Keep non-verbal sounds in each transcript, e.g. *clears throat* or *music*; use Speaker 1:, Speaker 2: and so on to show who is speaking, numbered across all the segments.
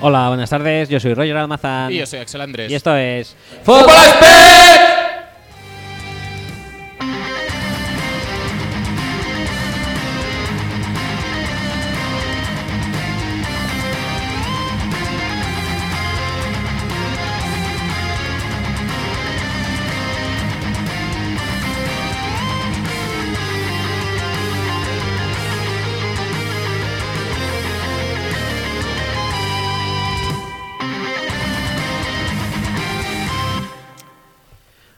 Speaker 1: Hola, buenas tardes. Yo soy Roger Almazán.
Speaker 2: Y yo soy Axel Andrés.
Speaker 1: Y esto es.
Speaker 2: ¡Fútbol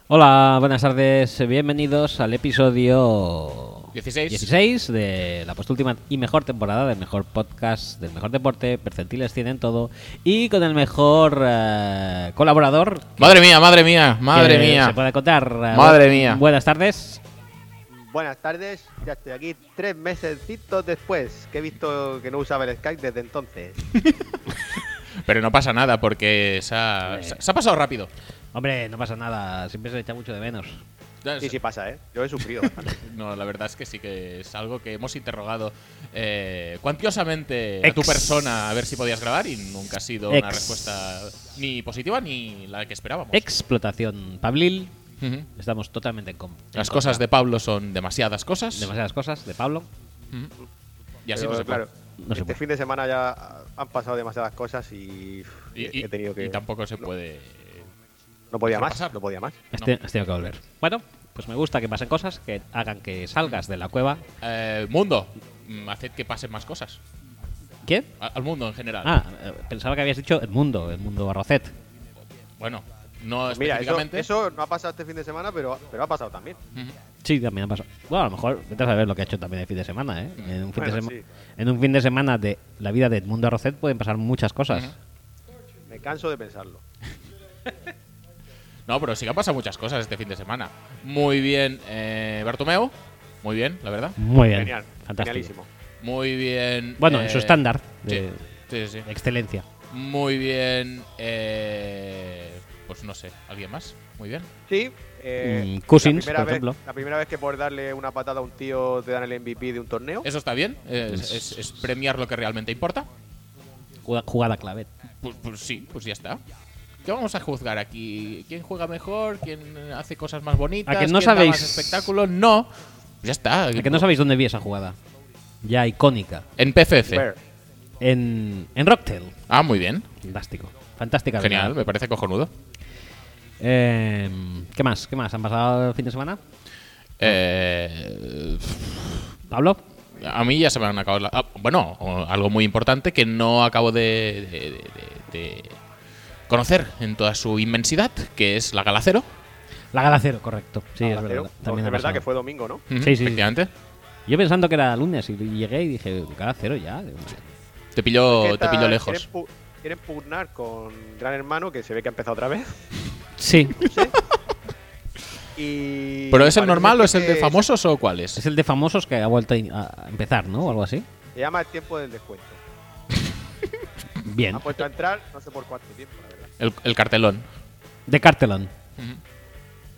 Speaker 1: Hola, buenas tardes. Bienvenidos al episodio
Speaker 2: 16.
Speaker 1: 16 de la postúltima y mejor temporada del mejor podcast, del mejor deporte. Percentiles tienen todo. Y con el mejor eh, colaborador. que-
Speaker 2: Madre mía, madre mía, madre
Speaker 1: que
Speaker 2: mía.
Speaker 1: Se puede contar. Eh,
Speaker 2: Madre
Speaker 1: bu-
Speaker 2: mía.
Speaker 1: Buenas tardes.
Speaker 3: Buenas tardes, ya estoy aquí tres mesecitos después, que he visto que no usaba el Skype desde entonces.
Speaker 2: Pero no pasa nada porque se ha,
Speaker 1: Eh.
Speaker 2: se ha pasado rápido.
Speaker 1: Hombre, no pasa nada. Siempre se echa mucho de menos.
Speaker 2: Ya
Speaker 3: Sí,
Speaker 2: es-
Speaker 3: sí pasa, ¿eh? Yo he
Speaker 1: *laughs*
Speaker 3: sufrido bastante.
Speaker 2: No, la verdad es que sí que es algo que hemos interrogado eh, cuantiosamente a tu
Speaker 1: Ex.
Speaker 2: persona a ver si podías grabar y nunca ha sido una
Speaker 1: Ex.
Speaker 2: respuesta ni positiva ni la que esperábamos.
Speaker 1: Explotación Pablil.
Speaker 2: Ujú.
Speaker 1: Estamos totalmente en con- en
Speaker 2: Las
Speaker 1: contra.
Speaker 2: cosas de Pablo son demasiadas cosas.
Speaker 1: Demasiadas cosas de Pablo.
Speaker 2: Ujú. Y así
Speaker 3: Pero,
Speaker 2: no se puede.
Speaker 3: claro,
Speaker 1: No se
Speaker 3: este
Speaker 1: puede.
Speaker 3: fin de semana ya han pasado demasiadas cosas y, uf,
Speaker 2: Y, y-
Speaker 3: he tenido que
Speaker 2: y tampoco se puede.
Speaker 3: no podía
Speaker 2: no
Speaker 3: más,
Speaker 2: pasar.
Speaker 3: no podía más.
Speaker 1: Has, te- has tenido que volver. Bueno, pues me gusta que pasen cosas que hagan que salgas de la cueva.
Speaker 2: Eh, mundo, mm, haced que pasen más cosas.
Speaker 1: ¿Qué?
Speaker 2: A- Al mundo en general.
Speaker 1: Ah, eh, pensaba que habías dicho el mundo, el mundo Barrocet.
Speaker 2: Bueno, no
Speaker 1: Pues
Speaker 3: Pues Mira, eso,
Speaker 2: específicamente.
Speaker 3: eso no ha pasado este fin de semana, pero, pero ha pasado también.
Speaker 2: Ujú.
Speaker 1: Sí, también ha pasado. Bueno, a lo mejor vete a saber lo que ha hecho también el fin de semana, ¿eh? En un fin, de,
Speaker 3: Bueno,
Speaker 1: sema-
Speaker 3: sí.
Speaker 1: en un fin de semana de la vida de Edmundo Arrocet pueden pasar muchas cosas.
Speaker 2: Ujú.
Speaker 3: Me canso de pensarlo.
Speaker 2: No, pero sí que han pasado muchas cosas este fin de semana. Muy bien, eh, Bartomeu. Muy bien, la verdad.
Speaker 1: Muy bien.
Speaker 3: Genial,
Speaker 1: Fantástico.
Speaker 3: genialísimo.
Speaker 2: Muy bien.
Speaker 1: Bueno, en
Speaker 2: eh,
Speaker 1: su estándar
Speaker 2: Sí,
Speaker 1: de
Speaker 2: sí, sí, sí.
Speaker 1: excelencia.
Speaker 2: Muy bien. eh, pues no sé, ¿alguien más? Muy bien.
Speaker 3: Sí, eh,
Speaker 1: Mm, Cousins,
Speaker 3: la primera
Speaker 1: por
Speaker 3: vez-
Speaker 1: ejemplo.
Speaker 3: La primera vez que por darle una patada a un tío te dan el MVP de un torneo.
Speaker 2: ¿Eso está bien? eh,
Speaker 1: Pues-
Speaker 2: es, es- es premiar lo que realmente importa?
Speaker 1: Jugada, jugada clave.
Speaker 2: Pues, pues sí, pues ya está. ¿Qué vamos a juzgar aquí? ¿Quién juega mejor? ¿Quién hace cosas más bonitas?
Speaker 1: ¿A que no
Speaker 2: ¿Quién da
Speaker 1: sabéis?
Speaker 2: más espectáculo? No. Ya está.
Speaker 1: Que no sabéis dónde vi esa jugada. Ya icónica.
Speaker 2: En PFF.
Speaker 3: Ver,
Speaker 1: En, en Rocktail.
Speaker 2: Ah, muy bien.
Speaker 1: Fantástico. Fantástica.
Speaker 2: Genial,
Speaker 1: jugada.
Speaker 2: me parece cojonudo.
Speaker 1: Eh, ¿Qué más? ¿Qué más? ¿Han pasado el fin de semana?
Speaker 2: Eh,
Speaker 1: ¿Pablo?
Speaker 2: a mí ya se me han acabado. la- ah, bueno, o- algo muy importante que no acabo de, de- de- de- de conocer en toda su inmensidad, que es la Gala Cero.
Speaker 1: La Gala Cero, correcto. Sí,
Speaker 3: Gala
Speaker 1: es
Speaker 3: Cero.
Speaker 1: verdad. También
Speaker 3: de
Speaker 1: ha
Speaker 3: verdad
Speaker 1: pasado.
Speaker 3: que fue domingo, ¿no?
Speaker 2: Ujú,
Speaker 1: sí, sí.
Speaker 2: Efectivamente.
Speaker 1: Yo pensando que era lunes y llegué y dije, Gala Cero ya.
Speaker 2: Te pillo,
Speaker 3: ¿Qué
Speaker 2: te
Speaker 3: tal?
Speaker 2: pillo lejos.
Speaker 3: Quieren, pu- quieren pugnar con Gran Hermano, que se ve que ha empezado otra vez.
Speaker 1: Sí.
Speaker 3: Y
Speaker 2: ¿Pero es el
Speaker 3: parece
Speaker 2: normal o es el
Speaker 3: que
Speaker 2: de famosos o cuál es?
Speaker 1: Es el de famosos que ha vuelto a in- a empezar, ¿no? O algo así.
Speaker 3: Se llama el tiempo del descuento.
Speaker 1: Bien.
Speaker 3: Han puesto a entrar, no sé por cuánto tiempo, la verdad.
Speaker 2: El, el cartelón.
Speaker 1: De Cartelon.
Speaker 2: Ujú.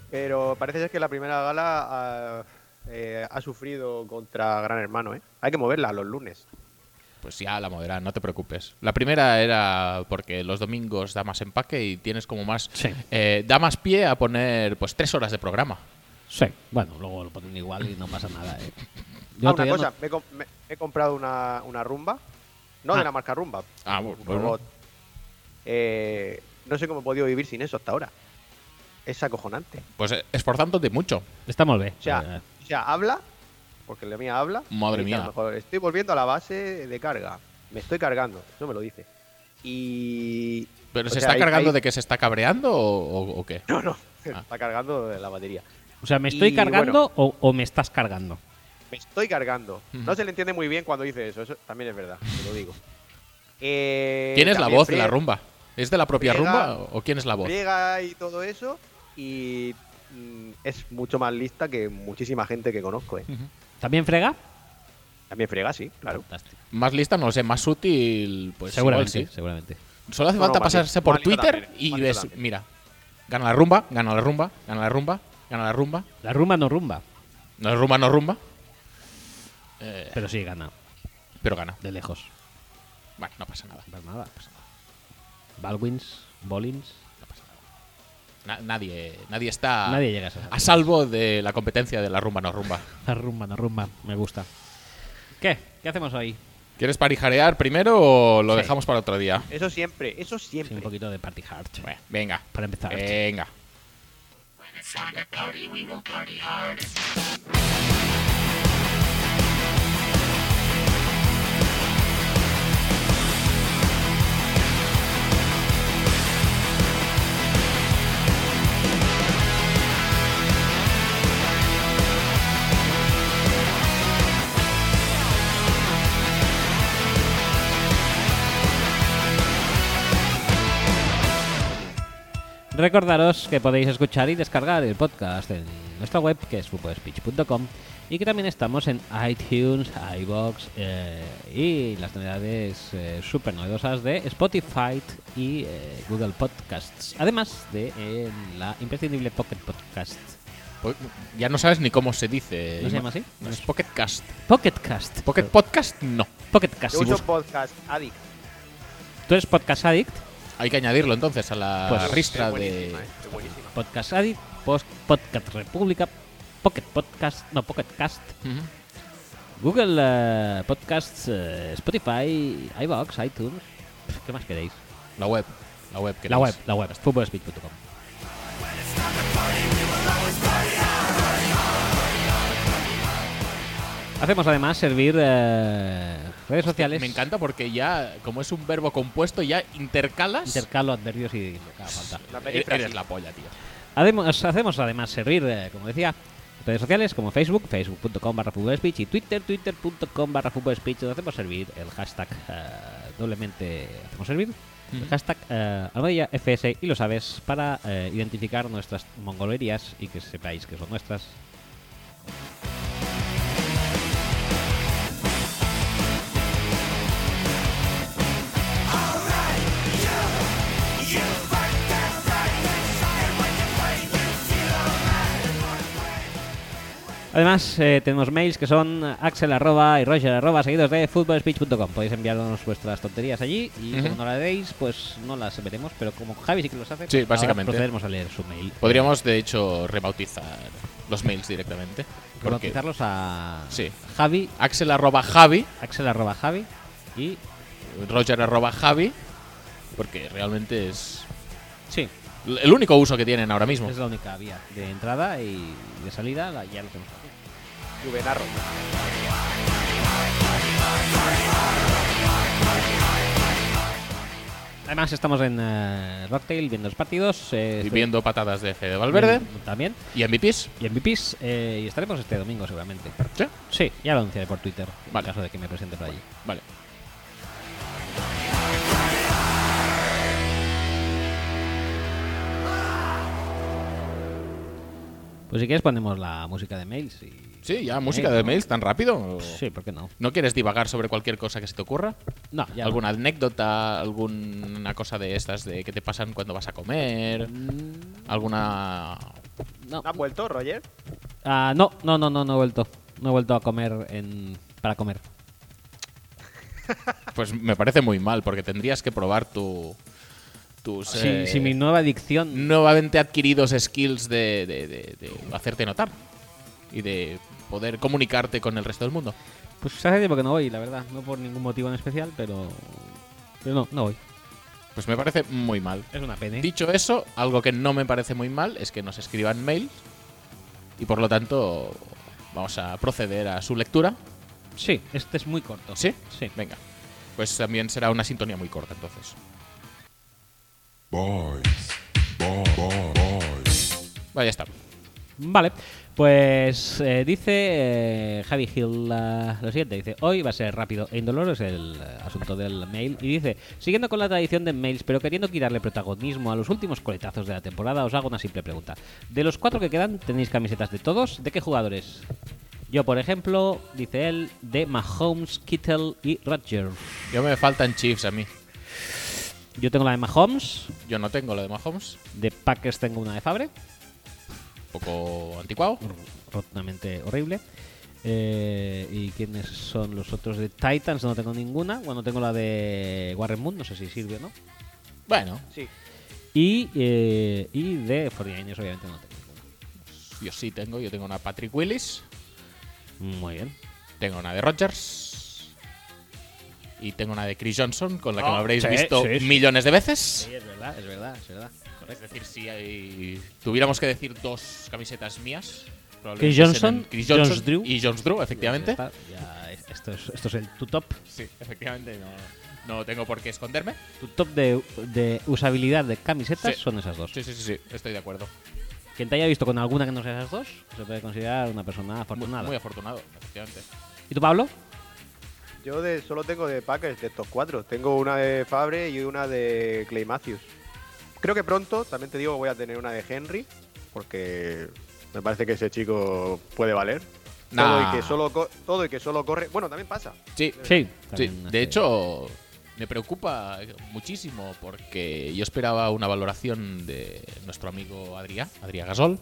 Speaker 3: Pero parece ser que la primera gala ah, eh, ha sufrido contra Gran Hermano, ¿eh? Hay que moverla los lunes.
Speaker 2: Pues ya la moderan, no te preocupes. La primera era porque los domingos da más empaque y tienes como más.
Speaker 1: Sí.
Speaker 2: eh, da más pie a poner pues tres horas de programa.
Speaker 1: Sí. Bueno, luego lo ponen igual y no pasa nada. ¿eh? Yo
Speaker 3: Ah,
Speaker 1: otro
Speaker 3: una
Speaker 1: día
Speaker 3: cosa,
Speaker 1: no-
Speaker 3: me, he com- me- he comprado una, una rumba. No
Speaker 1: Ah.
Speaker 3: de la marca Rumba.
Speaker 2: Ah,
Speaker 3: un
Speaker 2: bueno.
Speaker 3: robot. Eh, no sé cómo he podido vivir sin eso hasta ahora. Es acojonante.
Speaker 2: Pues eh, esforzándote mucho.
Speaker 1: Está ¿eh? muy bien.
Speaker 3: O sea, o sea, habla, porque la mía habla.
Speaker 2: Madre
Speaker 3: y dice, a
Speaker 2: mía.
Speaker 3: lo mejor, estoy volviendo a la base de carga. Me estoy cargando. Eso me lo dice. Y.
Speaker 2: ¿Pero
Speaker 3: o
Speaker 2: se
Speaker 3: sea,
Speaker 2: está
Speaker 3: ahí-
Speaker 2: cargando
Speaker 3: ahí-
Speaker 2: de que se está cabreando o, o- o qué?
Speaker 3: No, no. se
Speaker 2: Ah.
Speaker 3: Está cargando de la batería.
Speaker 1: O sea, ¿me estoy
Speaker 3: y
Speaker 1: cargando o, o me estás cargando?
Speaker 3: Me estoy cargando.
Speaker 2: Ujú.
Speaker 3: No se le entiende muy bien cuando dice eso. Eso también es verdad. Te lo digo. Eh,
Speaker 2: ¿Quién es la
Speaker 3: también
Speaker 2: voz de la
Speaker 3: friega-
Speaker 2: rumba? ¿Es de la propia
Speaker 3: friega-
Speaker 2: rumba o- o quién es la voz?
Speaker 3: friega y todo eso. Y. mm, Es mucho más lista que muchísima gente que conozco. ¿eh?
Speaker 1: ¿También frega?
Speaker 3: También frega, sí, claro.
Speaker 1: Fantástico.
Speaker 2: Más lista, no lo sé, más útil, pues
Speaker 1: seguramente,
Speaker 2: igual
Speaker 1: seguramente.
Speaker 2: sí. Solo hace
Speaker 3: No, no,
Speaker 2: falta
Speaker 3: más
Speaker 2: pasarse
Speaker 3: lista,
Speaker 2: por
Speaker 3: más lista
Speaker 2: Twitter
Speaker 3: también,
Speaker 2: y
Speaker 3: más
Speaker 2: ves,
Speaker 3: lista también.
Speaker 2: mira, gana la rumba, gana la rumba, gana la rumba, gana la rumba,
Speaker 1: La rumba no rumba,
Speaker 2: no es rumba, no es rumba, eh,
Speaker 1: pero sí gana,
Speaker 2: pero gana.
Speaker 1: de lejos.
Speaker 2: Bueno, no pasa nada.
Speaker 1: Pues nada. Baldwins, Bolins.
Speaker 2: Na- nadie, nadie está
Speaker 1: Nadie llega a esas
Speaker 2: a salvo de la competencia de la rumba no rumba.
Speaker 1: La rumba, no rumba, me gusta. ¿Qué? ¿Qué hacemos hoy?
Speaker 2: ¿Quieres parijarear primero o lo
Speaker 1: Sí.
Speaker 2: dejamos para otro día?
Speaker 3: Eso siempre, eso
Speaker 1: Sí,
Speaker 3: siempre.
Speaker 1: un poquito de Party Heart.
Speaker 2: Bueno, venga.
Speaker 1: Para empezar.
Speaker 2: Venga.
Speaker 1: Recordaros que podéis escuchar y descargar el podcast en nuestra web, que es grupospeech.com, y que también estamos en iTunes, iBox y las novedades eh, súper novedosas de Spotify y eh, Google Podcasts, además de en la imprescindible Pocket Podcast.
Speaker 2: Po- Pues, Ya no sabes ni cómo se dice.
Speaker 1: ¿No se llama así? Eh.
Speaker 2: No, es Pocket Cast.
Speaker 1: Pocketcast.
Speaker 2: Pocket Podcast no.
Speaker 1: Pocketcast.
Speaker 3: Yo uso podcast addict.
Speaker 1: Tú eres Podcast Addict.
Speaker 2: Hay que añadirlo entonces a la
Speaker 1: Pues,
Speaker 2: ristra
Speaker 3: Es
Speaker 2: de.
Speaker 3: buenísima, eh, es buenísima.
Speaker 1: Podcast Addict, Post- Podcast República, Pocket Podcast, no, Pocket Cast,
Speaker 2: Ujú.
Speaker 1: Google eh, Podcasts, eh, Spotify, iBox, iTunes. Pff, ¿Qué más queréis?
Speaker 2: La web. La web. que
Speaker 1: La
Speaker 2: tenéis.
Speaker 1: web, la web, footballspeech.com. Hacemos además servir eh, redes sociales.
Speaker 2: Me encanta porque ya, como es un verbo compuesto, ya intercalas.
Speaker 1: Intercalo adverbios y lo que haga falta.
Speaker 3: La
Speaker 2: E-
Speaker 3: perífrasis.
Speaker 2: Eres la polla, tío.
Speaker 1: Además, hacemos además servir, eh, como decía, redes sociales como Facebook, facebook.com barra Fútbol speech y Twitter, twitter.com barra Fútbol speech, donde hacemos servir el hashtag, eh, doblemente hacemos servir, el
Speaker 2: Ujú.
Speaker 1: hashtag eh, Almohadilla FS y lo sabes para eh, identificar nuestras mongolerías y que sepáis que son nuestras. Además, eh, tenemos mails que son axel arroba y roger arroba, seguidos de footballspeech.com. Podéis enviarnos vuestras tonterías allí y
Speaker 2: Ujú.
Speaker 1: como no la deis, pues no las veremos, pero como Javi sí que los hace,
Speaker 2: Sí,
Speaker 1: ahora
Speaker 2: básicamente.
Speaker 1: procederemos a leer su mail.
Speaker 2: Podríamos, de hecho, rebautizar los mails directamente. Porque
Speaker 1: Rebautizarlos a
Speaker 2: Sí.
Speaker 1: Javi,
Speaker 2: Axel arroba Javi,
Speaker 1: axel arroba Javi y...
Speaker 2: Roger arroba Javi, porque realmente es
Speaker 1: Sí,
Speaker 2: l- el único uso que tienen ahora mismo.
Speaker 1: es la única vía de entrada y de salida, la- ya lo tenemos aquí.
Speaker 3: Juvenarro.
Speaker 1: Además, estamos en eh, Rocktail viendo los partidos. eh,
Speaker 2: Y
Speaker 1: estoy-
Speaker 2: viendo patadas de Fede Valverde
Speaker 1: Mm. También.
Speaker 2: y MVPs.
Speaker 1: Y en VPs, eh, y estaremos este domingo seguramente.
Speaker 2: Sí,
Speaker 1: Sí, ya lo anunciaré por Twitter,
Speaker 2: Vale.
Speaker 1: en caso de que me presente por allí.
Speaker 2: vale.
Speaker 1: Pues si quieres ponemos la música de mails y...
Speaker 2: Sí, ya música de
Speaker 1: ¿no?
Speaker 2: mails tan rápido.
Speaker 1: Sí, ¿por qué no?
Speaker 2: ¿No quieres divagar sobre cualquier cosa que se te ocurra?
Speaker 1: No, ya no.
Speaker 2: ¿Alguna anécdota? ¿Alguna cosa de estas de que te pasan cuando vas a comer? ¿Alguna...?
Speaker 1: Mm, No.
Speaker 3: ¿No ¿Has vuelto, Roger?
Speaker 1: Ah, no, no, no, no, no he vuelto. No he vuelto a comer en... para comer.
Speaker 2: Pues me parece muy mal porque tendrías que probar tu... Tus,
Speaker 1: Si,
Speaker 2: eh,
Speaker 1: si mi nueva adicción...
Speaker 2: nuevamente adquiridos skills de, de- de- de hacerte notar y de poder comunicarte con el resto del mundo.
Speaker 1: Pues hace tiempo que no voy, la verdad. No por ningún motivo en especial, pero... Pero no, no voy.
Speaker 2: Pues me parece muy mal.
Speaker 1: Es una pena. ¿eh?
Speaker 2: Dicho eso, algo que no me parece muy mal es que nos escriban mails y por lo tanto vamos a proceder a su lectura.
Speaker 1: Sí, este es muy corto.
Speaker 2: ¿Sí?
Speaker 1: Sí.
Speaker 2: Venga. Pues también será una sintonía muy corta entonces.
Speaker 4: Boys. Boy, boy, boys.
Speaker 2: Vale, ya está.
Speaker 1: Vale, pues eh, dice eh, Javi Hill ah, lo siguiente, dice, hoy va a ser rápido e indoloro, es el eh, asunto del mail, y dice, siguiendo con la tradición de mails, pero queriendo quitarle protagonismo a los últimos coletazos de la temporada, os hago una simple pregunta. De los cuatro que quedan, ¿tenéis camisetas de todos? ¿De qué jugadores? Yo, por ejemplo, dice él, de Mahomes, Kittle y Rodgers.
Speaker 2: Yo me faltan Chiefs a mí.
Speaker 1: Yo tengo la de Mahomes,
Speaker 2: Yo no tengo lo de Mahomes.
Speaker 1: de Packers tengo una de Fabre.
Speaker 2: Un poco anticuado.
Speaker 1: rotundamente horrible. Eh, ¿Y quiénes son los otros de Titans? No tengo ninguna. Bueno, tengo la de Warren Moon, no sé si sirve o no.
Speaker 2: Bueno,
Speaker 3: Sí.
Speaker 1: Y, eh, y de 49ers, obviamente, no tengo ninguna.
Speaker 2: yo sí tengo. Yo tengo una Patrick Willis,
Speaker 1: Muy bien.
Speaker 2: tengo una de Rodgers y tengo una de Chris Johnson, con la que
Speaker 1: Ah,
Speaker 2: me habréis
Speaker 1: sí,
Speaker 2: visto
Speaker 1: sí, sí.
Speaker 2: millones de veces.
Speaker 1: es verdad, es verdad, es verdad.
Speaker 2: Es decir, si hay- tuviéramos que decir dos camisetas mías. probablemente
Speaker 1: Chris Johnson,
Speaker 2: serían Chris
Speaker 1: Jones
Speaker 2: Johnson
Speaker 1: Drew.
Speaker 2: y Jones Drew, efectivamente.
Speaker 1: Ya, es- esto, es, esto es el tu top,
Speaker 2: Sí, efectivamente, no, no tengo por qué esconderme.
Speaker 1: tu top de, de usabilidad de camisetas
Speaker 2: Sí.
Speaker 1: son esas dos.
Speaker 2: Sí, sí, sí, sí, estoy de acuerdo.
Speaker 1: Quien te haya visto con alguna que no sea esas dos, se puede considerar una persona
Speaker 2: Muy,
Speaker 1: afortunada.
Speaker 2: muy afortunado, efectivamente.
Speaker 1: ¿Y tú, Pablo?
Speaker 3: Yo de, solo tengo de Packers, de estos cuatro. Tengo una de Fabre y una de Clay Matthews. Creo que pronto, también te digo, voy a tener una de Henry, porque me parece que ese chico puede valer.
Speaker 2: Nah.
Speaker 3: Todo, y que solo co- todo y que solo corre. Bueno, también pasa.
Speaker 2: Sí,
Speaker 1: Sí.
Speaker 2: sí.
Speaker 1: también,
Speaker 2: De
Speaker 1: eh,
Speaker 2: hecho, me preocupa muchísimo porque yo esperaba una valoración de nuestro amigo Adrià, Adrià Gasol,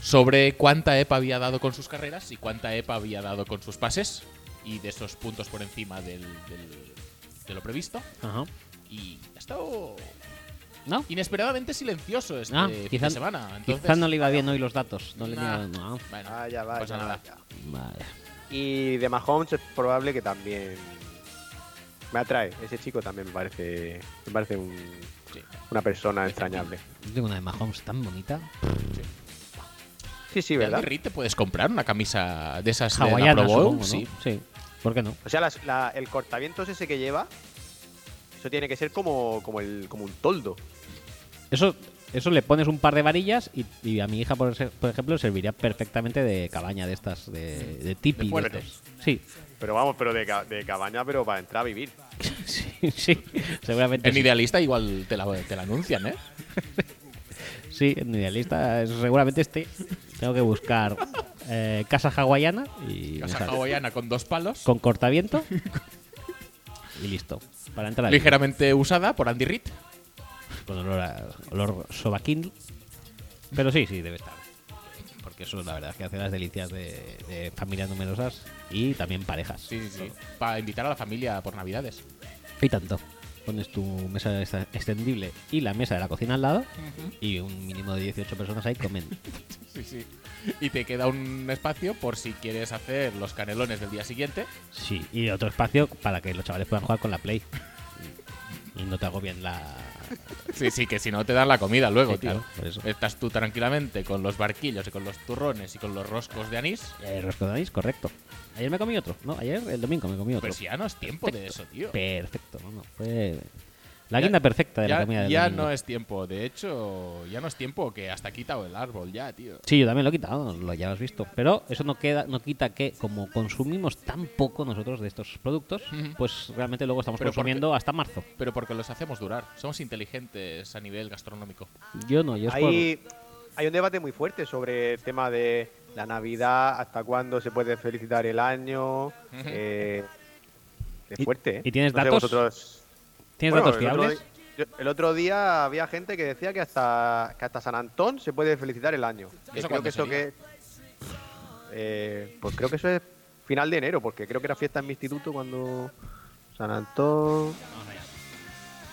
Speaker 2: sobre cuánta EPA había dado con sus carreras y cuánta EPA había dado con sus pases y de esos puntos por encima del- del- de lo previsto.
Speaker 1: Ajá.
Speaker 2: Y ha estado
Speaker 1: ¿No?
Speaker 2: inesperadamente silencioso este
Speaker 1: Ah,
Speaker 2: fin
Speaker 1: quizá-
Speaker 2: de semana. Entonces,
Speaker 1: Quizá no le iba bien hoy los datos. No le
Speaker 2: Nah.
Speaker 1: iba- no.
Speaker 2: bueno,
Speaker 3: Vaya,
Speaker 2: no
Speaker 3: vaya,
Speaker 2: pasa nada.
Speaker 3: vaya.
Speaker 1: Vale.
Speaker 3: Y de Mahomes es probable que también me atrae. Ese chico también me parece, me parece un-
Speaker 2: Sí.
Speaker 3: una persona extrañable.
Speaker 1: Yo tengo una de Mahomes tan bonita.
Speaker 3: Sí, sí,
Speaker 2: De
Speaker 3: ¿verdad?
Speaker 2: Andy Reid te puedes comprar una camisa de esas de la
Speaker 1: Hawaiana,
Speaker 2: Pro Bowl,
Speaker 1: supongo, ¿no?
Speaker 2: sí.
Speaker 1: sí. ¿Por qué no?
Speaker 3: O sea, las- la- el cortavientos ese que lleva, eso tiene que ser como, como, el, como un toldo.
Speaker 1: Eso, eso le pones un par de varillas y, y a mi hija, por, ese- por ejemplo, le serviría perfectamente de cabaña de estas, de, de tipi.
Speaker 2: De fuerte.
Speaker 1: estos. sí. *laughs*
Speaker 3: Pero vamos, pero de, ca- de cabaña, pero para entrar a vivir.
Speaker 1: sí, sí, seguramente.
Speaker 2: En
Speaker 1: sí.
Speaker 2: idealista igual te la, te la anuncian, ¿eh?
Speaker 1: Sí, en idealista, es- seguramente esté. Tengo que buscar eh, casa hawaiana y me
Speaker 2: Casa
Speaker 1: sale.
Speaker 2: hawaiana con dos palos,
Speaker 1: con cortaviento y listo. Para entrar al-
Speaker 2: ligeramente usada por Andy Reid.
Speaker 1: con olor, a, olor sobaquín. Pero sí, sí, debe estar. Porque eso, la verdad, es que hace las delicias de, de familias numerosas y también parejas.
Speaker 2: Sí, sí, sí. Para invitar a la familia por Navidades.
Speaker 1: Y tanto. Pones tu mesa esta- extendible y la mesa de la cocina al lado y un mínimo de 18 personas ahí comen. *laughs*
Speaker 2: Sí, sí. Y te queda un espacio por si quieres hacer los canelones del día siguiente.
Speaker 1: Sí, y otro espacio para que los chavales puedan jugar con la Play. Y no te hago bien la...
Speaker 2: Sí, sí, que si no te dan la comida luego,
Speaker 1: Sí,
Speaker 2: tío.
Speaker 1: claro, por eso.
Speaker 2: Estás tú tranquilamente con los barquillos y con los turrones y con los roscos de anís.
Speaker 1: El rosco de anís, correcto. Ayer me comí otro, ¿no? Ayer, el domingo, me comí otro.
Speaker 2: Pero si Pues ya no es tiempo de eso, tío.
Speaker 1: Perfecto, no, no, fue la
Speaker 2: Ya-
Speaker 1: guinda perfecta de la
Speaker 2: Ya,
Speaker 1: comida del
Speaker 2: ya
Speaker 1: domingo.
Speaker 2: no es tiempo. De hecho, ya no es tiempo que hasta ha quitado el árbol ya, tío.
Speaker 1: Sí, yo también lo he quitado, lo, ya lo has visto. Pero eso no queda, no quita que como consumimos tan poco nosotros de estos productos,
Speaker 2: Ujú.
Speaker 1: pues realmente luego estamos
Speaker 2: Pero
Speaker 1: consumiendo hasta marzo.
Speaker 2: Pero porque los hacemos durar. Somos inteligentes a nivel gastronómico.
Speaker 1: Yo no, yo es por-
Speaker 3: Hay, hay un debate muy fuerte sobre el tema de la Navidad, hasta cuándo se puede felicitar el año. eh,
Speaker 1: ¿Y-
Speaker 3: es fuerte, ¿eh?
Speaker 1: y tienes
Speaker 3: No sé
Speaker 1: datos?
Speaker 3: vosotros-
Speaker 1: ¿Tienes
Speaker 3: Bueno,
Speaker 1: datos
Speaker 3: el otro
Speaker 1: fiables?
Speaker 3: di- yo- El otro día había gente que decía que hasta, que hasta San Antón se puede felicitar el año. Que
Speaker 2: ¿Eso
Speaker 3: creo que
Speaker 2: cuándo
Speaker 3: eso
Speaker 2: sería?
Speaker 3: que. Eh, pues creo que eso es final de enero, porque creo que era fiesta en mi instituto cuando. San Antón.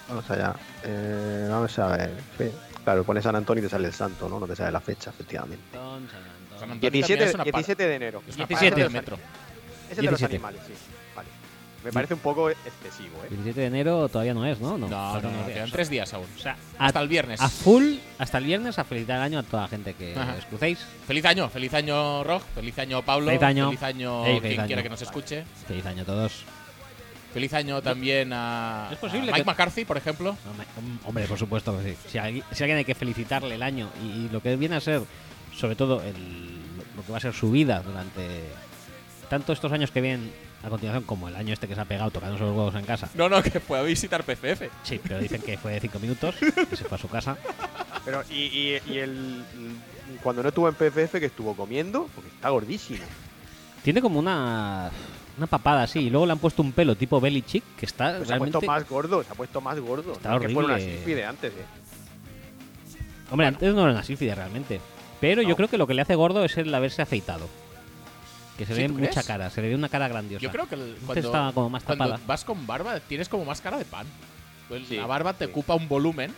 Speaker 3: Vamos allá. Eh, vamos a ver. Fe- Claro, pones San Antón y te sale el santo, ¿no? No te sale la fecha, efectivamente.
Speaker 2: San Antonio
Speaker 3: 17,
Speaker 2: también es una par-
Speaker 3: 17 de enero.
Speaker 2: es una
Speaker 1: 17
Speaker 2: parada
Speaker 1: de
Speaker 2: del metro.
Speaker 3: Ese es de los
Speaker 1: 17.
Speaker 3: animales, sí. Vale. Me parece un poco excesivo, ¿eh?
Speaker 1: 17 de enero todavía no es, ¿no?
Speaker 2: No, no,
Speaker 1: faltan
Speaker 2: no,
Speaker 1: unos días.
Speaker 2: quedan tres días aún.
Speaker 1: O sea, a-
Speaker 2: Hasta el viernes.
Speaker 1: A full, hasta el viernes, a felicitar el año a toda la gente que
Speaker 2: Ajá.
Speaker 1: os crucéis.
Speaker 2: Feliz año, feliz año, Rog. Feliz año, Pablo.
Speaker 1: Feliz año.
Speaker 2: Feliz año,
Speaker 1: Ey, feliz
Speaker 2: quien
Speaker 1: año.
Speaker 2: quiera que nos escuche.
Speaker 1: Feliz año a todos.
Speaker 2: Feliz año también a,
Speaker 1: ¿Es posible
Speaker 2: a Mike
Speaker 1: que-
Speaker 2: McCarthy, por ejemplo.
Speaker 1: No, me- hom- Hombre, por supuesto que sí. Si alguien, si alguien hay que felicitarle el año y, y lo que viene a ser, sobre todo, el- lo que va a ser su vida durante tanto estos años que vienen a continuación como el año este que se ha pegado tocándose los huevos en casa.
Speaker 2: No, no, que fue a visitar PCF.
Speaker 1: Sí, pero dicen que fue de 5 minutos, que se fue a su casa.
Speaker 3: Pero, y, y- y el, y cuando no estuvo en PFF, que estuvo comiendo, porque está gordísimo.
Speaker 1: Tiene como una, una papada así y luego le han puesto un pelo tipo belly chick que está
Speaker 3: Pues se ha
Speaker 1: realmente...
Speaker 3: puesto más gordo, se ha puesto más gordo.
Speaker 1: Está
Speaker 3: No es que fuera una
Speaker 1: horrible.
Speaker 3: sílfide antes, eh.
Speaker 1: Hombre, antes no era una sílfide realmente. Pero yo
Speaker 3: No.
Speaker 1: creo que lo que le hace gordo es el haberse afeitado. Que se
Speaker 2: ¿Sí,
Speaker 1: ve
Speaker 2: tú
Speaker 1: mucha
Speaker 2: crees?
Speaker 1: cara, se le ve una cara grandiosa.
Speaker 2: Yo creo que el-
Speaker 1: Antes
Speaker 2: cuando,
Speaker 1: estaba como más
Speaker 2: cuando
Speaker 1: tapada.
Speaker 2: vas con barba tienes como más cara de pan. Pues
Speaker 5: Sí,
Speaker 2: la barba te
Speaker 5: sí.
Speaker 2: ocupa un volumen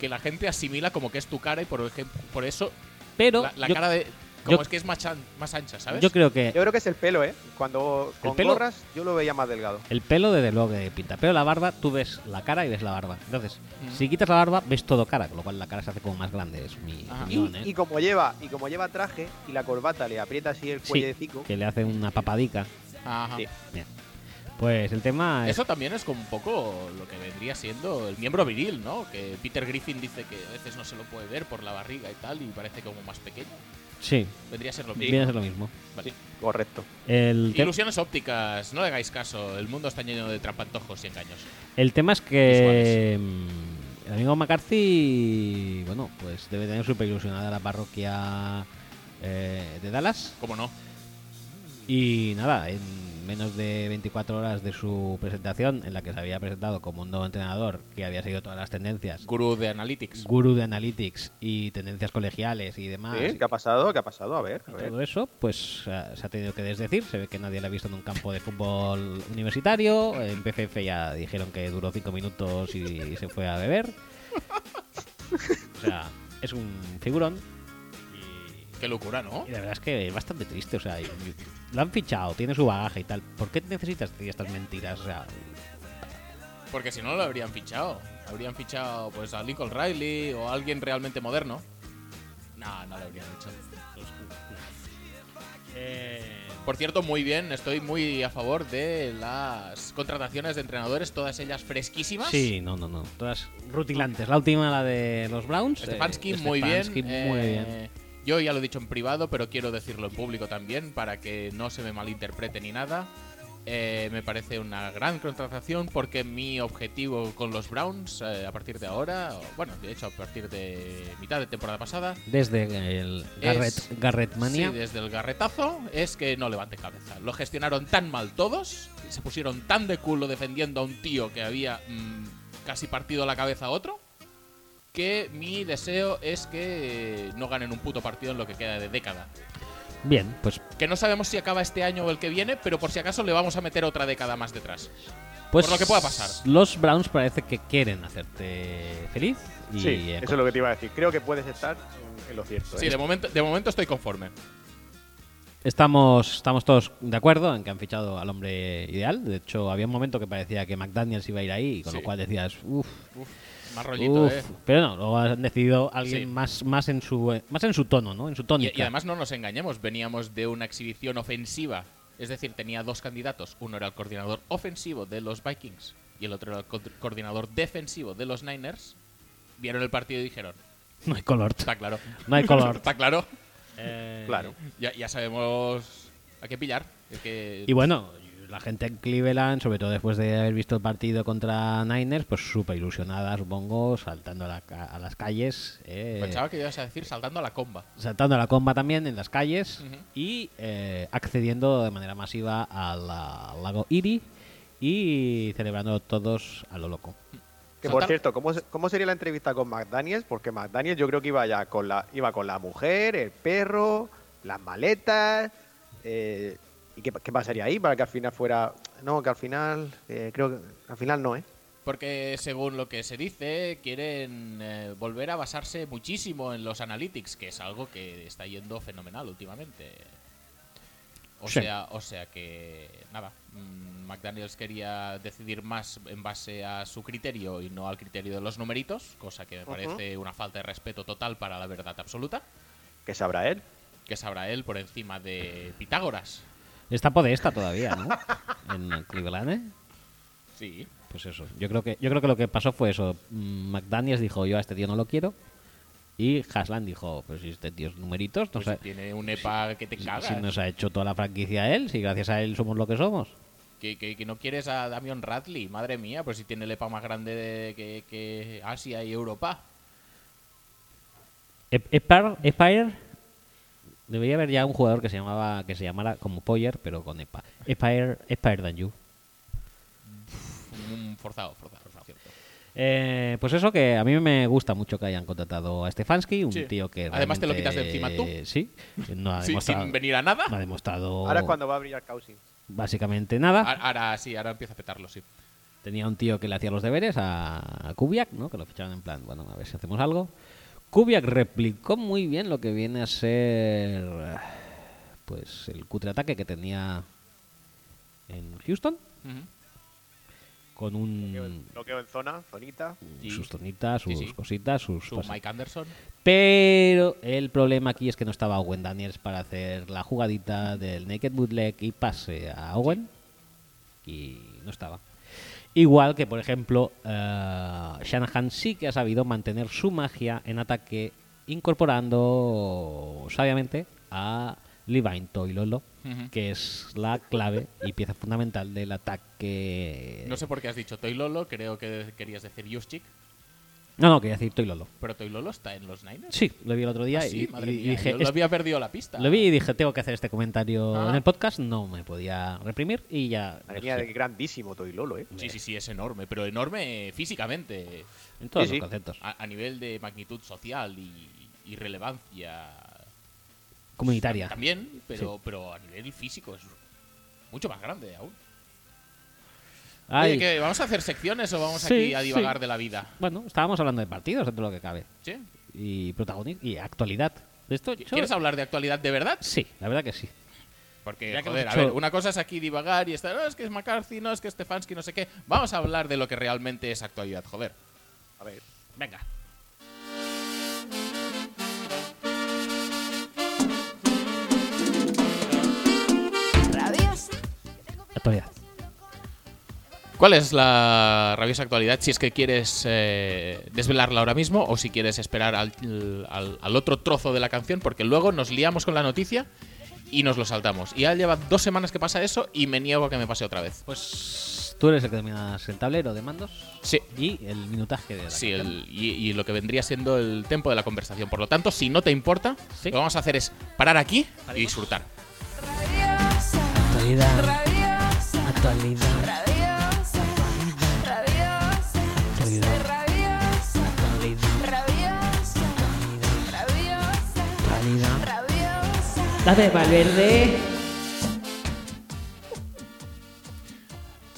Speaker 2: que la gente asimila como que es tu cara y por, ejem- por eso
Speaker 1: Pero
Speaker 2: la, la
Speaker 1: yo,
Speaker 2: cara de. Como
Speaker 1: yo-
Speaker 2: es que es más, chan- más ancha, ¿sabes?
Speaker 1: yo creo que
Speaker 3: Yo creo que es el pelo, ¿eh? Cuando con
Speaker 1: pelo?
Speaker 3: gorras yo lo veía más delgado.
Speaker 1: el pelo desde luego que pinta. Pero la barba, tú ves la cara y ves la barba. Entonces,
Speaker 2: Mm.
Speaker 1: si quitas la barba, ves todo cara, con lo cual la cara se hace como más grande. Es mi
Speaker 2: Ajá.
Speaker 1: opinión,
Speaker 3: Y,
Speaker 1: ¿eh?
Speaker 3: y como lleva y como lleva traje y la corbata le aprieta así el
Speaker 1: Sí.
Speaker 3: cuellecico,
Speaker 1: Que le hace una papadica.
Speaker 2: Ajá.
Speaker 3: Sí.
Speaker 1: Pues el tema es
Speaker 2: Eso también es como un poco lo que vendría siendo el miembro viril, ¿no? Que Peter Griffin dice que a veces no se lo puede ver por la barriga y tal y parece como más pequeño.
Speaker 1: Sí,
Speaker 2: Vendría a ser lo
Speaker 1: viene a
Speaker 2: mismo.
Speaker 1: ser lo mismo.
Speaker 2: Vale.
Speaker 3: correcto.
Speaker 1: El, te-
Speaker 2: Ilusiones ópticas, no le hagáis caso. El mundo está lleno de trampantojos y engaños.
Speaker 1: el tema es que mm, el amigo McCarthy, bueno, pues debe tener súper ilusionada la parroquia eh, de Dallas.
Speaker 2: ¿Cómo no?
Speaker 1: Y nada, en menos de 24 horas de su presentación, en la que se había presentado como un nuevo entrenador que había seguido todas las tendencias,
Speaker 2: Guru de Analytics.
Speaker 1: guru de analytics y tendencias colegiales y demás,
Speaker 3: ¿Sí? ¿eh? ¿Qué ha pasado? ¿Qué ha pasado? A ver, a
Speaker 1: y
Speaker 3: ver.
Speaker 1: todo eso, pues ah, se ha tenido que desdecir. Se ve que nadie la ha visto en un campo de fútbol universitario. En PFF ya dijeron que duró cinco minutos y se fue a beber. O sea, es un figurón.
Speaker 2: Qué locura, ¿no?
Speaker 1: Y la verdad es que es bastante triste. O sea, y- lo han fichado, tiene su bagaje y tal. ¿Por qué necesitas decir estas mentiras? O sea,
Speaker 2: Porque si no lo habrían fichado. Habrían fichado pues a Lincoln Riley o a alguien realmente moderno. No, no lo habrían hecho. Por cierto, muy bien, estoy muy a favor de las contrataciones de entrenadores, todas ellas fresquísimas.
Speaker 1: Sí, no, no, no. Todas rutilantes. La última, la de los Browns. eh,
Speaker 2: Stefanski, Este muy
Speaker 1: Stefanski,
Speaker 2: bien.
Speaker 1: muy
Speaker 2: eh,
Speaker 1: bien.
Speaker 2: Yo ya lo he dicho en privado, pero quiero decirlo en público también para que no se me malinterprete ni nada. Eh, me parece una gran contratación porque mi objetivo con los Browns eh, a partir de ahora, o, bueno, de hecho a partir de mitad de temporada pasada,
Speaker 1: Desde el Garrett,
Speaker 2: Es-
Speaker 1: Garrett Mania.
Speaker 2: Sí, desde el garretazo es que no levante cabeza. Lo gestionaron tan mal todos, se pusieron tan de culo defendiendo a un tío que había mm, casi partido la cabeza a otro, que mi deseo es que eh, no ganen un puto partido en lo que queda de década.
Speaker 1: Bien, pues,
Speaker 2: Que no sabemos si acaba este año o el que viene, pero por si acaso le vamos a meter otra década más detrás.
Speaker 1: pues.
Speaker 2: Por lo que pueda pasar.
Speaker 1: Los Browns parece que quieren hacerte feliz. Y eh,
Speaker 3: Sí,
Speaker 1: en-
Speaker 3: eso es lo que te iba a decir. Creo que puedes estar en- en lo cierto.
Speaker 2: Sí,
Speaker 3: ¿eh?
Speaker 2: de momento, de momento estoy conforme.
Speaker 1: estamos, estamos todos de acuerdo en que han fichado al hombre ideal. De hecho, había un momento que parecía que McDaniels iba a ir ahí, con lo
Speaker 2: Sí.
Speaker 1: cual decías, uff.
Speaker 2: Más rollito, ¿eh?
Speaker 1: Pero no, luego han decidido alguien
Speaker 2: Sí.
Speaker 1: más, más, en su, eh, más en su tono, ¿no? En su tónica.
Speaker 2: Y, y además no nos engañemos, veníamos de una exhibición ofensiva. Es decir, tenía dos candidatos. Uno era el coordinador ofensivo de los Vikings y el otro era el co- coordinador defensivo de los Niners. Vieron el partido y dijeron,
Speaker 1: *laughs* No hay color.
Speaker 2: está claro.
Speaker 1: No hay color.
Speaker 2: Está claro.
Speaker 3: Claro.
Speaker 2: Ya, ya sabemos a qué pillar. Es que
Speaker 1: Y bueno, la gente en Cleveland, sobre todo después de haber visto el partido contra Niners, pues súper ilusionada, supongo, saltando a, la ca- a las calles. eh,
Speaker 2: pensaba que ibas a decir saltando a la comba.
Speaker 1: saltando a la comba también en las calles
Speaker 2: Ujú.
Speaker 1: y eh, accediendo de manera masiva al ah, lago Erie y celebrando todos a lo loco.
Speaker 3: Que por
Speaker 2: Total.
Speaker 3: cierto, ¿cómo, se- ¿cómo sería la entrevista con McDaniels? Porque McDaniels yo creo que iba ya con la, iba con la mujer, el perro, las maletas. eh, ¿Y qué, qué pasaría ahí para que al final fuera.? No, que al final. eh, creo que. Al final no, ¿eh?
Speaker 2: Porque según lo que se dice, quieren eh, volver a basarse muchísimo en los analytics, que es algo que está yendo fenomenal últimamente. O
Speaker 1: Sí.
Speaker 2: sea, o sea que nada, mm, McDaniels quería decidir más en base a su criterio y no al criterio de los numeritos, cosa que me parece una falta de respeto total para la verdad absoluta,
Speaker 3: Que sabrá él.
Speaker 2: que sabrá él por encima de Pitágoras.
Speaker 1: Está podesta todavía,
Speaker 2: *laughs*
Speaker 1: ¿no? en Cleveland, ¿eh?
Speaker 2: Sí.
Speaker 1: Pues eso. Yo creo que yo creo que lo que pasó fue eso. Mm, McDaniels dijo, yo a este tío no lo quiero. Y Haslan dijo, pues si este tío es numeritos, no
Speaker 2: Pues
Speaker 1: sabe-
Speaker 2: tiene un EPA que te
Speaker 1: si,
Speaker 2: cagas.
Speaker 1: si nos ha hecho toda la franquicia él, si gracias a él somos lo que somos.
Speaker 2: Que, que- que no quieres a Damian Radley, madre mía, pues si tiene el EPA más grande de- que, que Asia y Europa.
Speaker 1: Ep- Epar- Epire debería haber ya un jugador que se llamaba que se llamara como Poyer, pero con Epa. Epire, Epire than you.
Speaker 2: Un Mm, forzado, forzado, por cierto.
Speaker 1: Eh, pues eso que a mí me gusta mucho que hayan contratado a Stefanski, un
Speaker 2: Sí.
Speaker 1: tío que
Speaker 2: Además, te lo quitas de
Speaker 1: realmente- Sí, no ha
Speaker 2: Sí,
Speaker 1: demostrado,
Speaker 2: sin venir a nada.
Speaker 1: no ha
Speaker 2: Oh.
Speaker 1: demostrado
Speaker 3: Ahora es cuando va a brillar Cousins.
Speaker 2: Ah.
Speaker 1: básicamente nada.
Speaker 2: A- Ahora sí, ahora empieza a petarlo, sí.
Speaker 1: Tenía un tío que le hacía los deberes a a Kubiak, ¿no? Que lo ficharon en plan, bueno, a ver si hacemos algo. Kubiak replicó muy bien lo que viene a ser eh, pues el cutre ataque que tenía en Houston
Speaker 2: Ujú.
Speaker 1: con
Speaker 2: Mm.
Speaker 1: un
Speaker 3: Bloqueo en zona, zonita.
Speaker 2: Sí.
Speaker 1: sus tonitas, sus
Speaker 2: Sí, sí.
Speaker 1: cositas, sus
Speaker 2: Su
Speaker 1: pases.
Speaker 2: Mike Anderson.
Speaker 1: Eh. Pero el problema aquí es que no estaba Owen Daniels para hacer la jugadita del naked bootleg y pase a Owen. Y no estaba. Igual que, por ejemplo, eh, Shanahan sí que ha sabido mantener su magia en ataque incorporando sabiamente a Levine Toilolo,
Speaker 2: Ujú.
Speaker 1: que es la clave y pieza fundamental del ataque.
Speaker 2: No sé por qué has dicho Toy Lolo, creo que querías decir Yuschik,
Speaker 1: no, no, quería decir Toilolo.
Speaker 2: pero Toy Lolo está en los Niners.
Speaker 1: Sí, lo vi el otro día
Speaker 2: Ah,
Speaker 1: y-
Speaker 2: sí,
Speaker 1: y,
Speaker 2: madre
Speaker 1: y
Speaker 2: mía,
Speaker 1: dije,
Speaker 2: yo lo
Speaker 1: "Este-
Speaker 2: había perdido la pista.
Speaker 1: Lo vi y dije, tengo que hacer este comentario
Speaker 2: Ah.
Speaker 1: en el podcast, no me podía reprimir y ya...
Speaker 3: Madre mía, qué grandísimo Toilolo, ¿eh?
Speaker 2: Sí, sí, sí, es enorme, pero enorme eh, físicamente,
Speaker 1: En todos
Speaker 3: Sí,
Speaker 1: los
Speaker 3: sí.
Speaker 1: conceptos.
Speaker 2: a, a nivel de magnitud social y, y relevancia
Speaker 1: Comunitaria.
Speaker 2: también, pero, pero a nivel físico es mucho más grande aún.
Speaker 1: Ay,
Speaker 2: Oye, ¿que ¿vamos a hacer secciones o vamos
Speaker 1: Sí,
Speaker 2: aquí a divagar
Speaker 1: sí.
Speaker 2: de la vida?
Speaker 1: Bueno, estábamos hablando de partidos, dentro de lo que cabe.
Speaker 2: ¿Sí?
Speaker 1: Y protagonismo y actualidad. De esto, yo-
Speaker 2: ¿Quieres hablar de actualidad de verdad?
Speaker 1: Sí, la verdad que sí.
Speaker 2: Porque,
Speaker 1: Ya que
Speaker 2: joder,
Speaker 1: hemos
Speaker 2: a
Speaker 1: hecho-
Speaker 2: ver, una cosa es aquí divagar y estar, "No, es que es McCarthy, no, es que Stefanski, no sé qué. Vamos a hablar de lo que realmente es actualidad, joder.
Speaker 3: A ver.
Speaker 2: Venga.
Speaker 1: Actualidad.
Speaker 2: ¿Cuál es la rabiosa actualidad? Si es que quieres eh, desvelarla ahora mismo o si quieres esperar al, al- al otro trozo de la canción, porque luego nos liamos con la noticia y nos lo saltamos. Y ya lleva dos semanas que pasa eso y me niego a que me pase otra vez.
Speaker 1: Pues tú eres el que dominas el tablero de mandos
Speaker 2: Sí,
Speaker 1: y el minutaje de la
Speaker 2: sí,
Speaker 1: canción.
Speaker 2: el- y, y lo que vendría siendo el tempo de la conversación. Por lo tanto, si no te importa,
Speaker 1: Sí.
Speaker 2: lo que vamos a hacer es parar aquí y
Speaker 1: Paremos.
Speaker 2: disfrutar.
Speaker 1: Actualidad,
Speaker 5: Rabiosa,
Speaker 1: actualidad,
Speaker 5: rabiosa, rabiosa, rabiosa, rabiosa, rabiosa,
Speaker 1: actualidad.
Speaker 5: rabiosa.
Speaker 1: Date Valverde.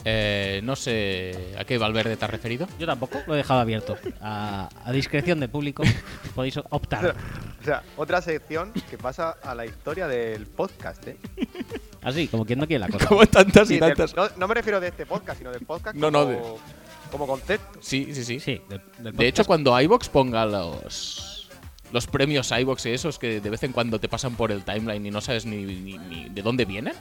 Speaker 2: Eh, no sé a qué Valverde te has referido.
Speaker 1: Yo tampoco lo he dejado abierto. A, a discreción del público podéis
Speaker 2: *laughs*
Speaker 1: optar.
Speaker 3: O sea, otra sección que pasa a la historia del podcast, ¿eh?
Speaker 1: Así, como quien no
Speaker 2: *laughs*
Speaker 1: quiere la cosa.
Speaker 2: Como tantas
Speaker 3: Sí, del- no, no me refiero de este podcast, sino del podcast
Speaker 2: No,
Speaker 3: como,
Speaker 2: no,
Speaker 3: como concepto.
Speaker 2: Sí, sí, sí.
Speaker 1: Sí, del- del
Speaker 2: De hecho,
Speaker 1: podcast.
Speaker 2: cuando iBox ponga los, los premios iBox y esos que de vez en cuando te pasan por el timeline y no sabes ni, ni- ni de dónde vienen,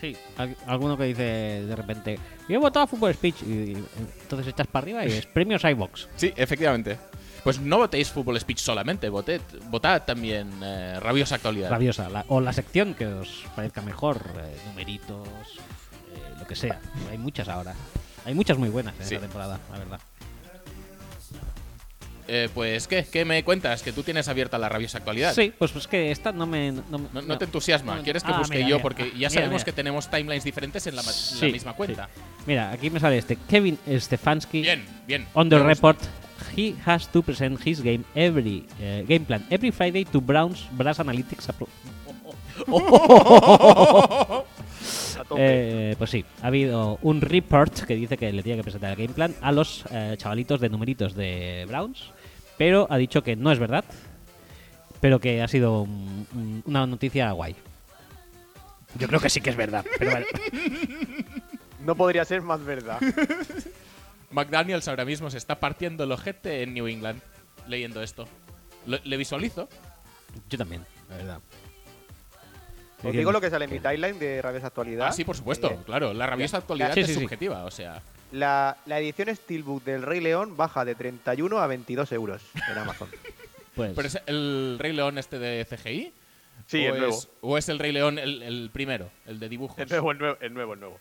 Speaker 1: Sí, al- alguno que dice de repente, yo he votado a Football Speech y, y entonces echas para arriba y
Speaker 2: *laughs*
Speaker 1: es premios iBox.
Speaker 2: sí, efectivamente. Pues no votéis Fútbol Speech solamente, voted, votad también eh, Rabiosa Actualidad.
Speaker 1: Rabiosa. la- o la sección que os parezca mejor, eh, numeritos, eh, lo que sea. Hay muchas ahora. Hay muchas muy buenas en
Speaker 2: Sí.
Speaker 1: esta temporada, la verdad.
Speaker 2: Eh, pues, ¿qué? ¿Qué me cuentas? Que tú tienes abierta la Rabiosa Actualidad.
Speaker 1: Sí, pues es que esta no me... No, me-
Speaker 2: No, no
Speaker 1: no.
Speaker 2: te entusiasma,
Speaker 1: No,
Speaker 2: ¿quieres que
Speaker 1: ah,
Speaker 2: busque
Speaker 1: mira,
Speaker 2: yo?
Speaker 1: mira,
Speaker 2: Porque
Speaker 1: ah,
Speaker 2: ya
Speaker 1: mira,
Speaker 2: sabemos
Speaker 1: mira.
Speaker 2: que tenemos timelines diferentes en la, ma- la
Speaker 1: Sí,
Speaker 2: misma cuenta.
Speaker 1: sí. Mira, aquí me sale este. Kevin Stefanski.
Speaker 2: Bien, bien.
Speaker 1: On the
Speaker 2: Me gusta.
Speaker 1: report, he has to present his game every eh, game plan every Friday to Browns Brass Analytics. appro-
Speaker 3: A tope.
Speaker 1: Eh, pues sí, ha habido un report que dice que le tiene que presentar el game plan a los eh, chavalitos de numeritos de Browns, pero ha dicho que no es verdad, pero que ha sido un- un- una noticia guay. Yo creo que sí que es verdad, pero bueno.
Speaker 3: No podría ser más
Speaker 2: *laughs*
Speaker 3: verdad.
Speaker 2: McDaniels ahora mismo se está partiendo el ojete en New England leyendo esto. Lo- le visualizo.
Speaker 1: *laughs* yo también, la verdad.
Speaker 3: Os digo lo que sale en mi timeline de Rabias Actualidad.
Speaker 2: Ah, sí, por supuesto,
Speaker 3: Eh,
Speaker 2: claro. La rabiosa actualidad
Speaker 1: Sí,
Speaker 2: es
Speaker 1: sí, sí.
Speaker 2: subjetiva, o sea.
Speaker 3: la, la edición Steelbook del Rey León baja de 31 a 22 euros
Speaker 2: *laughs*
Speaker 3: en Amazon.
Speaker 1: Pues,
Speaker 2: ¿Pero es el Rey León este de CGI?
Speaker 3: Sí,
Speaker 2: ¿O
Speaker 3: el nuevo.
Speaker 2: es- ¿O es el Rey León el, el primero, el de dibujos?
Speaker 3: El nuevo, el nuevo, el nuevo, el nuevo.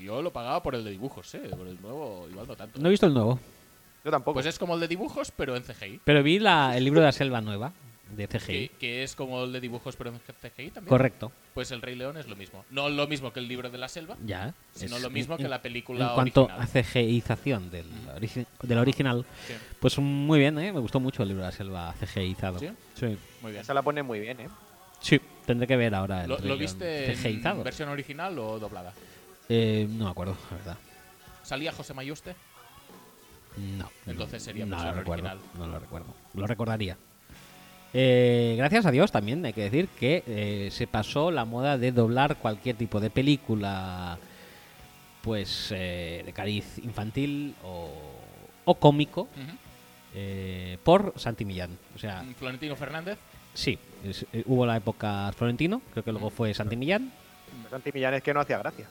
Speaker 2: Yo lo pagaba por el de dibujos, ¿eh? Por el nuevo, igual no tanto.
Speaker 1: no he visto el nuevo,
Speaker 3: Yo tampoco.
Speaker 2: Pues es como el de dibujos, pero en CGI.
Speaker 1: pero vi la- el libro de la selva nueva de CGI.
Speaker 2: Que, que es como el de dibujos, pero en CGI también.
Speaker 1: Correcto.
Speaker 2: Pues el Rey León es lo mismo. No lo mismo que el libro de la selva,
Speaker 1: Ya.
Speaker 2: sino
Speaker 1: es-
Speaker 2: lo mismo que la película
Speaker 1: En cuanto
Speaker 2: original.
Speaker 1: a CGIzación del, origi- del original,
Speaker 2: Sí.
Speaker 1: pues muy bien, ¿eh? Me gustó mucho el libro de la selva CGIzado.
Speaker 2: ¿Sí?
Speaker 1: Sí.
Speaker 2: Muy bien.
Speaker 3: Esa la pone muy bien, ¿eh?
Speaker 1: Sí, tendré que ver ahora el
Speaker 2: ¿Lo,
Speaker 1: Rey
Speaker 2: lo
Speaker 1: León
Speaker 2: viste en
Speaker 1: CGIzado.
Speaker 2: versión original o doblada?
Speaker 1: Eh, no me acuerdo, la verdad.
Speaker 2: ¿Salía José Mayuste?
Speaker 1: No.
Speaker 2: Entonces sería
Speaker 1: no lo
Speaker 2: mejor
Speaker 1: recuerdo,
Speaker 2: original.
Speaker 1: No lo recuerdo. Lo recordaría. Eh, gracias a Dios también hay que decir que eh, se pasó la moda de doblar cualquier tipo de película, pues eh, de cariz infantil o, o cómico, eh, por Santi Millán. O sea,
Speaker 2: Ah. Florentino Fernández.
Speaker 1: sí, es- eh, hubo la época Florentino, creo que luego fue Santi Millán.
Speaker 2: Mm.
Speaker 3: Santi Millán es que no hacía gracia.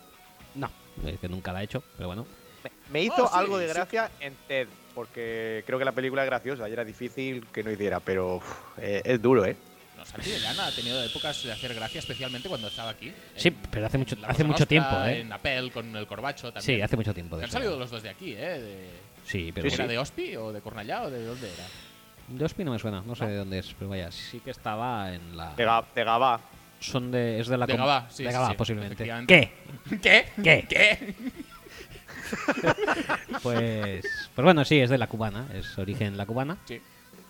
Speaker 1: No, es que nunca la ha hecho, pero bueno.
Speaker 3: Me, me hizo
Speaker 2: Oh, sí,
Speaker 3: algo de
Speaker 2: sí.
Speaker 3: gracia en Ted, porque creo que la película es graciosa y era difícil que no hiciera, pero uf, eh, es duro, ¿eh?
Speaker 2: No, Santi de Llana ha tenido épocas de hacer gracia, especialmente cuando estaba aquí.
Speaker 1: Sí,
Speaker 2: En-
Speaker 1: pero hace mucho-
Speaker 2: en La
Speaker 1: hace
Speaker 2: Cosa
Speaker 1: mucho tiempo, ¿eh?
Speaker 2: En Apple, con el Corbacho también.
Speaker 1: Sí, hace mucho tiempo. De
Speaker 2: Han
Speaker 1: eso.
Speaker 2: salido los dos de aquí, ¿eh? De-
Speaker 1: Sí, pero
Speaker 3: Sí,
Speaker 2: ¿Era
Speaker 1: bueno.
Speaker 2: de Ospi o de Cornellá o de dónde era?
Speaker 1: De Ospi no me suena, no sé de dónde es, pero vaya, sí que estaba en la.
Speaker 3: De, Ga- de Gabá.
Speaker 1: Son de. Es de la.
Speaker 2: De
Speaker 1: com-
Speaker 2: Gabá, sí,
Speaker 1: De
Speaker 2: sí,
Speaker 1: Gabá,
Speaker 2: sí,
Speaker 1: posiblemente. ¿Qué?
Speaker 2: efectivamente. *laughs* ¿Qué?
Speaker 1: ¿Qué?
Speaker 2: ¿Qué?
Speaker 1: Pues. Pues bueno, sí, es de la cubana, es origen la cubana.
Speaker 2: Sí.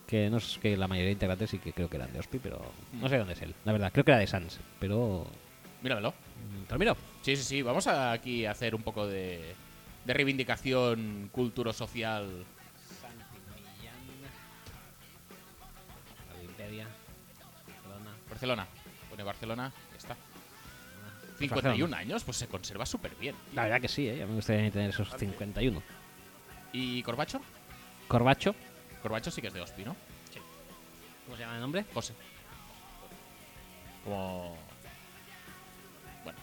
Speaker 1: Que no es que la mayoría de integrantes sí que creo que eran de Ospi, pero no sé dónde es él. La verdad, creo que era de Sans, pero.
Speaker 2: Míramelo.
Speaker 1: mm, Te lo miro.
Speaker 2: Sí, sí, sí. Vamos a aquí a hacer un poco de, de reivindicación culturo-social. Barcelona. Pone Barcelona, ya está. 51 años, pues se conserva súper bien.
Speaker 1: La verdad que sí, ¿eh? a mí me gustaría tener esos 51.
Speaker 2: ¿Y Corbacho?
Speaker 1: Corbacho.
Speaker 2: Corbacho sí que es de Ospi, ¿no?
Speaker 1: ¿Cómo se llama el nombre?
Speaker 2: José. Como. Bueno.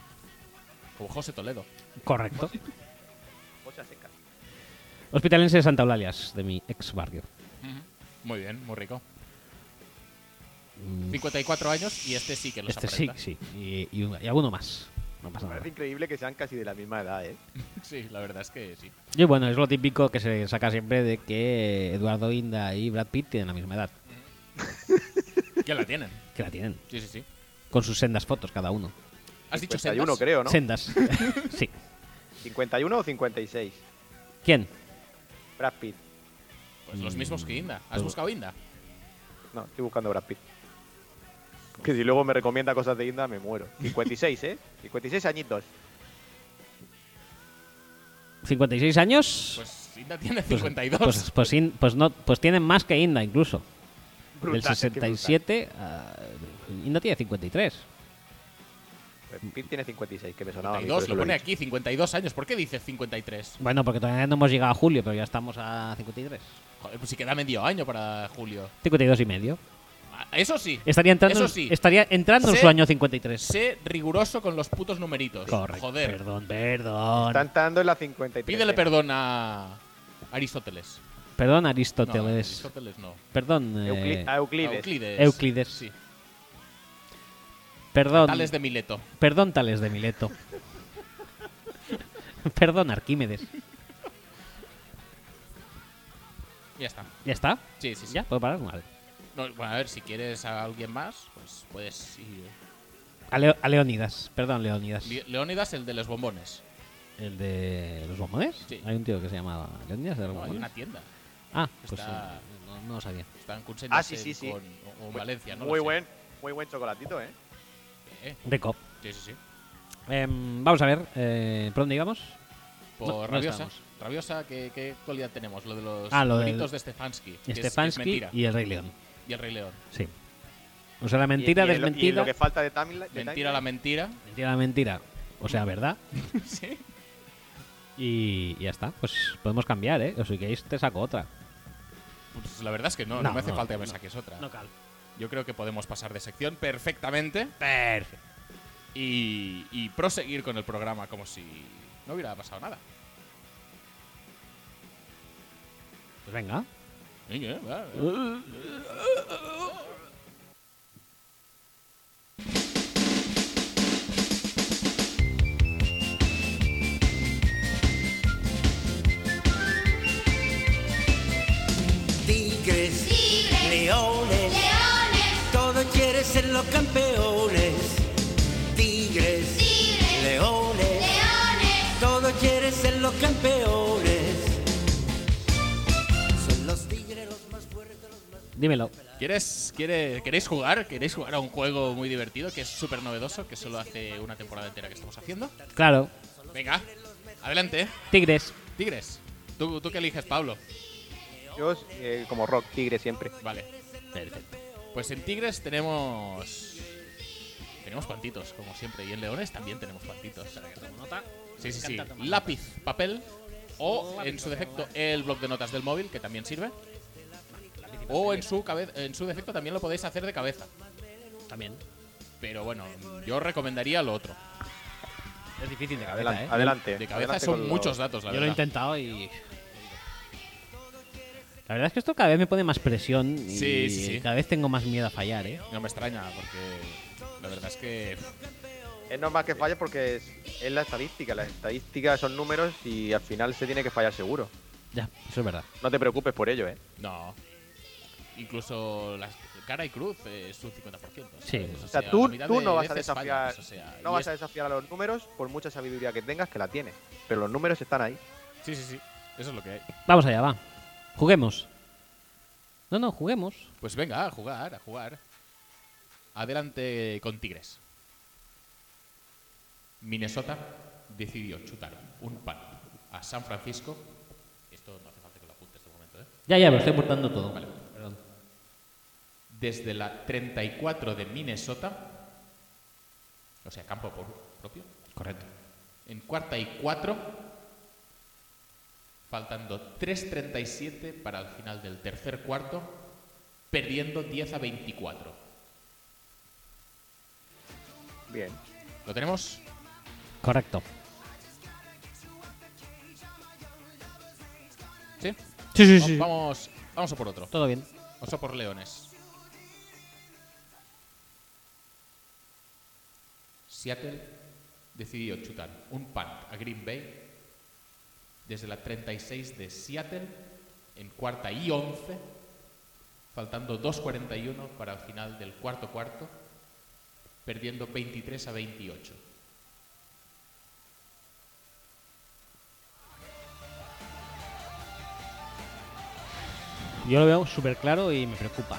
Speaker 2: Como José Toledo.
Speaker 1: Correcto.
Speaker 3: Cosa seca.
Speaker 1: Hospitalense de Santa Eulalias, de mi ex barrio.
Speaker 2: Muy bien, muy rico.
Speaker 1: Mm,
Speaker 2: 54 años y este sí que los
Speaker 1: Este sí,
Speaker 2: aparenta.
Speaker 1: sí. Y, y un- y alguno más. No pasa
Speaker 3: Me
Speaker 1: nada.
Speaker 3: parece increíble que sean casi de la misma edad, ¿eh?
Speaker 2: *laughs* Sí, la verdad es que sí.
Speaker 1: Y bueno, es lo típico que se saca siempre de que Eduardo Inda y Brad Pitt tienen la misma edad.
Speaker 2: Ya la tienen.
Speaker 1: Que la tienen.
Speaker 2: Sí, sí, sí.
Speaker 1: Con sus sendas fotos cada uno.
Speaker 2: ¿Has dicho
Speaker 3: 51,
Speaker 2: sendas?
Speaker 3: creo, ¿no? *laughs*
Speaker 1: Sendas. sí.
Speaker 3: 51 o 56.
Speaker 1: ¿Quién?
Speaker 3: Brad Pitt.
Speaker 2: Pues los mismos que Inda. ¿Has
Speaker 1: Pues-
Speaker 2: buscado Inda?
Speaker 3: No, estoy buscando Brad Pitt. Que si luego me recomienda cosas de Inda,
Speaker 1: *laughs*
Speaker 3: me muero. 56, ¿eh? 56 añitos.
Speaker 1: 56 años.
Speaker 2: Pues Inda tiene
Speaker 1: Pues-
Speaker 2: 52.
Speaker 1: Pues, pues in- pues no, pues tienen más que Inda incluso. Del
Speaker 3: Brutal, es que es
Speaker 1: 67 a- ah, Inda tiene 53.
Speaker 3: brutal. Brad Pitt tiene 56, que me sonaba. a mí,
Speaker 2: 52,
Speaker 3: por eso
Speaker 2: lo pone
Speaker 3: he dicho.
Speaker 2: aquí, 52 años. ¿Por qué dice 53?
Speaker 1: Bueno, porque todavía no hemos llegado a julio, pero ya estamos a 53.
Speaker 2: Joder, pues si queda medio año para julio.
Speaker 1: 52 y medio.
Speaker 2: Ah, Eso sí,
Speaker 1: Estaría entrando,
Speaker 2: Eso sí.
Speaker 1: estaría entrando en
Speaker 2: Sí.
Speaker 1: su año 53.
Speaker 2: sé riguroso con los putos numeritos.
Speaker 1: Correcto.
Speaker 2: Joder,
Speaker 1: Perdón, perdón.
Speaker 3: Está entrando en la 53.
Speaker 2: pídele
Speaker 3: ¿eh?
Speaker 2: perdón a Aristóteles.
Speaker 1: Perdón,
Speaker 2: No,
Speaker 1: Aristóteles.
Speaker 2: Aristóteles no.
Speaker 1: Perdón, eh,
Speaker 3: Eucli- a Euclides.
Speaker 2: Euclides.
Speaker 1: Euclides. Oh,
Speaker 2: Sí.
Speaker 1: perdón,
Speaker 2: Tales de Mileto.
Speaker 1: perdón Tales de Mileto. *laughs* perdón Arquímedes.
Speaker 2: Ya está.
Speaker 1: ¿Ya está?
Speaker 2: Sí, sí, sí.
Speaker 1: ¿Ya? ¿Puedo parar? Vale.
Speaker 2: No, bueno, a ver, si quieres a alguien más, pues puedes ir.
Speaker 1: A, Leo- a Leonidas, perdón Leonidas.
Speaker 2: Le- Leónidas, el de los bombones.
Speaker 1: ¿El de los bombones?
Speaker 2: Sí.
Speaker 1: Hay un tío que se llama Leonidas de los
Speaker 2: No, hay una
Speaker 1: bombones.
Speaker 2: tienda.
Speaker 1: Ah, pues
Speaker 2: Está-
Speaker 1: eh, no, no lo sabía.
Speaker 2: Está en Kunsen
Speaker 3: Ah, sí, sí, sí.
Speaker 2: Con, o- o en Valencia, ¿no? lo
Speaker 3: Muy
Speaker 2: sé.
Speaker 3: buen, muy buen chocolatito, ¿eh?
Speaker 2: Eh,
Speaker 1: Rico.
Speaker 2: sí, sí, sí.
Speaker 1: Em, vamos a ver, eh, ¿por dónde íbamos?
Speaker 2: Por
Speaker 1: No, no
Speaker 2: Rabiosa.
Speaker 1: estamos.
Speaker 2: Rabiosa, ¿qué, ¿qué cualidad tenemos? Lo de los
Speaker 1: Ah, lo del-
Speaker 2: numeritos de Stefanski. que es- que es
Speaker 1: Stefanski
Speaker 2: mentira.
Speaker 1: y el Rey León.
Speaker 2: Y el Rey León.
Speaker 1: Sí. O sea, la mentira,
Speaker 3: Y- y en lo- Y en
Speaker 1: desmentida.
Speaker 3: lo que falta de Tamil.
Speaker 2: Mentira la
Speaker 3: *laughs*
Speaker 2: mentira.
Speaker 1: Mentira, mentira. O sea, verdad.
Speaker 2: sí.
Speaker 1: Y ya está, pues podemos cambiar, ¿eh? O si queréis, te saco otra.
Speaker 2: Pues la verdad es que no, no,
Speaker 1: No,
Speaker 2: me hace
Speaker 1: no,
Speaker 2: falta que me
Speaker 1: no.
Speaker 2: saques otra.
Speaker 1: cal.
Speaker 2: Yo creo que podemos pasar de sección perfectamente
Speaker 1: Perfecto.
Speaker 2: y, y proseguir con el programa como si no hubiera pasado nada.
Speaker 1: Pues venga.
Speaker 2: Sí, eh, va, eh.
Speaker 6: Tigres,
Speaker 5: Tigres,
Speaker 6: leones,
Speaker 5: Leones,
Speaker 6: todos quieren ser los campeones. Tigres,
Speaker 5: Tigres,
Speaker 6: leones,
Speaker 5: leones,
Speaker 6: todos quieren ser los campeones. Son los tigres los más fuertes, los más
Speaker 1: Dímelo.
Speaker 2: ¿Quieres, quiere, ¿Queréis jugar? ¿Queréis jugar a un juego muy divertido que es súper novedoso, que solo hace una temporada entera que estamos haciendo?
Speaker 1: Claro.
Speaker 2: Venga, adelante.
Speaker 1: Tigres.
Speaker 2: Tigres. ¿Tú, tú qué eliges, Pablo?
Speaker 3: Yo, eh, como rock, tigre siempre.
Speaker 2: Vale. Perfecto. Pues en Tigres tenemos. Tenemos cuantitos, como siempre. Y en Leones también tenemos cuantitos. Sí, sí, sí. Lápiz, papel. O, en su defecto, el blog de notas del móvil, que también sirve. O en su, cabe- en su defecto también lo podéis hacer de cabeza.
Speaker 1: También.
Speaker 2: Pero bueno, yo recomendaría lo otro.
Speaker 1: Es difícil de cabeza,
Speaker 3: Adelante.
Speaker 1: ¿eh?
Speaker 3: adelante
Speaker 2: De cabeza
Speaker 3: adelante con
Speaker 2: son
Speaker 3: los-
Speaker 2: muchos datos, la
Speaker 1: Yo lo he
Speaker 2: verdad.
Speaker 1: intentado y. La verdad es que esto cada vez me pone más presión y
Speaker 2: Sí, sí, sí.
Speaker 1: cada vez tengo más miedo a fallar, ¿eh?
Speaker 2: No me extraña, porque la verdad es que
Speaker 3: Es normal que falle porque es, es la estadística. Las estadísticas son números y al final se tiene que fallar seguro.
Speaker 1: Ya, eso es verdad.
Speaker 3: No te preocupes por ello, ¿eh?
Speaker 2: No. Incluso las cara y cruz eh, es un 50%. ¿sabes?
Speaker 1: Sí.
Speaker 2: O
Speaker 3: O sea,
Speaker 2: sea,
Speaker 3: tú,
Speaker 2: la mitad
Speaker 3: tú
Speaker 2: de
Speaker 3: no vas a
Speaker 2: veces
Speaker 3: desafiar,
Speaker 2: fallas, o sea,
Speaker 3: no
Speaker 2: y
Speaker 3: vas a
Speaker 2: es-
Speaker 3: desafiar a los números por mucha sabiduría que tengas, que la tienes. Pero los números están ahí.
Speaker 2: Sí, sí, sí. Eso es lo que hay.
Speaker 1: Vamos allá, va. Juguemos. No, no, juguemos.
Speaker 2: Pues venga, a jugar, a jugar. Adelante con Tigres. Minnesota decidió chutar un pan a San Francisco. Esto no hace falta que lo apuntes de momento, ¿eh?
Speaker 1: Ya, ya, me lo estoy portando todo.
Speaker 2: Vale.
Speaker 1: Perdón.
Speaker 2: desde la 34 de Minnesota, o sea, campo por- propio. Correcto. En cuarta y cuatro, faltando 3.37 para el final del tercer cuarto, perdiendo 10 a 24.
Speaker 3: Bien.
Speaker 2: ¿Lo tenemos?
Speaker 1: Correcto.
Speaker 2: ¿Sí?
Speaker 1: Sí, sí,
Speaker 2: Va-
Speaker 1: sí.
Speaker 2: Vamos, vamos a por otro.
Speaker 1: Todo bien.
Speaker 2: Vamos a por Leones. Seattle decidió chutar un punt a Green Bay desde la 36 de Seattle en cuarta y 11, faltando 2.41 para el final del cuarto cuarto, perdiendo 23 a 28.
Speaker 1: Yo lo veo súper claro y me preocupa.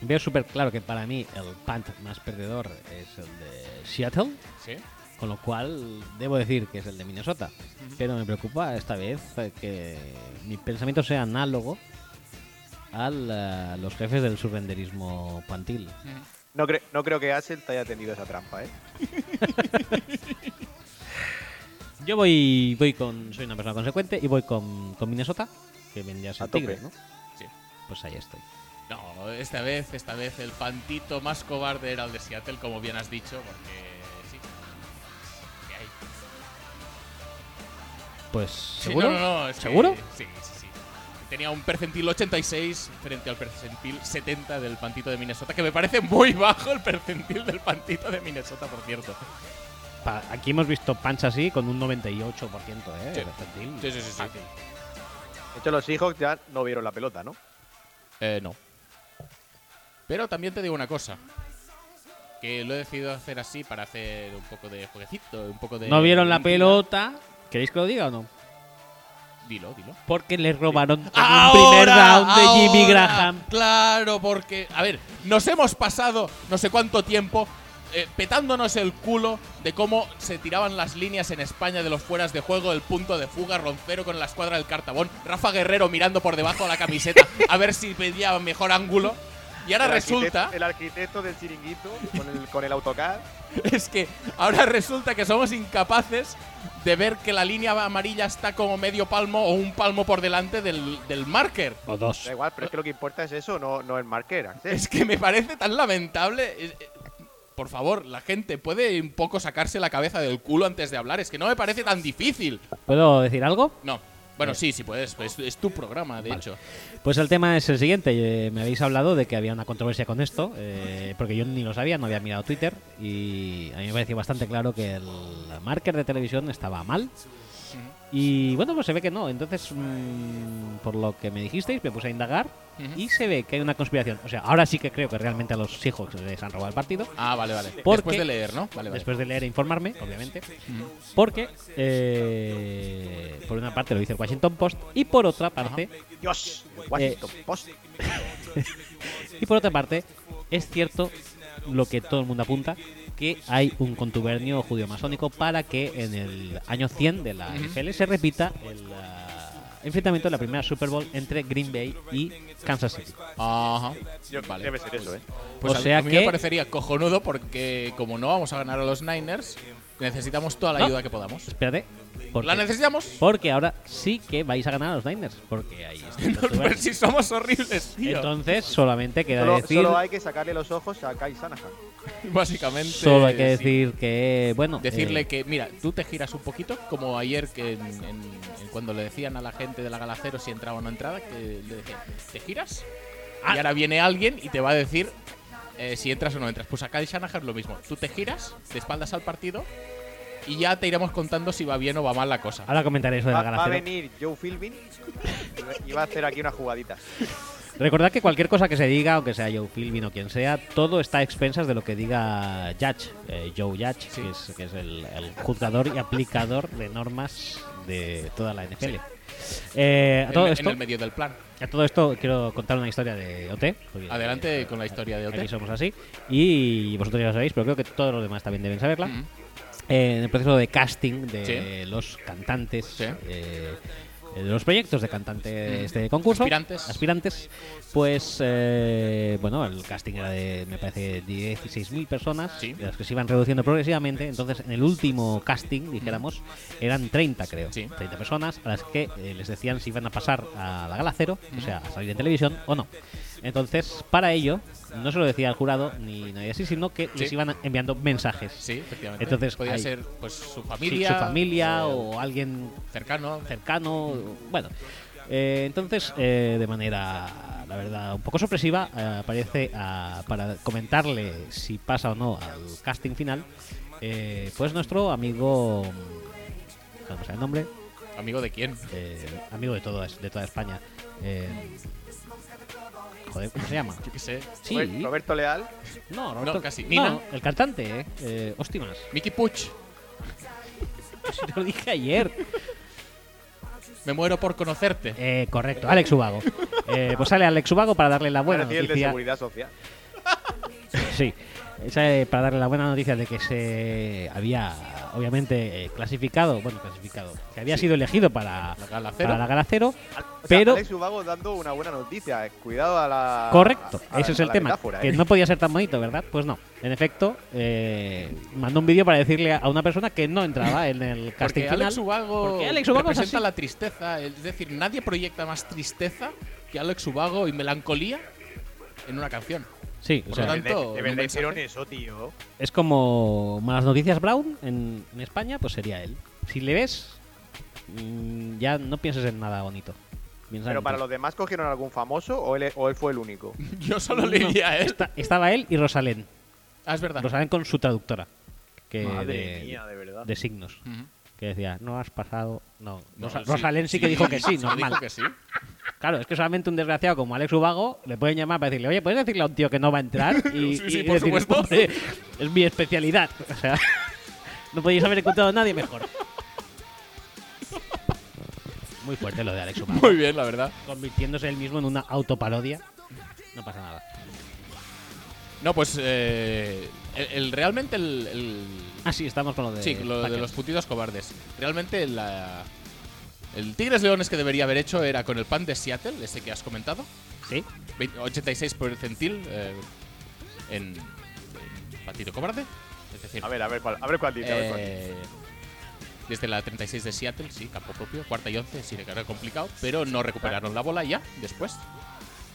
Speaker 1: Veo súper claro que para mí el punt más perdedor es el de Seattle,
Speaker 2: ¿Sí?
Speaker 1: con lo cual debo decir que es el de Minnesota. Pero me preocupa esta vez eh, que mi pensamiento sea análogo a los jefes del surrenderismo pantil.
Speaker 3: No, cre- no creo que Axel te haya tendido esa trampa, ¿eh?
Speaker 1: Yo voy, voy con. Soy una persona consecuente y voy con, con Minnesota, que vendría a ser
Speaker 3: A tope.
Speaker 1: Tigres, ¿no?
Speaker 2: Sí.
Speaker 1: Pues ahí estoy.
Speaker 2: No, esta vez, esta vez el pantito más cobarde era el de Seattle, como bien has dicho, porque sí. ¿Qué hay?
Speaker 1: Pues.
Speaker 2: Sí,
Speaker 1: ¿Seguro?
Speaker 2: no, no, no, es que-
Speaker 1: ¿Seguro?
Speaker 2: sí, sí, sí. Tenía un percentil 86 frente al percentil 70 del pantito de Minnesota, que me parece muy bajo el percentil del pantito de Minnesota, por cierto.
Speaker 1: Pa- Aquí hemos visto punts así con un 98%, ¿eh?
Speaker 2: Sí.
Speaker 1: De percentil.
Speaker 2: Sí, sí, sí, sí.
Speaker 1: Fácil.
Speaker 3: De hecho, los Seahawks ya no vieron la pelota, ¿no?
Speaker 2: Eh, no. Pero también te digo una cosa. Que lo he decidido hacer así para hacer un poco de jueguecito, un poco de...
Speaker 1: No vieron la
Speaker 2: mentira.
Speaker 1: pelota. ¿Queréis que lo diga o no?
Speaker 2: Dilo, dilo.
Speaker 1: Porque les robaron en un primer round de Jimmy
Speaker 2: ahora,
Speaker 1: Graham.
Speaker 2: Claro, porque, a ver, nos hemos pasado no sé cuánto tiempo eh, petándonos el culo de cómo se tiraban las líneas en España de los fueras de juego, el punto de fuga, Roncero con la escuadra del cartabón, Rafa Guerrero mirando por debajo de la camiseta a ver si pedía mejor ángulo. Y ahora
Speaker 3: El arquitecto-
Speaker 2: resulta,
Speaker 3: El arquitecto del chiringuito con el, con el autocar.
Speaker 2: es que ahora resulta que somos incapaces de ver que la línea amarilla está como medio palmo o un palmo por delante del, del marker.
Speaker 1: O dos.
Speaker 3: Da igual, pero es que lo que importa es eso, no, no el marker, Axel.
Speaker 2: Es que me parece tan lamentable. Es- eh, Por favor, la gente puede un poco sacarse la cabeza del culo antes de hablar. Es que no me parece tan difícil.
Speaker 1: ¿Puedo decir algo?
Speaker 2: No. Bueno, sí, sí puedes. Es, es tu programa, de
Speaker 1: Vale.
Speaker 2: hecho.
Speaker 1: Pues el tema es el siguiente. eh, me habéis hablado de que había una controversia con esto, eh, porque yo ni lo sabía, no había mirado Twitter y a mí me pareció bastante claro que el marker de televisión estaba mal. Y bueno, pues se ve que no. Entonces, mm, por lo que me dijisteis, me puse a indagar
Speaker 2: Ujú.
Speaker 1: y se ve que hay una conspiración. O sea, ahora sí que creo que realmente a los Seahawks les han robado el partido.
Speaker 2: Ah, vale, vale.
Speaker 1: Porque-
Speaker 2: Después de leer, ¿no? Vale, vale.
Speaker 1: Después de leer e informarme, obviamente. Porque, eh, por una parte lo dice el Washington Post y por otra parte
Speaker 2: eh,
Speaker 3: Dios, el Washington Post.
Speaker 1: Y por otra parte, es cierto lo que todo el mundo apunta, que hay un contubernio judío-masónico para que en el año 100 de la NFL se repita el ah, enfrentamiento de la primera Super Bowl entre Green Bay y Kansas City.
Speaker 2: Ajá.
Speaker 7: Yo-
Speaker 2: vale.
Speaker 7: Debe ser eso, ¿eh?
Speaker 2: Pues
Speaker 1: O
Speaker 2: a-
Speaker 1: sea
Speaker 2: a mí
Speaker 1: que-
Speaker 2: me parecería cojonudo porque como no vamos a ganar a los Niners, necesitamos toda la
Speaker 1: No.
Speaker 2: ayuda que podamos.
Speaker 1: Espérate. porque-
Speaker 2: ¿La necesitamos?
Speaker 1: Porque ahora sí que vais a ganar a los Niners, porque ahí
Speaker 2: *laughs*
Speaker 1: está el contubernio.
Speaker 2: Pero si somos horribles, tío.
Speaker 1: Entonces, solamente queda
Speaker 3: Solo,
Speaker 1: decir.
Speaker 3: solo hay que sacarle los ojos a Kai Sanahan.
Speaker 2: Básicamente.
Speaker 1: solo hay que
Speaker 2: sí.
Speaker 1: decir que, bueno.
Speaker 2: Decirle
Speaker 1: eh,
Speaker 2: que, mira, tú te giras un poquito, como ayer que en- en- en cuando le decían a la gente de la Galacero si entraba o no entraba, que le decían, ¿te giras?
Speaker 1: Ah.
Speaker 2: Y ahora viene alguien y te va a decir eh, si entras o no entras. Pues acá en Shanahan es lo mismo. Tú te giras, te espaldas al partido y ya te iremos contando si va bien o va mal la cosa.
Speaker 1: Ahora comentaré eso de
Speaker 3: Va,
Speaker 1: la
Speaker 3: va a
Speaker 1: Galacero.
Speaker 3: venir Joe Philbin y va- y va a hacer aquí una jugadita.
Speaker 1: Recordad que cualquier cosa que se diga, aunque sea Joe Philbin o quien sea, todo está a expensas de lo que diga Judge, eh, Joe Judge,
Speaker 2: Sí.
Speaker 1: que es, que es el, el juzgador y aplicador de normas de toda la NFL. Eh, a,
Speaker 2: En-
Speaker 1: todo
Speaker 2: en,
Speaker 1: esto,
Speaker 2: el medio del plan.
Speaker 1: a todo esto quiero contar una historia de OT. porque,
Speaker 2: Adelante
Speaker 1: eh,
Speaker 2: con la historia de OT.
Speaker 1: Aquí somos así. Y vosotros ya lo sabéis, pero creo que todos los demás también deben saberla.
Speaker 2: Mm.
Speaker 1: eh, en el proceso de casting de
Speaker 2: Sí.
Speaker 1: los cantantes,
Speaker 2: Sí.
Speaker 1: eh, de los proyectos de cantante de este concurso.
Speaker 2: Aspirantes.
Speaker 1: Aspirantes. Pues, eh, bueno, el casting era de, me parece, 16.000 personas,
Speaker 2: Sí.
Speaker 1: de las que se iban reduciendo progresivamente. Entonces, en el último casting, dijéramos, eran 30, creo.
Speaker 2: Sí.
Speaker 1: 30 personas a las que eh, les decían si iban a pasar a la gala cero, o sea, a salir en televisión o no. Entonces, para ello, no se lo decía al jurado ni nadie así, sino que les
Speaker 2: Sí.
Speaker 1: iban enviando mensajes.
Speaker 2: Sí, efectivamente.
Speaker 1: Entonces,
Speaker 2: podía
Speaker 1: hay-
Speaker 2: ser pues su
Speaker 1: Sí,
Speaker 2: familia, eh,
Speaker 1: su familia o alguien
Speaker 2: cercano.
Speaker 1: cercano. Bueno, Eh, entonces, eh, de manera, la verdad, un poco sorpresiva, eh, aparece a- para comentarle si pasa o no al casting final, eh, pues nuestro amigo, mm, no sé el nombre,
Speaker 2: Amigo de quién?
Speaker 1: eh, amigo de, todo, de toda España. eh, joder, ¿cómo se llama?
Speaker 2: Yo qué sé.
Speaker 1: Sí,
Speaker 3: Robert- Roberto Leal,
Speaker 1: no, Roberto-
Speaker 2: casi.
Speaker 1: no,
Speaker 2: Nina.
Speaker 1: el cantante, eh, eh, *laughs* hostias,
Speaker 2: Mickey Puch.
Speaker 1: te lo dije ayer.
Speaker 2: Me muero por conocerte.
Speaker 1: Eh, correcto, Alex Ubago. Eh, pues sale Alex Ubago para darle la buena
Speaker 3: ahora sí el de
Speaker 1: noticia.
Speaker 3: Seguridad Social.
Speaker 1: Sí, sale para darle la buena noticia de que se había, obviamente, eh, clasificado, bueno, clasificado, que había sido elegido para
Speaker 2: La Gala Cero.
Speaker 1: para la Gala Cero,
Speaker 3: O sea,
Speaker 1: pero
Speaker 3: Alex Ubago dando una buena noticia. eh. Cuidado a la.
Speaker 1: correcto,
Speaker 3: a- a-
Speaker 1: ese es
Speaker 3: a
Speaker 1: el
Speaker 3: la
Speaker 1: tema,
Speaker 3: metáfora,
Speaker 1: que
Speaker 3: eh.
Speaker 1: no podía ser tan bonito, ¿verdad? Pues no, en efecto, eh, mandó un vídeo para decirle a una persona que no entraba en el casting
Speaker 2: Porque
Speaker 1: final.
Speaker 2: Alex Ubago
Speaker 1: Porque Alex Ubago es
Speaker 2: representa
Speaker 1: así.
Speaker 2: la tristeza. Es decir, nadie proyecta más tristeza que Alex Ubago y melancolía en una canción. *laughs*
Speaker 1: Sí, o
Speaker 2: Por
Speaker 1: sea,
Speaker 2: lo tanto,
Speaker 7: Deben de- deben
Speaker 2: un
Speaker 7: de
Speaker 2: mensaje.
Speaker 7: hicieron eso, tío.
Speaker 1: es como Malas Noticias Brown en, en España, pues sería él. Si le ves, mm, ya no pienses en nada bonito. Piensa
Speaker 3: Pero
Speaker 1: en
Speaker 3: para
Speaker 1: otra.
Speaker 3: los demás cogieron algún famoso o él, o él fue el único.
Speaker 2: Yo solo le diría a él.
Speaker 1: Esta- estaba él y Rosalén.
Speaker 2: Ah, es verdad.
Speaker 1: Rosalén con su traductora. Que
Speaker 7: Madre
Speaker 1: de,
Speaker 7: mía, de verdad.
Speaker 1: de signos.
Speaker 2: Ujú.
Speaker 1: Que decía, no has pasado. No.
Speaker 2: No,
Speaker 1: Rosa- Rosalén sí que dijo que sí,
Speaker 2: dijo
Speaker 1: normal.
Speaker 2: que *laughs* sí.
Speaker 1: Claro, es que solamente un desgraciado como Alex Ubago le pueden llamar para decirle, oye, ¿puedes decirle a un tío que no va a entrar? Y,
Speaker 2: *laughs* Sí, sí,
Speaker 1: y
Speaker 2: por
Speaker 1: decir,
Speaker 2: supuesto.
Speaker 1: "Hombre, es mi especialidad. O sea, *laughs* no podíais haber encontrado a nadie mejor. Muy fuerte lo de Alex Ubago.
Speaker 2: Muy bien, la verdad.
Speaker 1: Convirtiéndose él mismo en una autoparodia. No pasa nada.
Speaker 2: No, pues eh, el, el- realmente el, el-
Speaker 1: Ah, sí, estamos con lo de.
Speaker 2: Sí, lo de
Speaker 1: Packers.
Speaker 2: los putidos cobardes. Realmente la- el Tigres Leones que debería haber hecho era con el pan de Seattle, ese que has comentado.
Speaker 1: Sí.
Speaker 2: 20 86 percentil eh, en, en partido cobarde. Es decir,
Speaker 7: A ver, a ver cuál, a ver cuál dice. a ver cuál dice.
Speaker 2: eh, desde la 36 de Seattle, sí, campo propio, cuarta y once, sí, que era complicado, pero no recuperaron la bola ya después.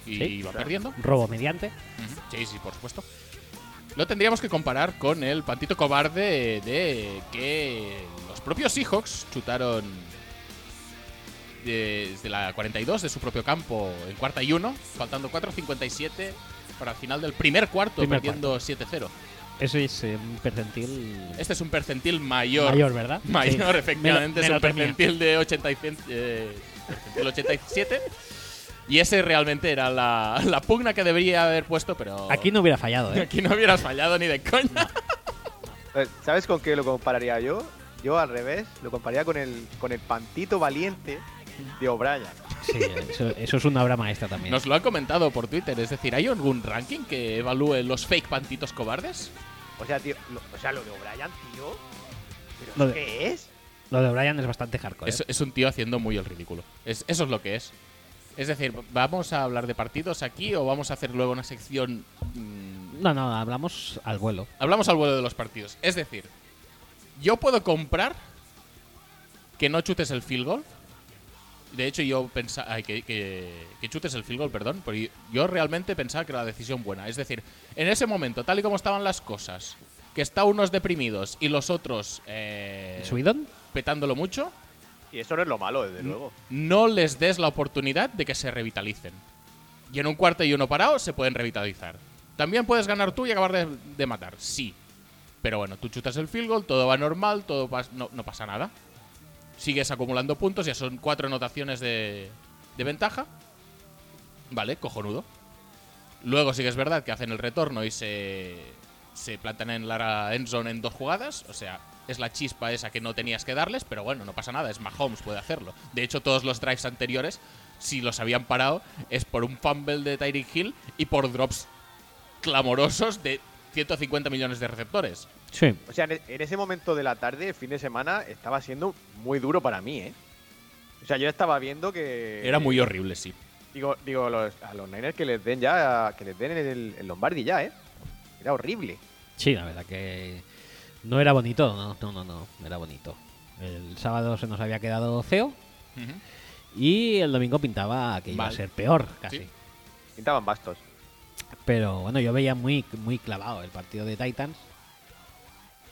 Speaker 2: Y
Speaker 1: Sí,
Speaker 2: iban perdiendo.
Speaker 1: Robo mediante.
Speaker 2: Ujú, Sí, sí, por supuesto. Lo tendríamos que comparar con el pantito cobarde de que los propios Seahawks chutaron desde la 42 de su propio campo en cuarta y uno, faltando 4.57 para el final del primer cuarto,
Speaker 1: Primer
Speaker 2: perdiendo 7-0.
Speaker 1: Eso es eh, un percentil
Speaker 2: Este es un percentil mayor.
Speaker 1: mayor, ¿verdad?
Speaker 2: *laughs* Mayor,
Speaker 1: Sí.
Speaker 2: efectivamente,
Speaker 1: Me
Speaker 2: es
Speaker 1: lo-
Speaker 2: un
Speaker 1: me lo temía.
Speaker 2: percentil de 85, eh, percentil 87. Y ese realmente era la, la pugna que debería haber puesto, pero.
Speaker 1: Aquí no hubiera fallado, ¿eh?
Speaker 2: Aquí no hubieras fallado ni de coña.
Speaker 3: Eh, ¿Sabes con qué lo compararía yo? Yo al revés, lo compararía con el, con el pantito valiente de O'Brien.
Speaker 1: Sí, eso, eso es una obra maestra también.
Speaker 2: Nos lo han comentado por Twitter, es decir, ¿hay algún ranking que evalúe los fake pantitos cobardes?
Speaker 3: O sea, tío, lo, o sea, lo de O'Brien, tío. ¿Pero
Speaker 1: Lo de-
Speaker 3: qué es?
Speaker 1: Lo de O'Brien es bastante hardcore. ¿eh?
Speaker 2: Es, es un tío haciendo muy el ridículo. Es- eso es lo que es. Es decir, ¿vamos a hablar de partidos aquí o vamos a hacer luego una sección... mm,
Speaker 1: No, no, hablamos al vuelo.
Speaker 2: Hablamos al vuelo de los partidos. Es decir, yo puedo comprar que no chutes el field goal. De hecho, yo pensaba que, que- que chutes el field goal, perdón, pero yo- yo realmente pensaba que era la decisión buena. Es decir, en ese momento, tal y como estaban las cosas, que está unos deprimidos y los otros eh,
Speaker 1: ¿El subidón?
Speaker 2: petándolo mucho,
Speaker 3: Y eso no es lo malo,
Speaker 1: Mm.
Speaker 3: desde luego.
Speaker 2: no les des la oportunidad de que se revitalicen. Y en un cuarto y uno parado se pueden revitalizar. También puedes ganar tú y acabar de, de matar, sí. Pero bueno, tú chutas el field goal, todo va normal, todo pas- no, no pasa nada. Sigues acumulando puntos, ya son cuatro anotaciones de, de ventaja. Vale, cojonudo. Luego sí que es verdad que hacen el retorno y se, se plantan en la end zone en dos jugadas. O sea, es la chispa esa que no tenías que darles, pero bueno, no pasa nada, es Mahomes, puede hacerlo. De hecho, todos los drives anteriores, si los habían parado, es por un fumble de Tyreek Hill y por drops clamorosos de 150 millones de receptores.
Speaker 1: Sí.
Speaker 3: O sea, en e- en ese momento de la tarde, el fin de semana, estaba siendo muy duro para mí, ¿eh? O sea, yo estaba viendo que.
Speaker 2: Era muy horrible, sí.
Speaker 3: Digo, digo los- a los Niners que les den ya, que les den el, el Lombardi ya, ¿eh? Era horrible.
Speaker 1: Sí, la verdad que no era bonito, no, no, no, no, no era bonito. El sábado se nos había quedado feo
Speaker 2: Ujú.
Speaker 1: y el domingo pintaba que iba
Speaker 2: Mal.
Speaker 1: a ser peor, casi.
Speaker 2: Sí.
Speaker 3: Pintaban bastos.
Speaker 1: Pero bueno, yo veía muy, muy clavado el partido de Titans.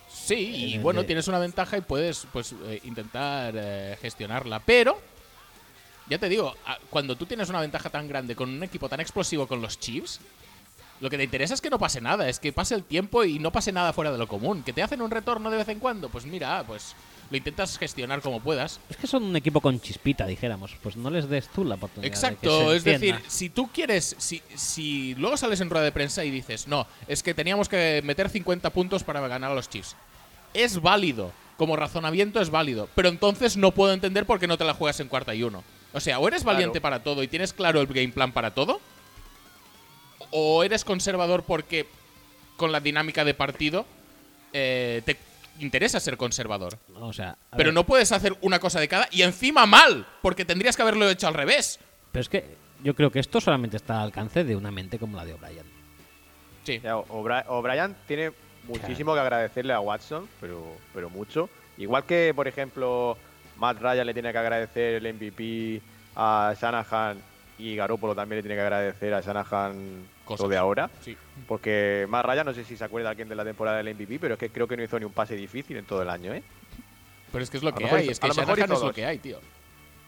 Speaker 2: Sí, y
Speaker 1: Eh,
Speaker 2: bueno,
Speaker 1: eh.
Speaker 2: tienes una ventaja y puedes pues eh, intentar eh, gestionarla. Pero, ya te digo, a- cuando tú tienes una ventaja tan grande con un equipo tan explosivo con los Chiefs, lo que te interesa es que no pase nada, es que pase el tiempo y no pase nada fuera de lo común. Que te hacen un retorno de vez en cuando, pues mira, pues lo intentas gestionar como puedas.
Speaker 1: Es que son un equipo con chispita, dijéramos. Pues no les des tú la oportunidad. de que
Speaker 2: Exacto,
Speaker 1: se
Speaker 2: es decir,
Speaker 1: encienda.
Speaker 2: si tú quieres, si, si luego sales en rueda de prensa y dices, no, es que teníamos que meter 50 puntos para ganar a los Chiefs, es válido, como razonamiento es válido, pero entonces no puedo entender por qué no te la juegas en cuarta y uno. O sea, o eres valiente para todo y tienes claro el game plan para todo, o eres conservador porque con la dinámica de partido eh, te interesa ser conservador.
Speaker 1: O sea, a
Speaker 2: Pero
Speaker 1: ver,
Speaker 2: no puedes hacer una cosa de cada y encima mal, porque tendrías que haberlo hecho al revés.
Speaker 1: Pero es que yo creo que esto solamente está al alcance de una mente como la de O'Brien.
Speaker 2: Sí.
Speaker 3: O sea, O'Bri- O'Brien tiene muchísimo que agradecerle a Watson, pero, pero mucho. Igual que, por ejemplo, Matt Ryan le tiene que agradecer el MVP a Shanahan y Garoppolo también le tiene que agradecer a Shanahan
Speaker 2: Cosas.
Speaker 3: lo de ahora.
Speaker 2: Sí.
Speaker 3: Porque Matt Ryan, no sé si se acuerda alguien de la temporada del MVP, pero es que creo que no hizo ni un pase difícil en todo el año, ¿eh?
Speaker 2: Pero es que es lo
Speaker 3: A lo
Speaker 2: que
Speaker 3: mejor
Speaker 2: hay,
Speaker 3: hizo-
Speaker 2: es que
Speaker 3: a lo mejor
Speaker 2: Shanahan
Speaker 3: hizo
Speaker 2: es lo
Speaker 3: dos.
Speaker 2: que hay, tío.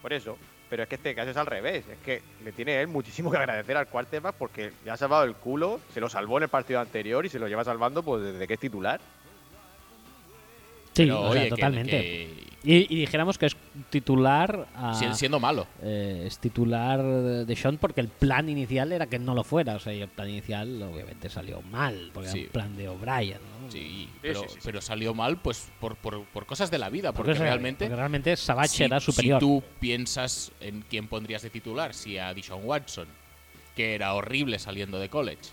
Speaker 3: Por eso. Pero es que este caso es al revés. Es que le tiene él muchísimo que agradecer al quarterback porque le ha salvado el culo, se lo salvó en el partido anterior y se lo lleva salvando pues desde que es titular.
Speaker 1: Sí,
Speaker 2: Pero,
Speaker 1: o sea,
Speaker 2: oye, que-
Speaker 1: totalmente. Ah.
Speaker 2: que-
Speaker 1: Y, y dijéramos que es titular a,
Speaker 2: si- siendo malo.
Speaker 1: eh, es titular de Sean porque el plan inicial era que no lo fuera. O sea, y el plan inicial obviamente salió mal, porque
Speaker 2: Sí.
Speaker 1: era un plan de O'Brien. ¿no?
Speaker 2: Sí, pero,
Speaker 7: sí, sí, sí.
Speaker 2: pero salió mal pues por, por- por cosas de la vida, porque,
Speaker 1: Porque, o sea,
Speaker 2: realmente...
Speaker 1: porque realmente Savage
Speaker 2: si-
Speaker 1: era superior.
Speaker 2: Si tú piensas en quién pondrías de titular, si a Dishon Watson, que era horrible saliendo de college,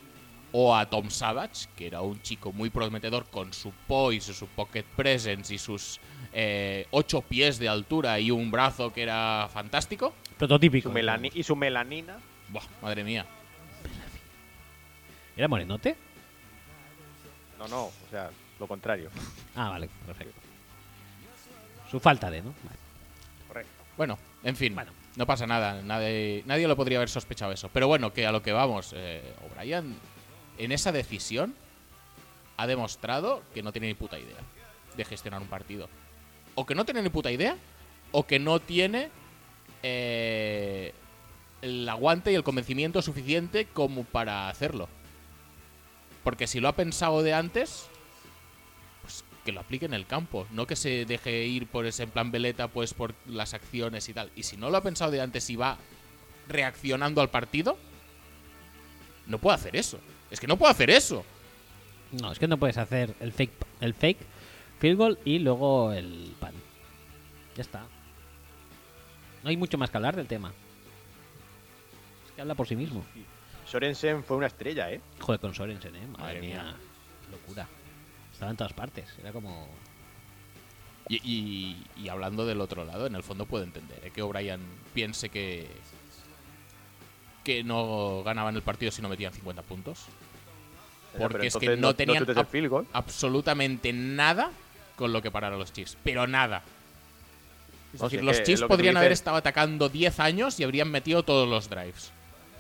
Speaker 2: o a Tom Savage, que era un chico muy prometedor con su poise, su pocket presence y sus eh, ocho pies de altura y un brazo que era fantástico.
Speaker 1: Prototípico.
Speaker 3: Su melani- y su melanina.
Speaker 2: Buah, madre mía.
Speaker 1: ¿Era morenote?
Speaker 3: No, no, o sea, lo contrario.
Speaker 1: Ah, vale, perfecto. Su falta de, ¿no? Vale.
Speaker 2: Bueno, en fin,
Speaker 1: Bueno.
Speaker 2: no pasa nada. Nadie, nadie lo podría haber sospechado eso. Pero bueno, que a lo que vamos, eh, O'Brien, en esa decisión, ha demostrado que no tiene ni puta idea de gestionar un partido. O que no tiene ni puta idea, o que no tiene eh, el aguante y el convencimiento suficiente como para hacerlo. Porque si lo ha pensado de antes, pues que lo aplique en el campo, no que se deje ir por ese en plan veleta, pues por las acciones y tal. Y si no lo ha pensado de antes y va reaccionando al partido, no puede hacer eso. Es que no puede hacer eso.
Speaker 1: No, es que no puedes hacer el fake, el fake field goal y luego el pan. Ya está. no hay mucho más que hablar del tema. Es que habla por sí mismo.
Speaker 3: Sorensen fue una estrella, ¿eh?
Speaker 1: Joder, con Sorensen, ¿eh? Madre,
Speaker 2: Madre
Speaker 1: mía.
Speaker 2: mía.
Speaker 1: Locura. Estaba en todas partes. Era como...
Speaker 2: Y, y- y hablando del otro lado, en el fondo puedo entender ¿eh? que O'Brien piense que que no ganaban el partido si no metían 50 puntos. Porque
Speaker 3: Pero
Speaker 2: es que
Speaker 3: entonces
Speaker 2: no tenían
Speaker 3: chutes el
Speaker 2: ab-
Speaker 3: field goal.
Speaker 2: absolutamente nada con lo que parar a los Chiefs. Pero nada. Es
Speaker 3: No,
Speaker 2: decir,
Speaker 3: si es
Speaker 2: los
Speaker 3: que
Speaker 2: Chiefs
Speaker 3: lo que tú
Speaker 2: podrían haber
Speaker 3: dices-
Speaker 2: estado atacando 10 años y habrían metido todos los drives.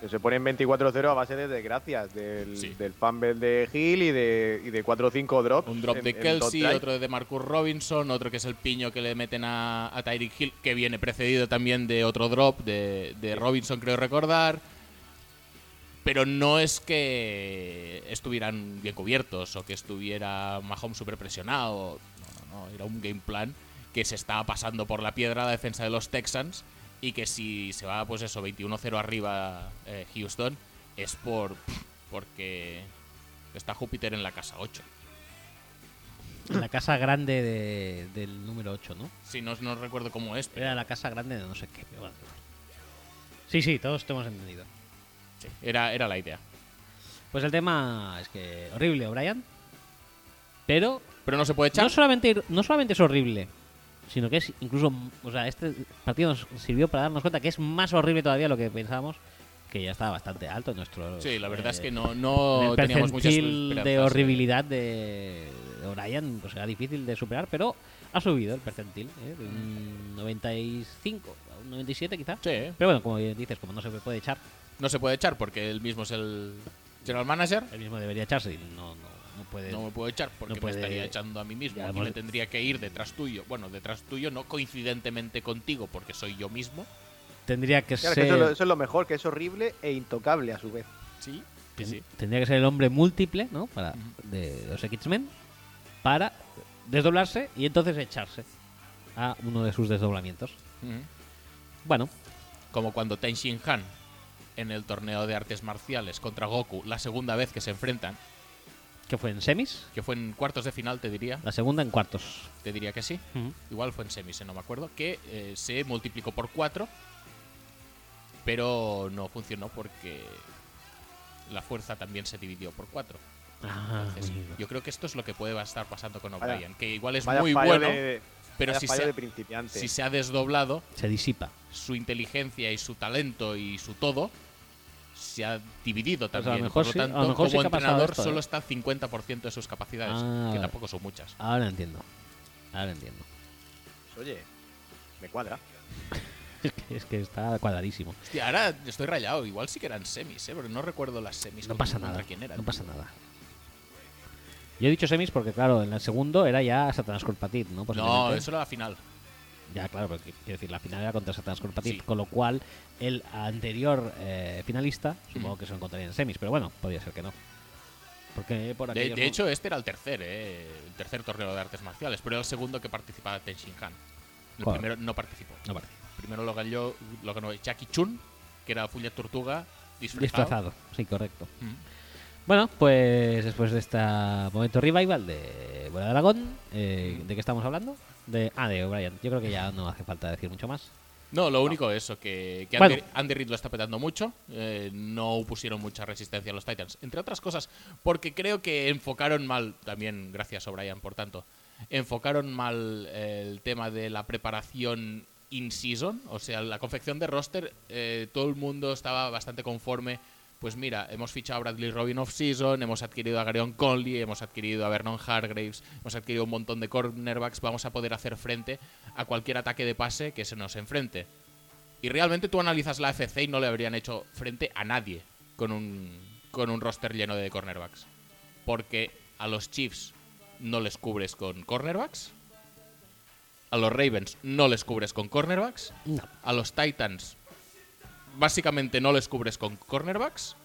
Speaker 3: Que se ponen 24-0 a base de desgracias, del,
Speaker 2: Sí.
Speaker 3: del fumble de Hill y de, y de 4-5 drops.
Speaker 2: Un drop
Speaker 3: en-
Speaker 2: de
Speaker 3: en dos
Speaker 2: Kelsey,
Speaker 3: drives.
Speaker 2: otro de Marcus Robinson, otro que es el piño que le meten a, a Tyreek Hill, que viene precedido también de otro drop de, de Robinson, creo recordar. Pero no es que estuvieran bien cubiertos o que estuviera Mahomes súper presionado. No, no, no. Era un game plan que se estaba pasando por la piedra la defensa de los Texans y que si se va, pues eso, 21-0 arriba eh, Houston, es por porque está Júpiter en la casa 8.
Speaker 1: La casa grande de- del número 8, ¿no?
Speaker 2: Si no, no recuerdo cómo es, pero
Speaker 1: Era la casa grande de no sé qué. pero bueno, da igual. Sí, sí, todos te hemos entendido.
Speaker 2: sí, era, era la idea.
Speaker 1: Pues el tema es que horrible, O'Brien. Pero
Speaker 2: Pero no se puede echar.
Speaker 1: no solamente, no solamente es horrible, sino que es incluso. O sea, este partido nos sirvió para darnos cuenta que es más horrible todavía lo que pensábamos, que ya estaba bastante alto en nuestro.
Speaker 2: sí, la verdad es que
Speaker 1: eh,
Speaker 2: no,
Speaker 1: en
Speaker 2: no
Speaker 1: el
Speaker 2: teníamos muchas
Speaker 1: percentil
Speaker 2: esperanzas,
Speaker 1: de
Speaker 2: eh.
Speaker 1: horribilidad de de O'Brien, pues era difícil de superar, pero ha subido el percentil, ¿eh? de un 95 a un 97 quizá.
Speaker 2: Sí, eh.
Speaker 1: Pero bueno, como bien dices, como no se puede echar,
Speaker 2: no se puede echar porque él mismo es el general manager.
Speaker 1: él mismo debería echarse y no, no, no puede.
Speaker 2: No me puedo echar porque
Speaker 1: Eh, puede-
Speaker 2: me estaría echando a mí mismo.
Speaker 1: Ya
Speaker 2: Aquí
Speaker 1: hemos-
Speaker 2: me tendría que ir detrás tuyo. Bueno, detrás tuyo, no coincidentemente contigo porque soy yo mismo.
Speaker 1: Tendría que
Speaker 3: Claro,
Speaker 1: ser.
Speaker 3: que eso, es lo- eso es lo mejor, que es horrible e intocable a su vez.
Speaker 2: Sí,
Speaker 1: ten-
Speaker 2: que sí.
Speaker 1: Tendría que ser el hombre múltiple, ¿no? Para,
Speaker 2: Ujú.
Speaker 1: de los X-Men, para desdoblarse y entonces echarse a uno de sus desdoblamientos.
Speaker 2: Ujú.
Speaker 1: Bueno,
Speaker 2: como cuando Ten Shin Han en el torneo de artes marciales contra Goku, la segunda vez que se enfrentan,
Speaker 1: que fue en semis,
Speaker 2: que fue en cuartos de final, te diría,
Speaker 1: la segunda en cuartos.
Speaker 2: te diría que sí,
Speaker 1: Ujú.
Speaker 2: igual fue en semis, eh, no me acuerdo, que eh, se multiplicó por 4, pero no funcionó porque la fuerza también se dividió por 4.
Speaker 1: Ah, amigo.
Speaker 2: Yo creo que esto es lo que puede va a estar pasando con
Speaker 3: Vaya-
Speaker 2: O'Brien, que igual es
Speaker 3: Vaya
Speaker 2: muy
Speaker 3: fallo
Speaker 2: bueno,
Speaker 3: de-
Speaker 2: pero
Speaker 3: vaya
Speaker 2: si
Speaker 3: fallo
Speaker 2: se,
Speaker 3: de
Speaker 2: ha-
Speaker 3: principiante.
Speaker 2: si se ha desdoblado,
Speaker 1: se disipa.
Speaker 2: su inteligencia y su talento y su todo se ha dividido
Speaker 1: Pues a lo
Speaker 2: también.
Speaker 1: mejor
Speaker 2: Por lo
Speaker 1: sí- a lo
Speaker 2: tanto,
Speaker 1: mejor sí
Speaker 2: como
Speaker 1: que ha pasado
Speaker 2: entrenador
Speaker 1: esto, ¿eh?
Speaker 2: solo está 50% de sus capacidades,
Speaker 1: Ah,
Speaker 2: que
Speaker 1: vale.
Speaker 2: tampoco son muchas.
Speaker 1: Ahora entiendo. Ahora entiendo.
Speaker 3: Oye, me cuadra.
Speaker 1: Es que, *laughs* es que está cuadradísimo.
Speaker 2: Hostia, ahora estoy rayado. Igual sí que eran semis, ¿eh? Pero no recuerdo las semis.
Speaker 1: No
Speaker 2: contra-
Speaker 1: pasa
Speaker 2: contra
Speaker 1: nada.
Speaker 2: quién eran.
Speaker 1: No pasa nada. Yo he dicho semis porque, claro, en el segundo era ya Satanás Corpatit, ¿no?
Speaker 2: No,
Speaker 1: Posiblemente.
Speaker 2: eso era la final.
Speaker 1: Ya, claro, pero qui- quiero decir, la final era contra Satanás Corpatit,
Speaker 2: Sí.
Speaker 1: con lo cual el anterior eh, finalista,
Speaker 2: Mm.
Speaker 1: supongo que se lo encontraría en semis, pero bueno, podría ser que no. Porque por
Speaker 2: De,
Speaker 1: aquellos
Speaker 2: de
Speaker 1: mo-
Speaker 2: hecho, este era el tercer, ¿eh? El tercer torneo de artes marciales, pero era el segundo que participaba Ten Shin Han. El
Speaker 1: Joder.
Speaker 2: primero no participó.
Speaker 1: No, vale.
Speaker 2: Primero lo ganó, lo ganó Jackie Chun, que era Fulla Tortuga disfrazado.
Speaker 1: Disfrazado, sí, correcto.
Speaker 2: Mm.
Speaker 1: Bueno, pues después de este momento revival de Bola de Aragón,
Speaker 2: Mm.
Speaker 1: eh, ¿de qué estamos hablando? De, ah, de O'Brien. Yo creo que ya no hace falta decir mucho más.
Speaker 2: No, lo único es eso, que, que
Speaker 1: Bueno.
Speaker 2: Andy, Andy Reid lo está petando mucho. eh, no pusieron mucha resistencia a los Titans, entre otras cosas, porque creo que enfocaron mal, también gracias O'Brien, por tanto, enfocaron mal el tema de la preparación in-season, o sea, la confección de roster. eh, todo el mundo estaba bastante conforme. Pues mira, hemos fichado a Bradley Robin off-season, hemos adquirido a Garion Conley, hemos adquirido a Vernon Hargraves, hemos adquirido un montón de cornerbacks, vamos a poder hacer frente a cualquier ataque de pase que se nos enfrente. Y realmente tú analizas la FC y no le habrían hecho frente a nadie con un, con un roster lleno de cornerbacks. Porque a los Chiefs no les cubres con cornerbacks. A los Ravens no les cubres con cornerbacks.
Speaker 1: No.
Speaker 2: A los Titans básicamente no les cubres con cornerbacks.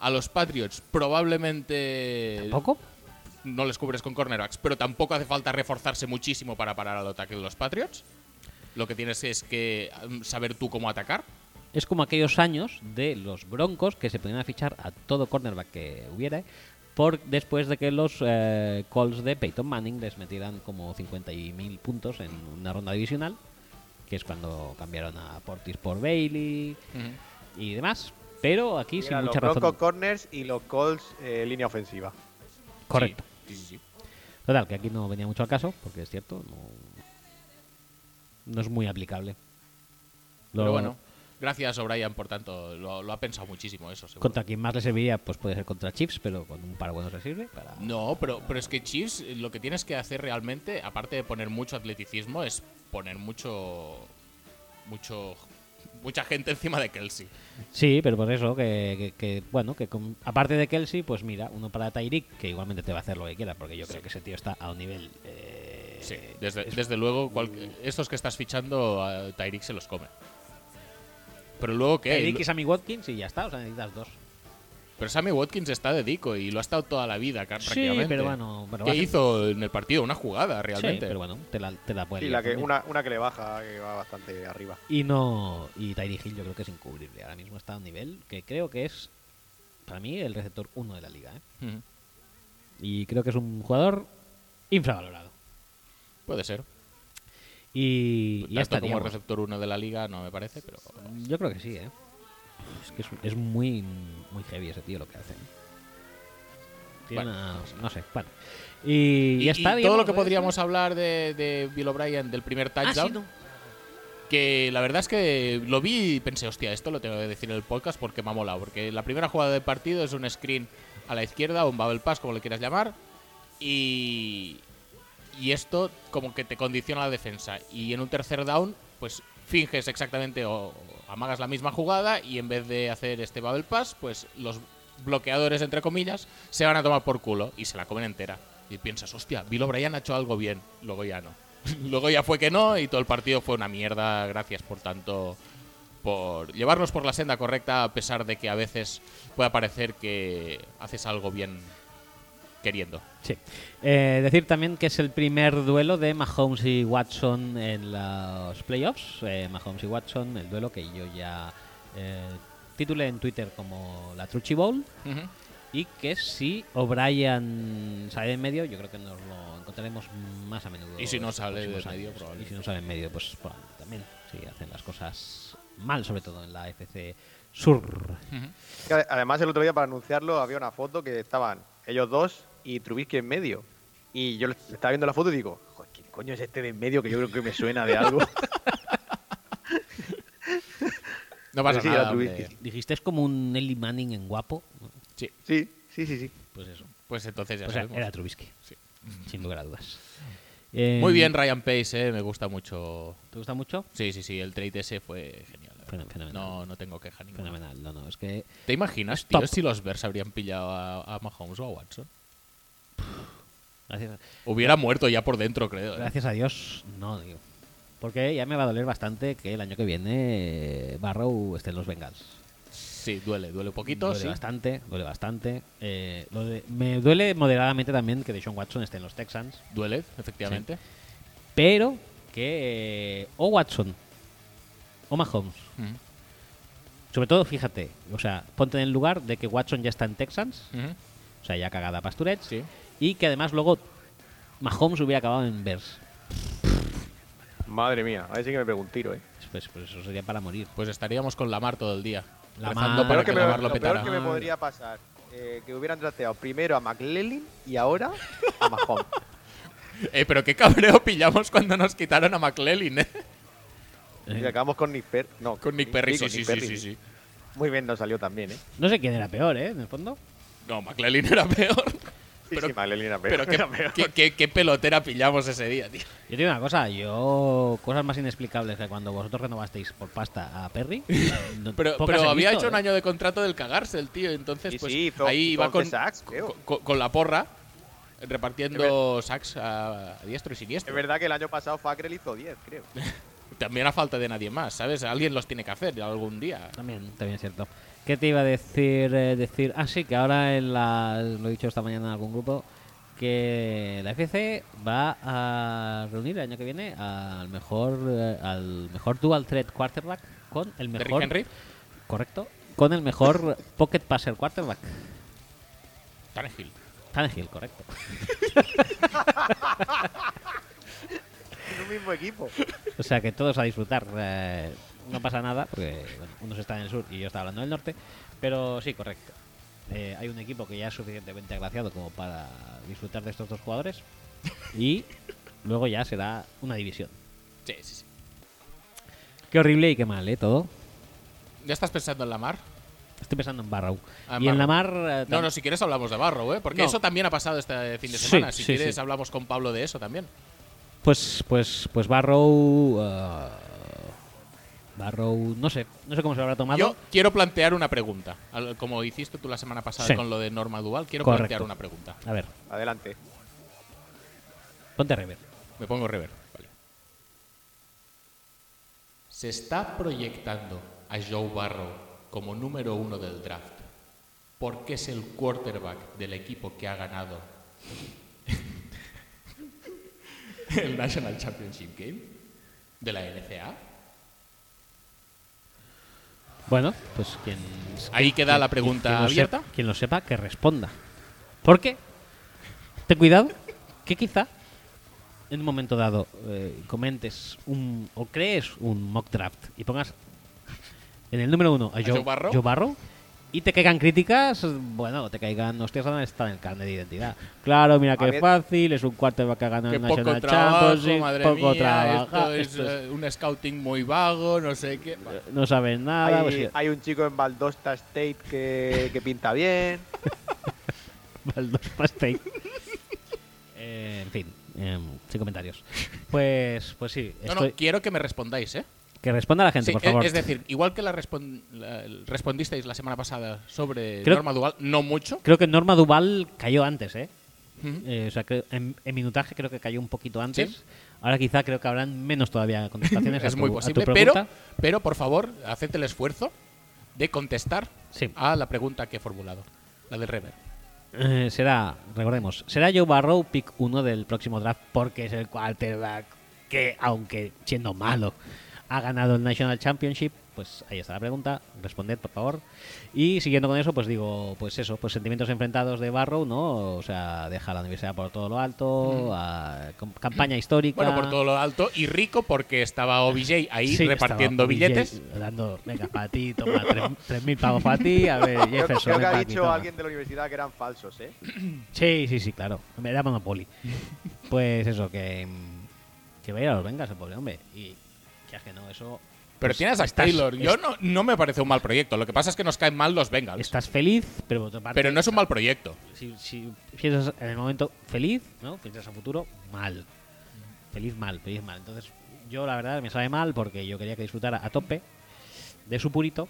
Speaker 2: A los Patriots probablemente
Speaker 1: ¿Poco?
Speaker 2: no les cubres con cornerbacks, pero tampoco hace falta reforzarse muchísimo para parar al ataque de los Patriots. Lo que tienes es que mm, saber tú cómo atacar.
Speaker 1: Es como aquellos años de los Broncos que se podían fichar a todo cornerback que hubiera por después de que los eh, Colts de Peyton Manning les metieran como 50.000 puntos en una ronda divisional que es cuando cambiaron a Portis por Bailey
Speaker 2: Ujú.
Speaker 1: y demás. Pero aquí sin
Speaker 3: Eran los
Speaker 1: mucha
Speaker 3: Broncos
Speaker 1: razón.
Speaker 3: Corners y los Colts eh, línea ofensiva.
Speaker 1: Correcto.
Speaker 2: Sí, sí, sí.
Speaker 1: Total, que aquí no venía mucho al caso, porque es cierto, no, no es muy aplicable.
Speaker 2: Pero
Speaker 1: Lo-
Speaker 2: bueno, gracias O'Brien, por tanto, lo, lo ha pensado muchísimo eso. seguro.
Speaker 1: Contra quien más le serviría, pues puede ser contra Chips, pero con un par bueno se sirve. Para...
Speaker 2: No, pero, pero es que Chiefs eh, lo que tienes que hacer realmente, aparte de poner mucho atleticismo, es poner mucho. mucho mucha gente encima de Kelsey.
Speaker 1: Sí, pero por eso, que, que- que, bueno, que con- aparte de Kelsey, pues mira, uno para Tyreek, que igualmente te va a hacer lo que quiera, porque yo creo que ese tío está a un nivel. eh,
Speaker 2: Sí, desde, desde luego, cual- estos que estás fichando, a Tyreek se los come. Pero luego, ¿qué?
Speaker 1: Tyreek y Sammy Watkins y ya está, o sea, necesitas dos.
Speaker 2: Pero Sammy Watkins está de Dico y lo ha estado toda la vida, ca- prácticamente.
Speaker 1: pero bueno, pero va a
Speaker 2: ¿Qué
Speaker 1: ser-
Speaker 2: hizo en el partido? Una jugada,
Speaker 1: Sí,
Speaker 2: realmente.
Speaker 1: pero bueno, te la, te la puede
Speaker 3: Y
Speaker 1: liar
Speaker 3: la que,
Speaker 1: también.
Speaker 3: una, una que le baja, que va bastante arriba.
Speaker 1: Y no. Y Tyree Hill yo creo que es incubrible. Ahora mismo está a un nivel que creo que es, para mí, el receptor uno de la liga. ¿eh?
Speaker 2: Ujú.
Speaker 1: Y creo que es un jugador infravalorado.
Speaker 2: Puede ser.
Speaker 1: Y, y ya
Speaker 2: Tanto
Speaker 1: está.
Speaker 2: como receptor uno de la liga, no me parece, pero.
Speaker 1: Yo creo que sí, ¿eh? Es que es, es muy, muy heavy ese tío lo que hace. ¿eh? Tiene
Speaker 2: Bueno,
Speaker 1: una- no sé, bueno. Y, ya está.
Speaker 2: todo
Speaker 1: digamos,
Speaker 2: lo que
Speaker 1: ¿eh?
Speaker 2: podríamos hablar de, de Bill O'Brien del primer
Speaker 1: Ah,
Speaker 2: touchdown,
Speaker 1: sí, no.
Speaker 2: que la verdad es que lo vi y pensé, hostia, esto lo tengo que decir en el podcast porque me ha molado. Porque la primera jugada del partido es un screen a la izquierda o un bubble pass, como le quieras llamar, y, y esto como que te condiciona la defensa. Y en un tercer down, pues finges exactamente o amagas la misma jugada y en vez de hacer este bubble pass, pues los bloqueadores, entre comillas, se van a tomar por culo y se la comen entera. Y piensas, hostia, Bill O'Brien ha hecho algo bien, luego ya no. luego ya fue que no y todo el partido fue una mierda, gracias por tanto por llevarnos por la senda correcta a pesar de que a veces pueda parecer que haces algo bien queriendo.
Speaker 1: Sí. Eh, decir también que es el primer duelo de Mahomes y Watson en los playoffs. Eh, Mahomes y Watson, el duelo que yo ya eh, titulé en Twitter como la Truchi Bowl.
Speaker 2: Ujú.
Speaker 1: Y que si O'Brien sale de en medio, yo creo que nos lo encontraremos más a menudo.
Speaker 2: Y si no
Speaker 1: en los
Speaker 2: sale de
Speaker 1: próximos
Speaker 2: en medio,
Speaker 1: años.
Speaker 2: probablemente.
Speaker 1: Y si no sale en medio, pues probablemente también. Si hacen las cosas mal, sobre todo en la FC
Speaker 2: *laughs*
Speaker 1: Sur.
Speaker 3: Que ade- Además, el otro día para anunciarlo había una foto que estaban ellos dos y Trubisky en medio. Y yo le le estaba viendo la foto y digo, "Joder, ¿quién coño es este de en medio que yo creo que me suena
Speaker 1: *laughs*
Speaker 3: de algo?
Speaker 2: No pasa
Speaker 3: Sí,
Speaker 2: nada.
Speaker 3: la
Speaker 2: hombre.
Speaker 3: tuviste.
Speaker 1: Dijiste es como un Eli Manning en guapo.
Speaker 2: Sí,
Speaker 3: sí, sí, sí, sí.
Speaker 1: Pues eso.
Speaker 2: pues entonces ya
Speaker 1: O sea,
Speaker 2: sabemos.
Speaker 1: era Trubisky.
Speaker 2: Sí.
Speaker 1: Sin lugar a dudas.
Speaker 2: Muy
Speaker 1: Eh,
Speaker 2: bien Ryan Pace, eh, me gusta mucho.
Speaker 1: ¿Te gusta mucho?
Speaker 2: Sí, sí, sí, el trade ese fue genial. la verdad.
Speaker 1: Fenomenal.
Speaker 2: No, no tengo queja ninguna.
Speaker 1: Fenomenal. No, no, es que.
Speaker 2: ¿Te imaginas,
Speaker 1: Stop.
Speaker 2: tío, si los Bears habrían pillado a, a Mahomes o a Watson?
Speaker 1: Gracias,
Speaker 2: Hubiera muerto ya por dentro, creo. ¿eh?
Speaker 1: gracias a Dios, no, digo. Porque ya me va a doler bastante que el año que viene eh, Barrow esté en los Bengals.
Speaker 2: Sí, duele, duele poquito,
Speaker 1: Duele
Speaker 2: sí.
Speaker 1: bastante, duele bastante. Eh, lo de- me duele moderadamente también que Deshaun Watson esté en los Texans,
Speaker 2: Duele, efectivamente.
Speaker 1: pero que eh, o Watson o Mahomes,
Speaker 2: Ujú,
Speaker 1: sobre todo fíjate, o sea, ponte en el lugar de que Watson ya está en Texans,
Speaker 2: ujú.
Speaker 1: o sea, ya cagada Pasturet,
Speaker 2: Sí.
Speaker 1: y que además luego Mahomes hubiera acabado en Bears.
Speaker 3: Madre mía, a ver si que me pego un tiro, ¿eh?
Speaker 1: Pues, pues eso sería para morir.
Speaker 2: Pues estaríamos con Lamar todo el día.
Speaker 1: Lamar.
Speaker 2: rezando
Speaker 1: Lo peor
Speaker 2: para
Speaker 3: Peor
Speaker 2: que
Speaker 3: que me,
Speaker 2: Lamar lo
Speaker 3: lo
Speaker 2: petara.
Speaker 3: peor que me podría pasar, eh, que hubieran trasteado primero a McLellan y ahora
Speaker 2: *laughs*
Speaker 3: a Mahomes.
Speaker 2: Eh, pero qué cabreo pillamos cuando nos quitaron a McLellan, ¿eh?
Speaker 3: y acabamos con Nick Perry. No,
Speaker 2: Con Nick Perry, sí,
Speaker 3: con
Speaker 2: sí,
Speaker 3: Nick
Speaker 2: sí,
Speaker 3: Perry.
Speaker 2: sí, sí.
Speaker 3: Muy bien nos salió también, ¿eh?
Speaker 1: No sé quién era peor, ¿eh? En el fondo.
Speaker 2: No, McLellan era
Speaker 3: *laughs*
Speaker 2: peor.
Speaker 3: Sí,
Speaker 2: Pero-
Speaker 3: sí, McLellan era
Speaker 2: Pero
Speaker 3: peor.
Speaker 2: qué,
Speaker 3: era *laughs* peor.
Speaker 2: qué- qué- qué pelotera pillamos ese día, tío.
Speaker 1: Yo te digo una cosa, yo. Cosas más inexplicables que cuando vosotros renovasteis por pasta a
Speaker 2: *laughs*
Speaker 1: Perry. eh, no-
Speaker 2: Pero,
Speaker 1: pocas
Speaker 2: pero
Speaker 1: he
Speaker 2: había
Speaker 1: visto,
Speaker 2: hecho un
Speaker 1: ¿eh?
Speaker 2: año de contrato del cagarse el tío, entonces
Speaker 3: Sí,
Speaker 2: pues
Speaker 3: sí, hizo
Speaker 2: ahí iba
Speaker 3: 11
Speaker 2: con,
Speaker 3: sacks,
Speaker 2: co-
Speaker 3: creo.
Speaker 2: co- con la porra repartiendo sacks a, a diestro y
Speaker 3: Es
Speaker 2: siniestro.
Speaker 3: verdad que el año pasado Fackrell hizo 10, creo.
Speaker 2: También a falta de nadie más, ¿sabes? Alguien los tiene que hacer algún día.
Speaker 1: También, también es cierto. ¿Qué te iba a decir? eh, decir ah, sí, que ahora en la. Lo he dicho esta mañana en algún grupo. Que la FC va a reunir el año que viene al mejor eh, al mejor dual threat quarterback con el
Speaker 2: ¿Derrick
Speaker 1: mejor
Speaker 2: Henry?
Speaker 1: correcto con el mejor *laughs* pocket passer quarterback
Speaker 2: Tannehill.
Speaker 1: Tannehill, correcto
Speaker 3: un mismo equipo.
Speaker 1: O sea que todos a disfrutar. eh, no pasa nada, porque bueno, unos están en el sur y yo estaba hablando del norte. Pero sí, correcto. Eh, hay un equipo que ya es suficientemente agraciado como para disfrutar de estos dos jugadores. Y luego ya será una división.
Speaker 2: Sí, sí, sí.
Speaker 1: Qué horrible y qué mal, ¿eh? Todo.
Speaker 2: ¿Ya estás pensando en la mar?
Speaker 1: Estoy pensando en Barrow.
Speaker 2: Ah,
Speaker 1: y en la mar. eh,
Speaker 2: No,
Speaker 1: tam-
Speaker 2: no, si quieres hablamos de Barrow, ¿eh? Porque
Speaker 1: No.
Speaker 2: eso también ha pasado este fin de
Speaker 1: Sí,
Speaker 2: semana. si
Speaker 1: sí,
Speaker 2: quieres
Speaker 1: sí.
Speaker 2: hablamos con Pablo de eso también.
Speaker 1: Pues, pues, pues Barrow. eh, Barrow. No sé. No sé cómo se lo habrá tomado.
Speaker 2: Yo quiero plantear una pregunta. Al- Como hiciste tú la semana pasada
Speaker 1: Sí.
Speaker 2: con lo de Norma Dual, quiero
Speaker 1: Correcto.
Speaker 2: plantear una pregunta.
Speaker 1: A ver,
Speaker 3: Adelante.
Speaker 1: ponte a rever.
Speaker 2: Me pongo rever. Vale. ¿Se está proyectando a Joe Barrow como número uno del draft porque es el quarterback del equipo que ha ganado *laughs* el National Championship Game de la NCA?
Speaker 1: Bueno, pues quien.
Speaker 2: Ahí queda la pregunta
Speaker 1: lo sepa-
Speaker 2: abierta.
Speaker 1: quien lo sepa, que responda. ¿Por qué? Ten cuidado, que quizá en un momento dado eh, comentes un, o crees un mock draft y pongas en el número uno a Joe,
Speaker 2: Joe Barrow?
Speaker 1: Joe Barrow y te caigan críticas, bueno, o te caigan hostias, está en el carnet de identidad. Claro, mira
Speaker 3: A
Speaker 1: que
Speaker 3: ver.
Speaker 1: fácil, es un cuarto que ha ganado
Speaker 2: Qué
Speaker 1: el
Speaker 2: poco
Speaker 1: National
Speaker 2: trabajo,
Speaker 1: Championship,
Speaker 2: madre
Speaker 1: poco
Speaker 2: mía,
Speaker 1: trabajo,
Speaker 2: esto es,
Speaker 1: esto es- eh,
Speaker 2: eh, un scouting muy vago, no sé qué. Vale.
Speaker 1: no sabes nada. pues,
Speaker 3: Hay, hay un chico en Valdosta State que, que pinta bien.
Speaker 1: Baldur's Pastel. *laughs* Eh, en fin, eh, sin comentarios. Pues, pues sí,
Speaker 2: No,
Speaker 1: estoy-
Speaker 2: no, quiero que me respondáis, ¿eh?
Speaker 1: que responda la gente,
Speaker 2: Sí,
Speaker 1: por
Speaker 2: e-
Speaker 1: favor.
Speaker 2: es decir, igual que la respon- la- respondisteis la semana pasada sobre
Speaker 1: Creo-
Speaker 2: Norma Dual, no mucho.
Speaker 1: Creo que Norma Duval cayó antes, ¿eh?
Speaker 2: Ujú.
Speaker 1: Eh, o sea, creo- en, en minutaje creo que cayó un poquito antes.
Speaker 2: Sí.
Speaker 1: Ahora quizá creo que habrán menos todavía contestaciones. a
Speaker 2: *laughs* Es
Speaker 1: tu- a
Speaker 2: muy
Speaker 1: tu
Speaker 2: posible, pero,
Speaker 1: pregunta.
Speaker 2: pero por favor, haced el esfuerzo de contestar
Speaker 1: Sí.
Speaker 2: a la pregunta que he formulado, la del Rever.
Speaker 1: Eh, será, recordemos, será Joe Barrow pick 1 del próximo draft porque es el quarterback que, aunque siendo malo, ha ganado el National Championship. Pues ahí está la pregunta, responded por favor. Y siguiendo con eso, pues digo, pues eso, pues sentimientos enfrentados de Barrow, ¿no? O sea, deja la universidad por todo lo alto, a- com- campaña histórica.
Speaker 2: Mm. Bueno, por todo lo alto y rico porque estaba OBJ ahí
Speaker 1: Sí,
Speaker 2: repartiendo
Speaker 1: estaba
Speaker 2: billetes.
Speaker 1: DJ Dando, venga, para ti, toma, tres- 3.000 pavos para ti. A ver,
Speaker 3: Creo,
Speaker 1: Jefferson.
Speaker 3: creo que
Speaker 1: ven
Speaker 3: ha
Speaker 1: pa' aquí,
Speaker 3: dicho
Speaker 1: toma.
Speaker 3: alguien de la universidad que eran falsos, ¿eh?
Speaker 1: Sí, sí, sí, claro. Me da
Speaker 2: *laughs*
Speaker 1: Monopoly. pues eso, que. mm, Que vaya a los vengas, el pobre hombre. Y. Ya que no, eso.
Speaker 2: Pero
Speaker 1: pues,
Speaker 2: tienes a
Speaker 1: estás-
Speaker 2: Taylor. Yo
Speaker 1: es-
Speaker 2: no, no me parece un mal proyecto. Lo que pasa es que nos caen mal los Bengals.
Speaker 1: Estás feliz, pero por otra parte.
Speaker 2: Pero no es un mal proyecto.
Speaker 1: Si, si piensas en el momento feliz, ¿no? Piensas a futuro, mal. Feliz, mal, feliz, mal. Entonces, yo la verdad me sabe mal porque yo quería que disfrutara a tope de su purito.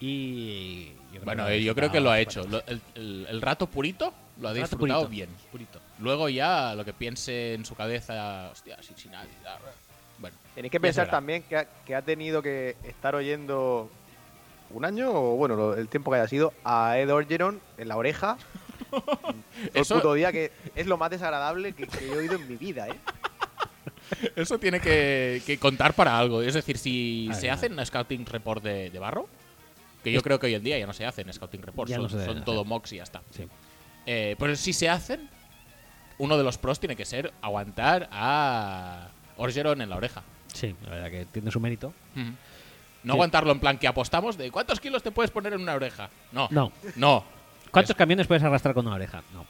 Speaker 1: Y. yo creo
Speaker 2: Bueno,
Speaker 1: que
Speaker 2: eh, yo creo que lo ha hecho.
Speaker 1: disfrutado.
Speaker 2: Lo- el, el- el rato purito lo ha
Speaker 1: El rato
Speaker 2: disfrutado
Speaker 1: purito,
Speaker 2: bien. Luego ya lo que piense en su cabeza, hostia, Cincinnati. ah, Bueno,
Speaker 3: Tenéis que
Speaker 2: Ya
Speaker 3: pensar
Speaker 2: será.
Speaker 3: también que ha, que ha tenido que estar oyendo un año o, bueno, lo- el tiempo que haya sido a Ed Orgeron en la oreja. todo
Speaker 2: Eso-
Speaker 3: el puto día que es lo más desagradable que, que yo he oído en mi
Speaker 1: *laughs*
Speaker 3: vida, ¿eh?
Speaker 2: eso tiene que, que contar para algo. Es decir, si
Speaker 1: Ah,
Speaker 2: se
Speaker 1: ya.
Speaker 2: hacen scouting report de, de barro, que yo creo que hoy en día ya no se hacen scouting report,
Speaker 1: Ya
Speaker 2: son,
Speaker 1: no se
Speaker 2: son
Speaker 1: hacen.
Speaker 2: todo mocks y ya está.
Speaker 1: Sí.
Speaker 2: Eh, pero si se hacen, uno de los pros tiene que ser aguantar a Orgeron en la oreja.
Speaker 1: Sí, la verdad que tiene su mérito.
Speaker 2: Mm.
Speaker 1: Sí.
Speaker 2: No aguantarlo en plan que apostamos de cuántos kilos te puedes poner en una oreja. No.
Speaker 1: No.
Speaker 2: No.
Speaker 1: ¿Cuántos camiones puedes arrastrar con una oreja? No.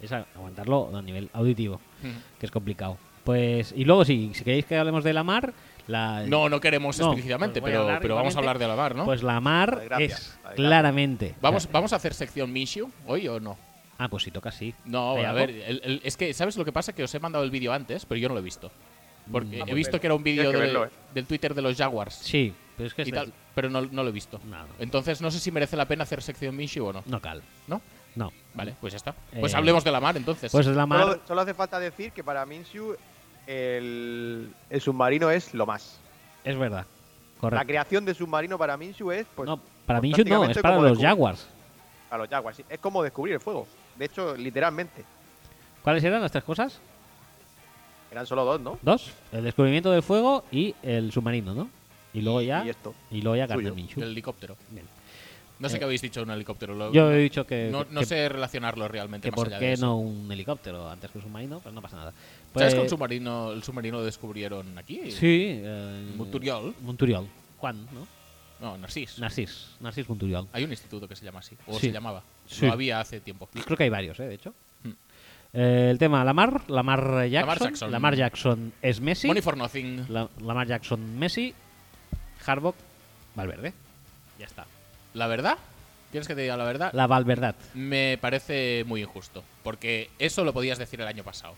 Speaker 1: Es a- aguantarlo a nivel auditivo,
Speaker 2: Mm.
Speaker 1: que es complicado. Pues, y luego, si, si queréis que hablemos de la mar, la,
Speaker 2: No, no queremos
Speaker 1: No,
Speaker 2: explícitamente,
Speaker 1: pues voy a
Speaker 2: pero,
Speaker 1: hablar
Speaker 2: pero vamos a hablar
Speaker 1: igualmente.
Speaker 2: de la mar, ¿no?
Speaker 1: pues la mar
Speaker 3: La de Gracia,
Speaker 1: es
Speaker 3: la de Gracia.
Speaker 1: claramente.
Speaker 2: vamos,
Speaker 1: o sea,
Speaker 2: vamos a hacer sección Mishu hoy o no.
Speaker 1: ah, pues si toca, sí.
Speaker 2: No,
Speaker 1: ¿Hay
Speaker 2: a
Speaker 1: algo?
Speaker 2: ver, el- el- es que ¿sabes lo que pasa? Que os he mandado el vídeo antes, pero yo no lo he visto. Porque
Speaker 1: Mm.
Speaker 3: Ah,
Speaker 2: he
Speaker 3: pues
Speaker 2: visto
Speaker 3: velo.
Speaker 2: que era un vídeo
Speaker 3: Tienes que
Speaker 2: de-
Speaker 3: verlo, ¿eh?
Speaker 2: del Twitter de los Jaguars
Speaker 1: Sí, pero es que es
Speaker 2: y
Speaker 1: de-
Speaker 2: tal, pero no, no lo he visto.
Speaker 1: No, no.
Speaker 2: Entonces no sé si merece la pena hacer sección Mishu o no.
Speaker 1: no cal.
Speaker 2: ¿No?
Speaker 1: No.
Speaker 2: Vale, pues ya está. Pues
Speaker 1: Eh,
Speaker 2: hablemos de la mar entonces.
Speaker 1: Pues la mar.
Speaker 3: Solo, solo hace falta decir que para Minshew el, el submarino es lo más.
Speaker 1: Es verdad.
Speaker 3: La
Speaker 1: Correcto.
Speaker 3: creación de submarino para Minshew es, pues,
Speaker 1: no, para Minshew no, es
Speaker 3: prácticamente
Speaker 1: para
Speaker 3: como
Speaker 1: los
Speaker 3: de-
Speaker 1: Jaguars.
Speaker 3: a los Jaguars. sí. Es como descubrir el fuego. De hecho, literalmente.
Speaker 1: ¿Cuáles eran las tres cosas?
Speaker 3: Eran solo dos, ¿no?
Speaker 1: Dos: el descubrimiento del fuego y el submarino, ¿no? Y luego ya.
Speaker 3: Y esto.
Speaker 1: y luego ya gana
Speaker 3: suyo,
Speaker 1: Minshew.
Speaker 2: el helicóptero. No sé
Speaker 1: Eh,
Speaker 2: qué habéis dicho de un helicóptero. lo-
Speaker 1: Yo he dicho que.
Speaker 2: no,
Speaker 1: que-
Speaker 2: no
Speaker 1: que-
Speaker 2: sé relacionarlo realmente
Speaker 1: que
Speaker 2: más
Speaker 1: por
Speaker 2: allá de
Speaker 1: qué
Speaker 2: eso.
Speaker 1: no un helicóptero antes que un submarino, pero no pasa nada.
Speaker 2: ¿Sabes que un
Speaker 1: Pues-
Speaker 2: submarino, el submarino lo descubrieron aquí?
Speaker 1: Sí. eh,
Speaker 2: Monturiol.
Speaker 1: Monturiol. Juan, ¿no?
Speaker 2: Mm. No, Narcís.
Speaker 1: Narcís. Narcís Monturiol.
Speaker 2: Hay un instituto que se llama así. O
Speaker 1: Sí.
Speaker 2: se llamaba.
Speaker 1: Sí.
Speaker 2: Lo había hace tiempo.
Speaker 1: Creo que hay varios, ¿eh? De hecho.
Speaker 2: Hmm.
Speaker 1: Eh, el tema Lamar, Lamar Jackson. Lamar Jackson,
Speaker 2: Jackson.
Speaker 1: es Messi.
Speaker 2: Money for nothing.
Speaker 1: La- Lamar Jackson, Messi. Harbaugh, Valverde. Ya está.
Speaker 2: La verdad, ¿quieres que te diga la verdad?
Speaker 1: La Valverdad.
Speaker 2: Me parece muy injusto. Porque eso lo podías decir el año pasado.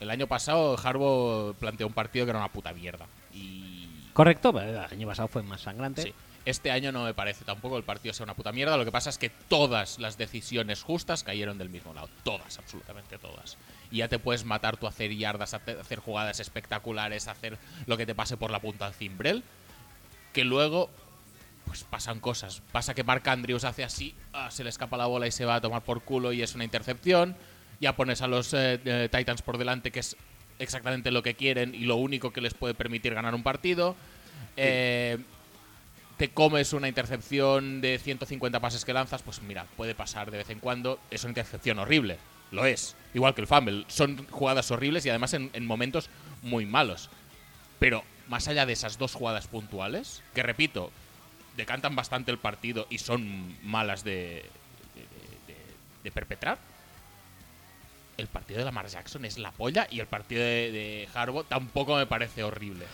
Speaker 2: El año pasado Harbo planteó un partido que era una puta mierda. Y
Speaker 1: Correcto, pero el año pasado fue más sangrante.
Speaker 2: Sí. Este año no me parece tampoco el partido sea una puta mierda. Lo que pasa es que todas las decisiones justas cayeron del mismo lado. Todas, absolutamente todas. Y ya te puedes matar tú a hacer yardas, a te- hacer jugadas espectaculares, a hacer lo que te pase por la punta del cimbrel. Que luego, pues pasan cosas. Pasa que Mark Andrews hace así, ah, se le escapa la bola y se va a tomar por culo y es una intercepción. Ya pones a los eh, eh, Titans por delante, que es exactamente lo que quieren y lo único que les puede permitir ganar un partido. Eh te comes una intercepción de 150 pases que lanzas, pues mira, puede pasar de vez en cuando. Es una intercepción horrible, lo es. Igual que el fumble, son jugadas horribles y además en, en momentos muy malos. Pero más allá de esas dos jugadas puntuales, que repito, decantan bastante el partido y son malas de, de- de- de perpetrar, el partido de Lamar Jackson es la polla y el partido de, de Harbaugh tampoco me parece horrible.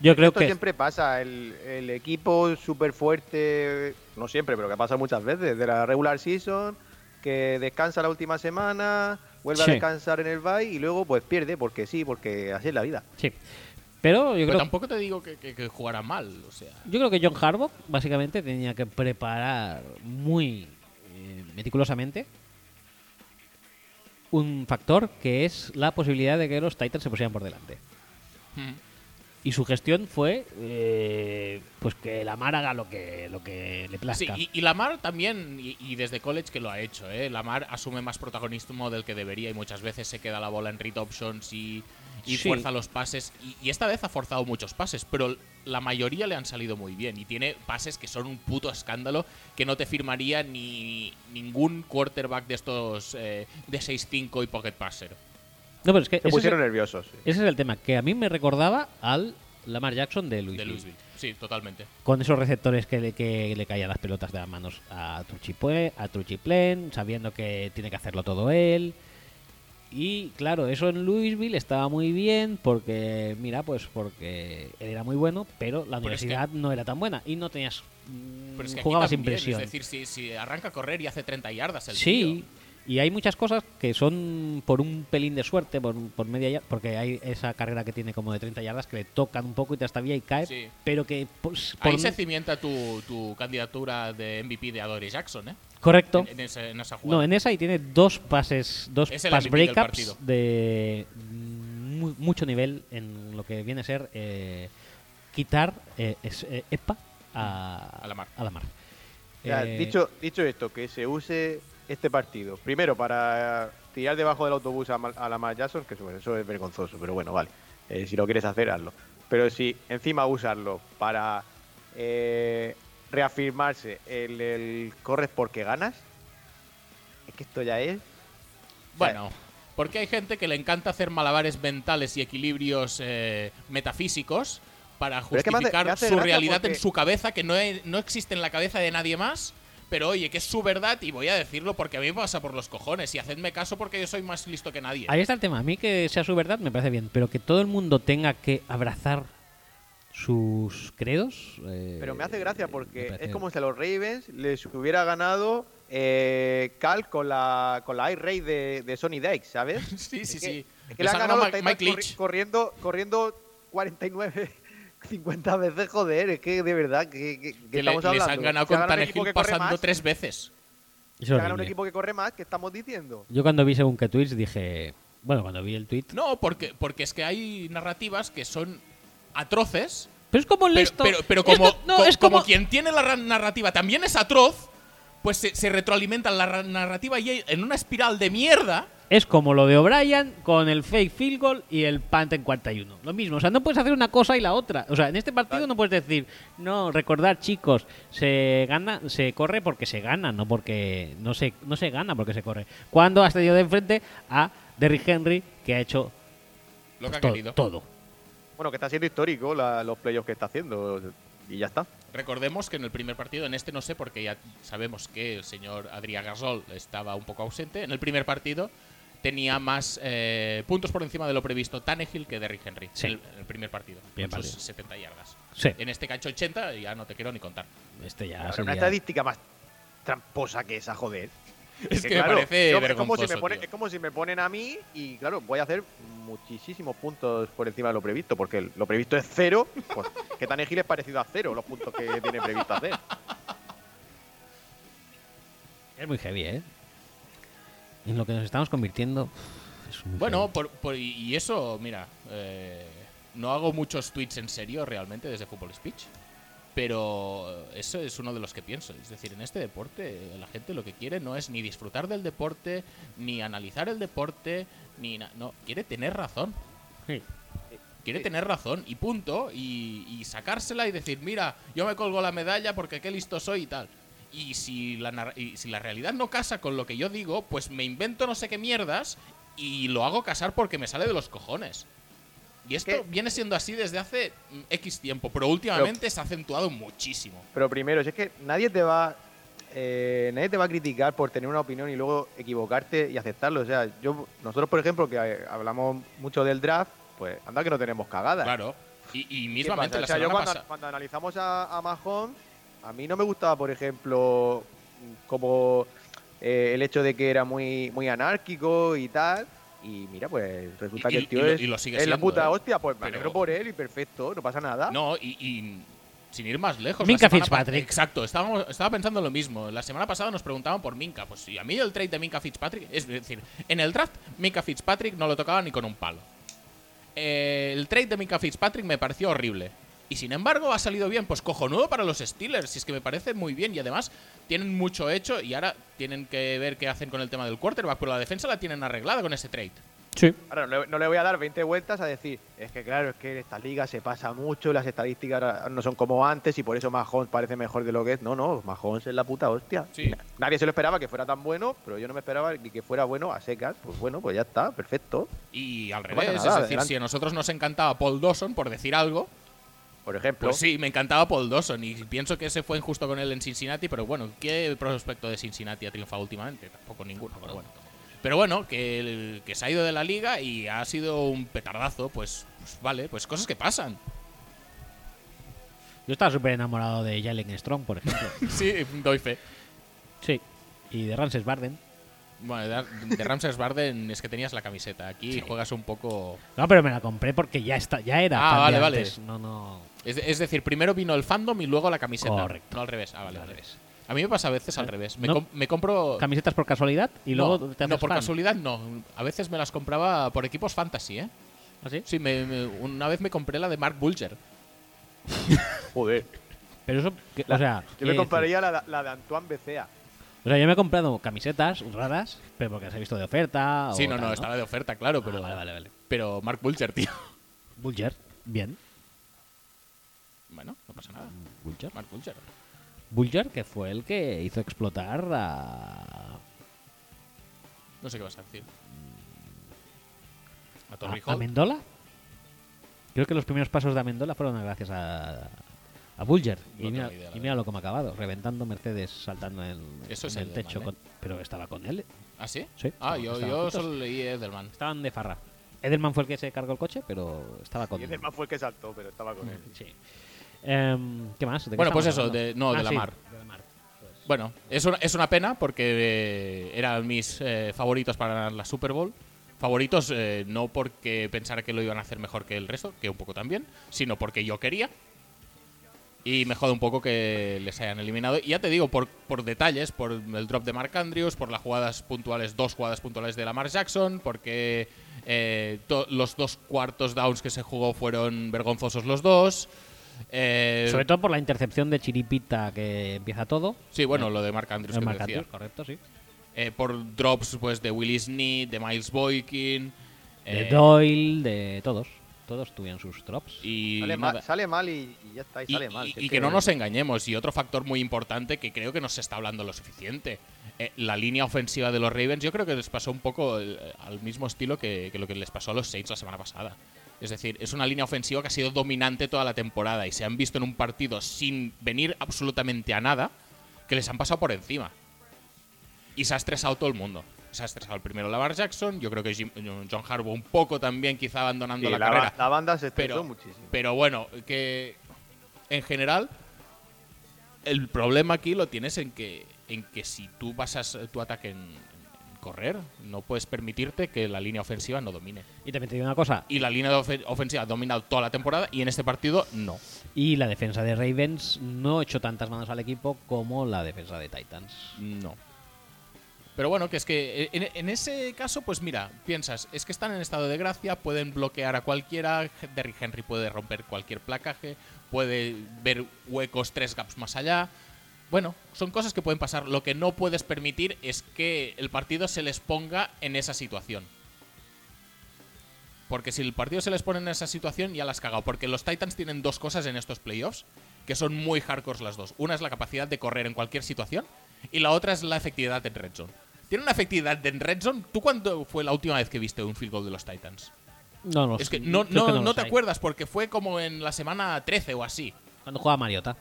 Speaker 1: Yo creo
Speaker 3: Esto
Speaker 1: que.
Speaker 3: siempre pasa, el, el equipo súper fuerte, no siempre, pero que pasa muchas veces, de la regular season, que descansa la última semana, vuelve
Speaker 1: Sí.
Speaker 3: a descansar en el bye y luego pues pierde, porque sí, porque así es la vida.
Speaker 1: Sí. Pero yo
Speaker 2: Pero
Speaker 1: creo,
Speaker 2: tampoco te digo que, que- que jugara mal, o sea.
Speaker 1: yo creo que John Harbaugh básicamente tenía que preparar muy eh, meticulosamente un factor que es la posibilidad de que los Titans se pusieran por delante.
Speaker 2: mm.
Speaker 1: Y su gestión fue eh, pues que Lamar haga lo que, lo que le
Speaker 2: Sí,
Speaker 1: plazca.
Speaker 2: y, y Lamar también, y, y desde college que lo ha hecho, ¿eh? Lamar asume más protagonismo del que debería y muchas veces se queda la bola en read options y, y
Speaker 1: Sí.
Speaker 2: fuerza los pases. Y, y esta vez ha forzado muchos pases, pero la mayoría le han salido muy bien y tiene pases que son un puto escándalo que no te firmaría ni ningún quarterback de estos eh, de 6-5 y pocket passer.
Speaker 1: no, pero es que
Speaker 3: Se
Speaker 1: ese,
Speaker 3: pusieron
Speaker 1: es
Speaker 3: nerviosos. sí.
Speaker 1: el, ese es el tema, que a mí me recordaba al Lamar Jackson de Luis.
Speaker 2: De Louisville. Sí, totalmente.
Speaker 1: con esos receptores que le, que le caían las pelotas de las manos a Truchiplen, a Truchiplen, sabiendo que tiene que hacerlo todo él. Y claro, eso en Louisville estaba muy bien porque, mira, pues porque él era muy bueno, pero la
Speaker 2: Pero es que-
Speaker 1: universidad no era tan buena y no tenías. mm,
Speaker 2: Pero es que aquí
Speaker 1: jugabas sin
Speaker 2: también,
Speaker 1: presión.
Speaker 2: Es decir, si, si arranca a correr y hace 30 yardas el
Speaker 1: Sí,
Speaker 2: tío.
Speaker 1: y hay muchas cosas que son por un pelín de suerte, por, por media yarda, porque hay esa carrera que tiene como de 30 yardas que le tocan un poco y te hasta y cae,
Speaker 2: Sí.
Speaker 1: pero que pues, por
Speaker 2: Ahí
Speaker 1: un-
Speaker 2: se cimienta tu, tu candidatura de MVP de Adore Jackson, ¿eh?
Speaker 1: correcto.
Speaker 2: En, en ese- en esa jugada.
Speaker 1: No, en esa y tiene dos pases, dos
Speaker 2: Es el
Speaker 1: pass
Speaker 2: MVP del
Speaker 1: breakups
Speaker 2: partido.
Speaker 1: de mu- mucho nivel en lo que viene a ser eh, quitar eh, es- eh, EPA a,
Speaker 2: A la mar.
Speaker 1: A la mar.
Speaker 3: O sea,
Speaker 1: Eh,
Speaker 3: dicho, dicho esto, que se use este partido, primero para tirar debajo del autobús a, Mal- a la Mar Jackson, que eso, pues, eso es vergonzoso, pero bueno, vale. Eh, si lo quieres hacer, hazlo. Pero si encima usarlo para eh, reafirmarse el, el corres porque ganas, es que esto ya es.
Speaker 1: ah,
Speaker 2: Bueno, porque hay gente que le encanta hacer malabares mentales y equilibrios eh, metafísicos para
Speaker 3: Pero es que me hace-
Speaker 2: justificar
Speaker 3: me hace
Speaker 2: su
Speaker 3: gracia
Speaker 2: realidad en
Speaker 3: porque-
Speaker 2: su cabeza, que no, e- no existe en la cabeza de nadie más. Pero oye, que es su verdad y voy a decirlo porque a mí me pasa por los cojones y hacedme caso porque yo soy más listo que nadie.
Speaker 1: Ahí está el tema. A mí que sea su verdad me parece bien, pero que todo el mundo tenga que abrazar sus credos. eh,
Speaker 3: Pero me hace gracia
Speaker 1: me
Speaker 3: porque es
Speaker 1: parece-
Speaker 3: como si a los Ravens les hubiera ganado eh, Cal con la, con la i-Ray de, de Sony Dykes,
Speaker 1: *laughs*
Speaker 3: ¿sabes?
Speaker 2: Sí, sí,
Speaker 3: Es que-
Speaker 2: sí.
Speaker 3: Es que le
Speaker 2: Les
Speaker 3: han
Speaker 2: ha
Speaker 3: ganado
Speaker 2: ganado
Speaker 3: los
Speaker 2: Mike-
Speaker 3: Titans
Speaker 2: Mike
Speaker 3: corri-
Speaker 2: Leach.
Speaker 3: corriendo, corriendo *laughs* 49, 50 veces, joder, es que de verdad, que, que- que
Speaker 2: Que le-
Speaker 3: estamos
Speaker 2: les
Speaker 3: hablando.
Speaker 2: han ganado
Speaker 3: Se
Speaker 2: con
Speaker 3: ha un equipo
Speaker 2: Tannehill
Speaker 3: que corre
Speaker 2: pasando
Speaker 3: más,
Speaker 2: tres veces.
Speaker 1: Es
Speaker 3: se ha ganado un
Speaker 1: horrible.
Speaker 3: equipo que corre más, ¿qué estamos diciendo?
Speaker 1: Yo cuando vi según que tweets dije. Bueno, cuando vi el tweet.
Speaker 2: No, porque, porque es que hay narrativas que son atroces,
Speaker 1: Pero es como el
Speaker 2: pero,
Speaker 1: esto.
Speaker 2: pero, pero
Speaker 1: Es
Speaker 2: como,
Speaker 1: co- no,
Speaker 2: co-
Speaker 1: es
Speaker 2: como
Speaker 1: como,
Speaker 2: quien tiene la ra- narrativa también es atroz, pues se, se retroalimenta la ra- narrativa y hay- en una espiral de mierda
Speaker 1: es como lo de O'Brien con el fake field goal y el punt en 41. Lo mismo, o sea, no puedes hacer una cosa y la otra. O sea, en este partido no puedes decir, no, recordar chicos, se gana, se corre porque se gana, no porque no se, no se gana porque se corre. Cuando has tenido de enfrente a Derrick Henry que ha hecho
Speaker 2: Lo que
Speaker 1: pues,
Speaker 2: ha
Speaker 1: todo-
Speaker 2: querido.
Speaker 1: todo.
Speaker 3: Bueno, que está siendo histórico la- los playoffs que está haciendo. Y ya está.
Speaker 2: Recordemos que en el primer partido, en este no sé, porque ya sabemos que el señor Adrián Gasol estaba un poco ausente. En el primer partido tenía más eh, puntos por encima de lo previsto Tannehill que Derrick Henry.
Speaker 1: Sí.
Speaker 2: En, el, en el primer partido.
Speaker 1: Bien
Speaker 2: con sus
Speaker 1: partido.
Speaker 2: 70 yardas.
Speaker 1: Sí,
Speaker 2: En este cacho 80, ya no te quiero ni contar.
Speaker 1: este ya
Speaker 3: Pero
Speaker 1: sería-
Speaker 3: una estadística más tramposa que esa, joder.
Speaker 2: Es que,
Speaker 3: claro,
Speaker 2: me parece
Speaker 3: yo- es como,
Speaker 2: vergonzoso.
Speaker 3: si me ponen,
Speaker 2: tío.
Speaker 3: es como si me ponen a mí y, claro, voy a hacer muchísimos puntos por encima de lo previsto, porque el- lo previsto es cero, pues que tan es parecido a cero los puntos que tiene previsto hacer.
Speaker 1: Es muy heavy, ¿eh? En lo que nos estamos convirtiendo. es muy
Speaker 2: Bueno, por- por- y- y eso, mira, eh, no hago muchos tweets en serio realmente desde Football Speech, pero eso es uno de los que pienso. Es decir, en este deporte la gente lo que quiere no es ni disfrutar del deporte, ni analizar el deporte, ni na- no, quiere tener razón.
Speaker 1: heavy.
Speaker 2: Quiere tener razón y punto, y, y sacársela y decir, mira, yo me colgo la medalla porque qué listo soy y tal. Y si, la, nar- y si la realidad no casa con lo que yo digo, pues me invento no sé qué mierdas y lo hago casar porque me sale de los cojones. Y esto
Speaker 3: ¿Qué?
Speaker 2: viene siendo así desde hace mm, X tiempo, pero últimamente se ha acentuado muchísimo.
Speaker 3: Pero primero, si es que nadie te va eh, nadie te va a criticar por tener una opinión y luego equivocarte y aceptarlo. O sea, yo nosotros, por ejemplo, que eh, hablamos mucho del draft, pues anda que no tenemos cagadas.
Speaker 2: Claro. Y, y
Speaker 3: ¿Qué
Speaker 2: mismamente
Speaker 3: pasa?
Speaker 2: la
Speaker 3: O sea, yo
Speaker 2: semana
Speaker 3: cuando,
Speaker 2: pasada.
Speaker 3: cuando analizamos a, a Mahomes, a mí no me gustaba, por ejemplo, como eh, el hecho de que era muy, muy anárquico y tal. Y mira, pues resulta
Speaker 2: Y-
Speaker 3: que
Speaker 2: y-
Speaker 3: el tío
Speaker 2: y lo-
Speaker 3: es,
Speaker 2: y lo sigue
Speaker 3: es la
Speaker 2: siendo,
Speaker 3: puta
Speaker 2: ¿eh?
Speaker 3: hostia. Pues me
Speaker 2: Pero-
Speaker 3: alegro por él y perfecto, no pasa nada.
Speaker 2: No, y, y sin ir más lejos.
Speaker 1: Minka
Speaker 2: la semana pa-
Speaker 1: Fitzpatrick.
Speaker 2: Exacto, estábamos, estaba pensando lo mismo. La semana pasada nos preguntaban por Minka. Pues sí, a mí el trade de Minka Fitzpatrick, es decir, en el draft Minka Fitzpatrick no lo tocaba ni con un palo. Eh, el trade de Minka Fitzpatrick me pareció horrible. Y sin embargo ha salido bien, pues cojonudo para los Steelers, si es que me parece muy bien y además tienen mucho hecho y ahora tienen que ver qué hacen con el tema del quarterback, pero la defensa la tienen arreglada con ese trade.
Speaker 3: Ahora, no le, no le voy a dar 20 vueltas a decir, es que claro, es que en esta liga se pasa mucho, las estadísticas ahora no son como antes y por eso Mahomes parece mejor de lo que es. No, no, Mahomes es la puta hostia.
Speaker 2: Sí.
Speaker 3: Na- Nadie se lo esperaba que fuera tan bueno, pero yo no me esperaba ni que fuera bueno a secas. Pues bueno, pues ya está, perfecto.
Speaker 2: Y al
Speaker 3: pasa
Speaker 2: revés, es
Speaker 3: nada,
Speaker 2: decir,
Speaker 3: adelante.
Speaker 2: si a nosotros nos encantaba Paul Dawson, por decir algo,
Speaker 3: Por ejemplo,
Speaker 2: Pues sí, me encantaba Paul Dawson y pienso que ese fue injusto con él en Cincinnati, pero bueno, ¿qué prospecto de Cincinnati ha triunfado últimamente? Tampoco ninguno, pero bueno. Pero bueno, que, el- que se ha ido de la liga y ha sido un petardazo, pues, pues vale, pues cosas que pasan. *laughs*
Speaker 1: Yo estaba súper enamorado de Jalen Strong, por
Speaker 2: *laughs*
Speaker 1: ejemplo.
Speaker 2: sí, doy fe.
Speaker 1: sí. Y de Ramses Barden.
Speaker 2: Bueno, de, de Ramses Barden es que tenías la camiseta. Aquí juegas un poco.
Speaker 1: No, pero me la compré porque ya está, ya era. fan
Speaker 2: Ah,
Speaker 1: de
Speaker 2: vale, vale.
Speaker 1: antes. No, no.
Speaker 2: Es, de- es decir, primero vino el fandom y luego la camiseta.
Speaker 1: Correcto.
Speaker 2: No al revés. Ah, vale,
Speaker 1: Al
Speaker 2: vale.
Speaker 1: revés. ¿Eh?
Speaker 2: A mí me pasa a veces al revés. Me,
Speaker 1: No.
Speaker 2: com- me compro.
Speaker 1: Camisetas por casualidad y
Speaker 2: no,
Speaker 1: luego te haces
Speaker 2: no, por
Speaker 1: fan.
Speaker 2: casualidad no. A veces me las compraba por equipos fantasy, ¿eh?
Speaker 1: ¿Ah, sí?
Speaker 2: Sí, me- me- una vez me compré la de Mark Bulger.
Speaker 3: joder.
Speaker 1: Pero eso, que- o sea, eh,
Speaker 3: Yo me
Speaker 1: quiero decir-
Speaker 3: compraría la, la de Antoine Becea.
Speaker 1: O sea, yo me he comprado camisetas raras, pero porque las he visto de oferta. o
Speaker 2: sí, no,
Speaker 1: tal,
Speaker 2: no, estaba de oferta, claro,
Speaker 1: Ah,
Speaker 2: pero,
Speaker 1: vale, vale, vale.
Speaker 2: pero Mark Bulger, tío. *laughs*
Speaker 1: Bulger, bien.
Speaker 2: Bueno, no pasa nada.
Speaker 1: Bulger.
Speaker 2: Mark Bulger.
Speaker 1: Bulger, que fue el que hizo explotar a.
Speaker 2: No sé qué vas a decir. A
Speaker 1: a-
Speaker 2: Torrijón.
Speaker 1: a Amendola. Creo que los primeros pasos de Amendola fueron gracias a. A Bulger.
Speaker 2: No
Speaker 1: y mira,
Speaker 2: tengo idea, la
Speaker 1: y mira lo como ha acabado. Reventando Mercedes, saltando en,
Speaker 2: Eso es
Speaker 1: en el
Speaker 2: Edelman,
Speaker 1: techo.
Speaker 2: ¿eh?
Speaker 1: con- pero estaba con él.
Speaker 2: ¿Ah, sí?
Speaker 1: Sí,
Speaker 2: Ah,
Speaker 1: estaban-
Speaker 2: yo,
Speaker 1: estaban
Speaker 2: yo
Speaker 1: juntos.
Speaker 2: solo leí Edelman.
Speaker 1: Estaban de farra. Edelman fue el que se cargó el coche, pero estaba con
Speaker 3: Y ese más fue el que saltó, pero estaba con él.
Speaker 1: Sí. Em, ¿Qué más? ¿De qué
Speaker 2: Bueno, pues
Speaker 1: estamos Ah,
Speaker 2: eso, de- no, de la mar.
Speaker 1: de la mar.
Speaker 2: Bueno, es una, es una pena porque eh, eran mis eh, favoritos para ganar la Super Bowl. Favoritos eh, no porque pensara que lo iban a hacer mejor que el resto, que un poco también, sino porque yo quería. Y me jode un poco que les hayan eliminado. Y ya te digo, por, por detalles, por el drop de Mark Andrews, por las jugadas puntuales, dos jugadas puntuales de Lamar Jackson, porque eh, to- los dos cuartos downs que se jugó fueron vergonzosos los dos. Eh,
Speaker 1: Sobre todo por la intercepción de Chiripita que empieza todo.
Speaker 2: sí, bueno, lo de Mark Andrews
Speaker 1: El
Speaker 2: que te
Speaker 1: Marc
Speaker 2: decía.
Speaker 1: Andrews, correcto, sí.
Speaker 2: eh, por drops pues de Willie Sneed, de Miles Boykin.
Speaker 1: De
Speaker 2: eh,
Speaker 1: Doyle, de todos. Todos tuvieron sus drops.
Speaker 2: y
Speaker 7: Sale,
Speaker 2: nada.
Speaker 7: mal, sale mal y, y ya está, y,
Speaker 2: Y,
Speaker 7: sale mal.
Speaker 2: y-
Speaker 7: si
Speaker 2: y
Speaker 7: es
Speaker 2: que no nos engañemos. Y otro factor muy importante que creo que no se está hablando lo suficiente. Eh, la línea ofensiva de los Ravens yo creo que les pasó un poco el- al mismo estilo que, que lo que les pasó a los Saints la semana pasada. Es decir, es una línea ofensiva que ha sido dominante toda la temporada y se han visto en un partido sin venir absolutamente a nada que les han pasado por encima. Y se ha estresado todo el mundo. Se ha estresado el primero Lamar Jackson, yo creo que Jim- John Harbaugh un poco también quizá abandonando
Speaker 7: Sí,
Speaker 2: la,
Speaker 7: la,
Speaker 2: carrera.
Speaker 7: ba- la banda se estresó
Speaker 2: Pero,
Speaker 7: muchísimo.
Speaker 2: pero bueno, que en general el problema aquí lo tienes en que en que si tú basas tu ataque en, en correr, no puedes permitirte que la línea ofensiva no domine.
Speaker 1: Y también te digo una cosa.
Speaker 2: Y la línea de ofe- ofensiva ha dominado toda la temporada y en este partido no.
Speaker 1: Y la defensa de Ravens no echó tantas manos al equipo como la defensa de Titans.
Speaker 2: No. Pero bueno, que es que eh, en, en ese caso, pues mira, piensas, es que están en estado de gracia, pueden bloquear a cualquiera, Derrick Henry puede romper cualquier placaje, puede ver huecos tres gaps más allá. Bueno, son cosas que pueden pasar. Lo que no puedes permitir es que el partido se les ponga en esa situación. Porque si el partido se les pone en esa situación, ya las has cagado. Porque los Titans tienen dos cosas en estos playoffs que son muy hardcore las dos. Una es la capacidad de correr en cualquier situación y la otra es la efectividad en red zone. Tiene una efectividad en red zone. ¿Tú cuándo fue la última vez que viste un field goal de los Titans?
Speaker 1: No, no
Speaker 2: es
Speaker 1: sé,
Speaker 2: que no,
Speaker 1: Pues creo
Speaker 2: no-
Speaker 1: los
Speaker 2: no te
Speaker 1: hay.
Speaker 2: acuerdas porque fue como en la semana 13 o así.
Speaker 1: Cuando jugaba Mariota.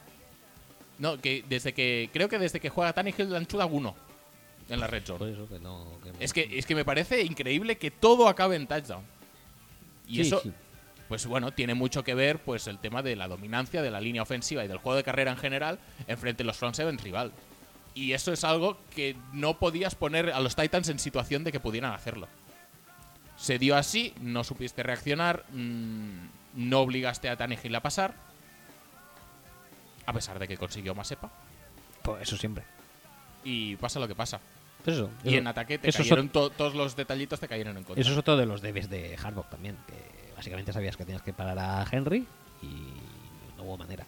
Speaker 2: No, que desde que creo que desde que juega Tannehill han chutado uno en la red
Speaker 1: Por
Speaker 2: zone.
Speaker 1: eso que no. que-
Speaker 2: Es que es que me parece increíble que todo acabe en touchdown. Y
Speaker 1: Sí,
Speaker 2: eso
Speaker 1: sí.
Speaker 2: pues bueno, tiene mucho que ver pues el tema de la dominancia de la línea ofensiva y del juego de carrera en general enfrente de los front seven rival. Y eso es algo que no podías poner a los Titans en situación de que pudieran hacerlo. Se dio así, no supiste reaccionar, mm, no obligaste a Tannehill a pasar, a pesar de que consiguió más EPA,
Speaker 1: Pues eso siempre.
Speaker 2: y pasa lo que pasa.
Speaker 1: Pues eso,
Speaker 2: Y
Speaker 1: eso-
Speaker 2: en ataque te
Speaker 1: eso es
Speaker 2: cayeron to- todos los detallitos te cayeron en contra.
Speaker 1: Eso es otro de los debes de Hardbox también, que básicamente sabías que tenías que parar a Henry y no hubo manera.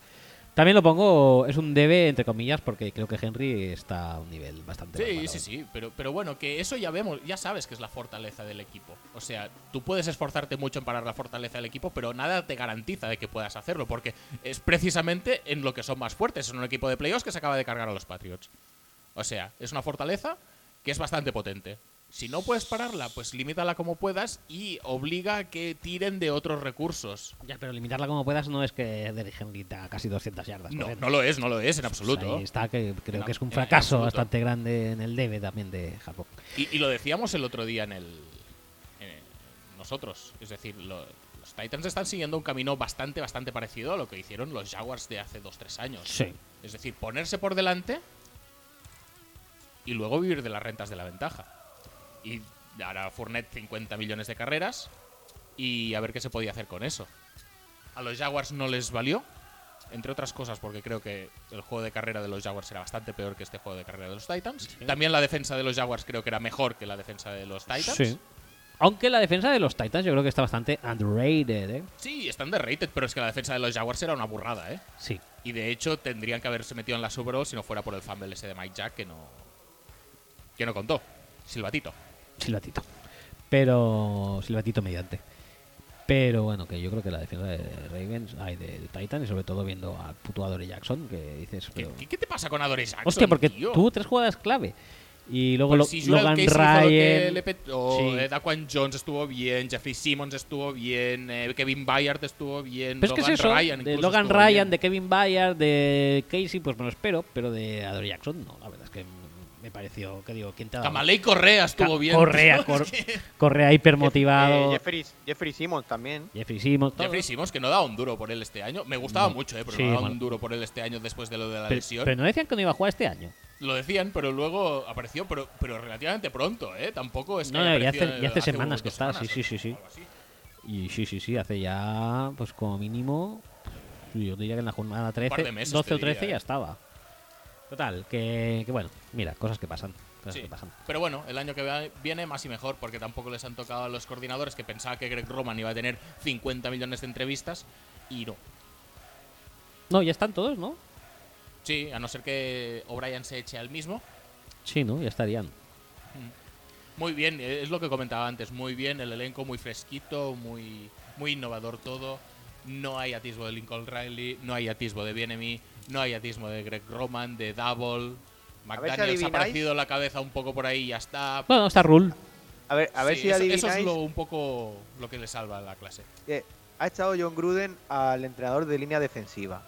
Speaker 1: También lo pongo, es un debe entre comillas, porque creo que Henry está a un nivel bastante
Speaker 2: Sí,
Speaker 1: bárbaro.
Speaker 2: sí, sí, pero, pero bueno, que eso ya vemos, ya sabes que es la fortaleza del equipo. O sea, tú puedes esforzarte mucho en parar la fortaleza del equipo, pero nada te garantiza de que puedas hacerlo, porque es precisamente en lo que son más fuertes. Es un equipo de playoffs que se acaba de cargar a los Patriots. O sea, es una fortaleza que es bastante potente. Si no puedes pararla, pues limítala como puedas y obliga a que tiren de otros recursos.
Speaker 1: Ya, pero limitarla como puedas no es que Derrick Henry tenga casi 200 yardas.
Speaker 2: No,
Speaker 1: corriendo.
Speaker 2: no lo es, no lo es en
Speaker 1: O sea,
Speaker 2: absoluto.
Speaker 1: ahí está, que creo
Speaker 2: En
Speaker 1: que es un
Speaker 2: ab- en
Speaker 1: fracaso
Speaker 2: absoluto.
Speaker 1: bastante grande en el debe también de Hardbox.
Speaker 2: Y, y lo decíamos el otro día en el. en el- nosotros. Es decir, lo- los Titans están siguiendo un camino bastante, bastante parecido a lo que hicieron los Jaguars de hace 2-3 años.
Speaker 1: Sí.
Speaker 2: Es decir, ponerse por delante y luego vivir de las rentas de la ventaja. Y ahora Fournette 50 millones de carreras y a ver qué se podía hacer con eso. A los Jaguars no les valió, entre otras cosas porque creo que el juego de carrera de los Jaguars era bastante peor que este juego de carrera de los Titans. También la defensa de los Jaguars creo que era mejor que la defensa de los Titans.
Speaker 1: Sí. Aunque la defensa de los Titans yo creo que está bastante underrated, ¿eh?
Speaker 2: Sí, están de rated, pero es que la defensa de los Jaguars era una burrada, ¿eh?
Speaker 1: Sí.
Speaker 2: Y de hecho tendrían que haberse metido en la Super Bowl si no fuera por el fumble ese de Mike Jack que no que no contó. Silbatito.
Speaker 1: Silbatito. Pero. Silbatito mediante. Pero bueno, que yo creo que la defensa de Ravens, hay de Titan, y sobre todo viendo al puto Adore Jackson, que dices.
Speaker 2: ¿Qué,
Speaker 1: Pero,
Speaker 2: qué- qué te pasa con Adore Jackson?
Speaker 1: hostia, porque
Speaker 2: tío?
Speaker 1: tuvo tres jugadas clave. Y luego
Speaker 2: Pues
Speaker 1: lo,
Speaker 2: si Jurel
Speaker 1: Logan
Speaker 2: Casey hizo lo que
Speaker 1: Ryan.
Speaker 2: le petó,
Speaker 1: Sí.
Speaker 2: eh, Daquan Jones estuvo bien, Jeffrey Simmons estuvo bien, eh, Kevin Bayard estuvo bien,
Speaker 1: Pero es que
Speaker 2: Mm, Logan
Speaker 1: es eso,
Speaker 2: Ryan
Speaker 1: de
Speaker 2: incluso
Speaker 1: Logan
Speaker 2: estuvo
Speaker 1: Ryan,
Speaker 2: bien.
Speaker 1: de Kevin Bayard, de Casey, pues me lo espero, pero de Adore Jackson no, la verdad es que me pareció, que digo, ¿quién te ha dado?
Speaker 2: Camalei Correa estuvo
Speaker 1: Ca-
Speaker 2: bien. *laughs*
Speaker 1: Correa,
Speaker 2: tío,
Speaker 1: cor-
Speaker 2: es que-
Speaker 1: Correa hipermotivado.
Speaker 7: Eh, Jeffrey, Jeffrey Simmons también.
Speaker 1: Jeffrey Simmons. todo.
Speaker 2: Jeffrey Simmons que no daba un duro por él este año. Me gustaba mucho, eh, pero
Speaker 1: Mm. Sí,
Speaker 2: no daba
Speaker 1: bueno.
Speaker 2: un duro por él este año después de lo de la
Speaker 1: pero,
Speaker 2: lesión.
Speaker 1: pero no decían que no iba a jugar este año.
Speaker 2: Lo decían, pero luego apareció, pero, pero relativamente pronto, ¿eh? Tampoco es que
Speaker 1: No,
Speaker 2: haya
Speaker 1: no, ya
Speaker 2: aparecido
Speaker 1: hace- ya hace semanas que
Speaker 2: dos
Speaker 1: está, sí,
Speaker 2: semanas
Speaker 1: sí,
Speaker 2: o
Speaker 1: sí, sí.
Speaker 2: algo así.
Speaker 1: Y sí, sí, sí, hace ya, pues como mínimo, yo diría que en la jornada 13,
Speaker 2: par de meses,
Speaker 1: 12 o
Speaker 2: te diría,
Speaker 1: 13 ya
Speaker 2: ¿eh?
Speaker 1: estaba. Total, que, que bueno, mira, cosas que pasan. Cosas
Speaker 2: Sí,
Speaker 1: que pasan.
Speaker 2: Pero bueno, el año que va- viene más y mejor, porque tampoco les han tocado a los coordinadores que pensaba que Greg Roman iba a tener 50 millones de entrevistas y no.
Speaker 1: No, ya están todos, ¿no?
Speaker 2: Sí, a no ser que O'Brien se eche al mismo.
Speaker 1: Sí, ¿no? Ya estarían.
Speaker 2: Muy bien, eh, es lo que comentaba antes. Muy bien, el elenco muy fresquito, muy, muy innovador todo. No hay atisbo de Lincoln Riley, no hay atisbo de Bienemy, no hay atisbo de Greg Roman, de Double.
Speaker 3: A ver si
Speaker 2: McDaniels ha
Speaker 3: adivináis.
Speaker 2: partido la cabeza un poco por ahí y ya está.
Speaker 1: Bueno, está Rule.
Speaker 3: A ver, a ver
Speaker 2: Sí,
Speaker 3: si
Speaker 2: eso, eso
Speaker 3: adivináis.
Speaker 2: es lo, un poco lo que le salva a la clase.
Speaker 3: que ha echado John Gruden al entrenador de línea defensiva.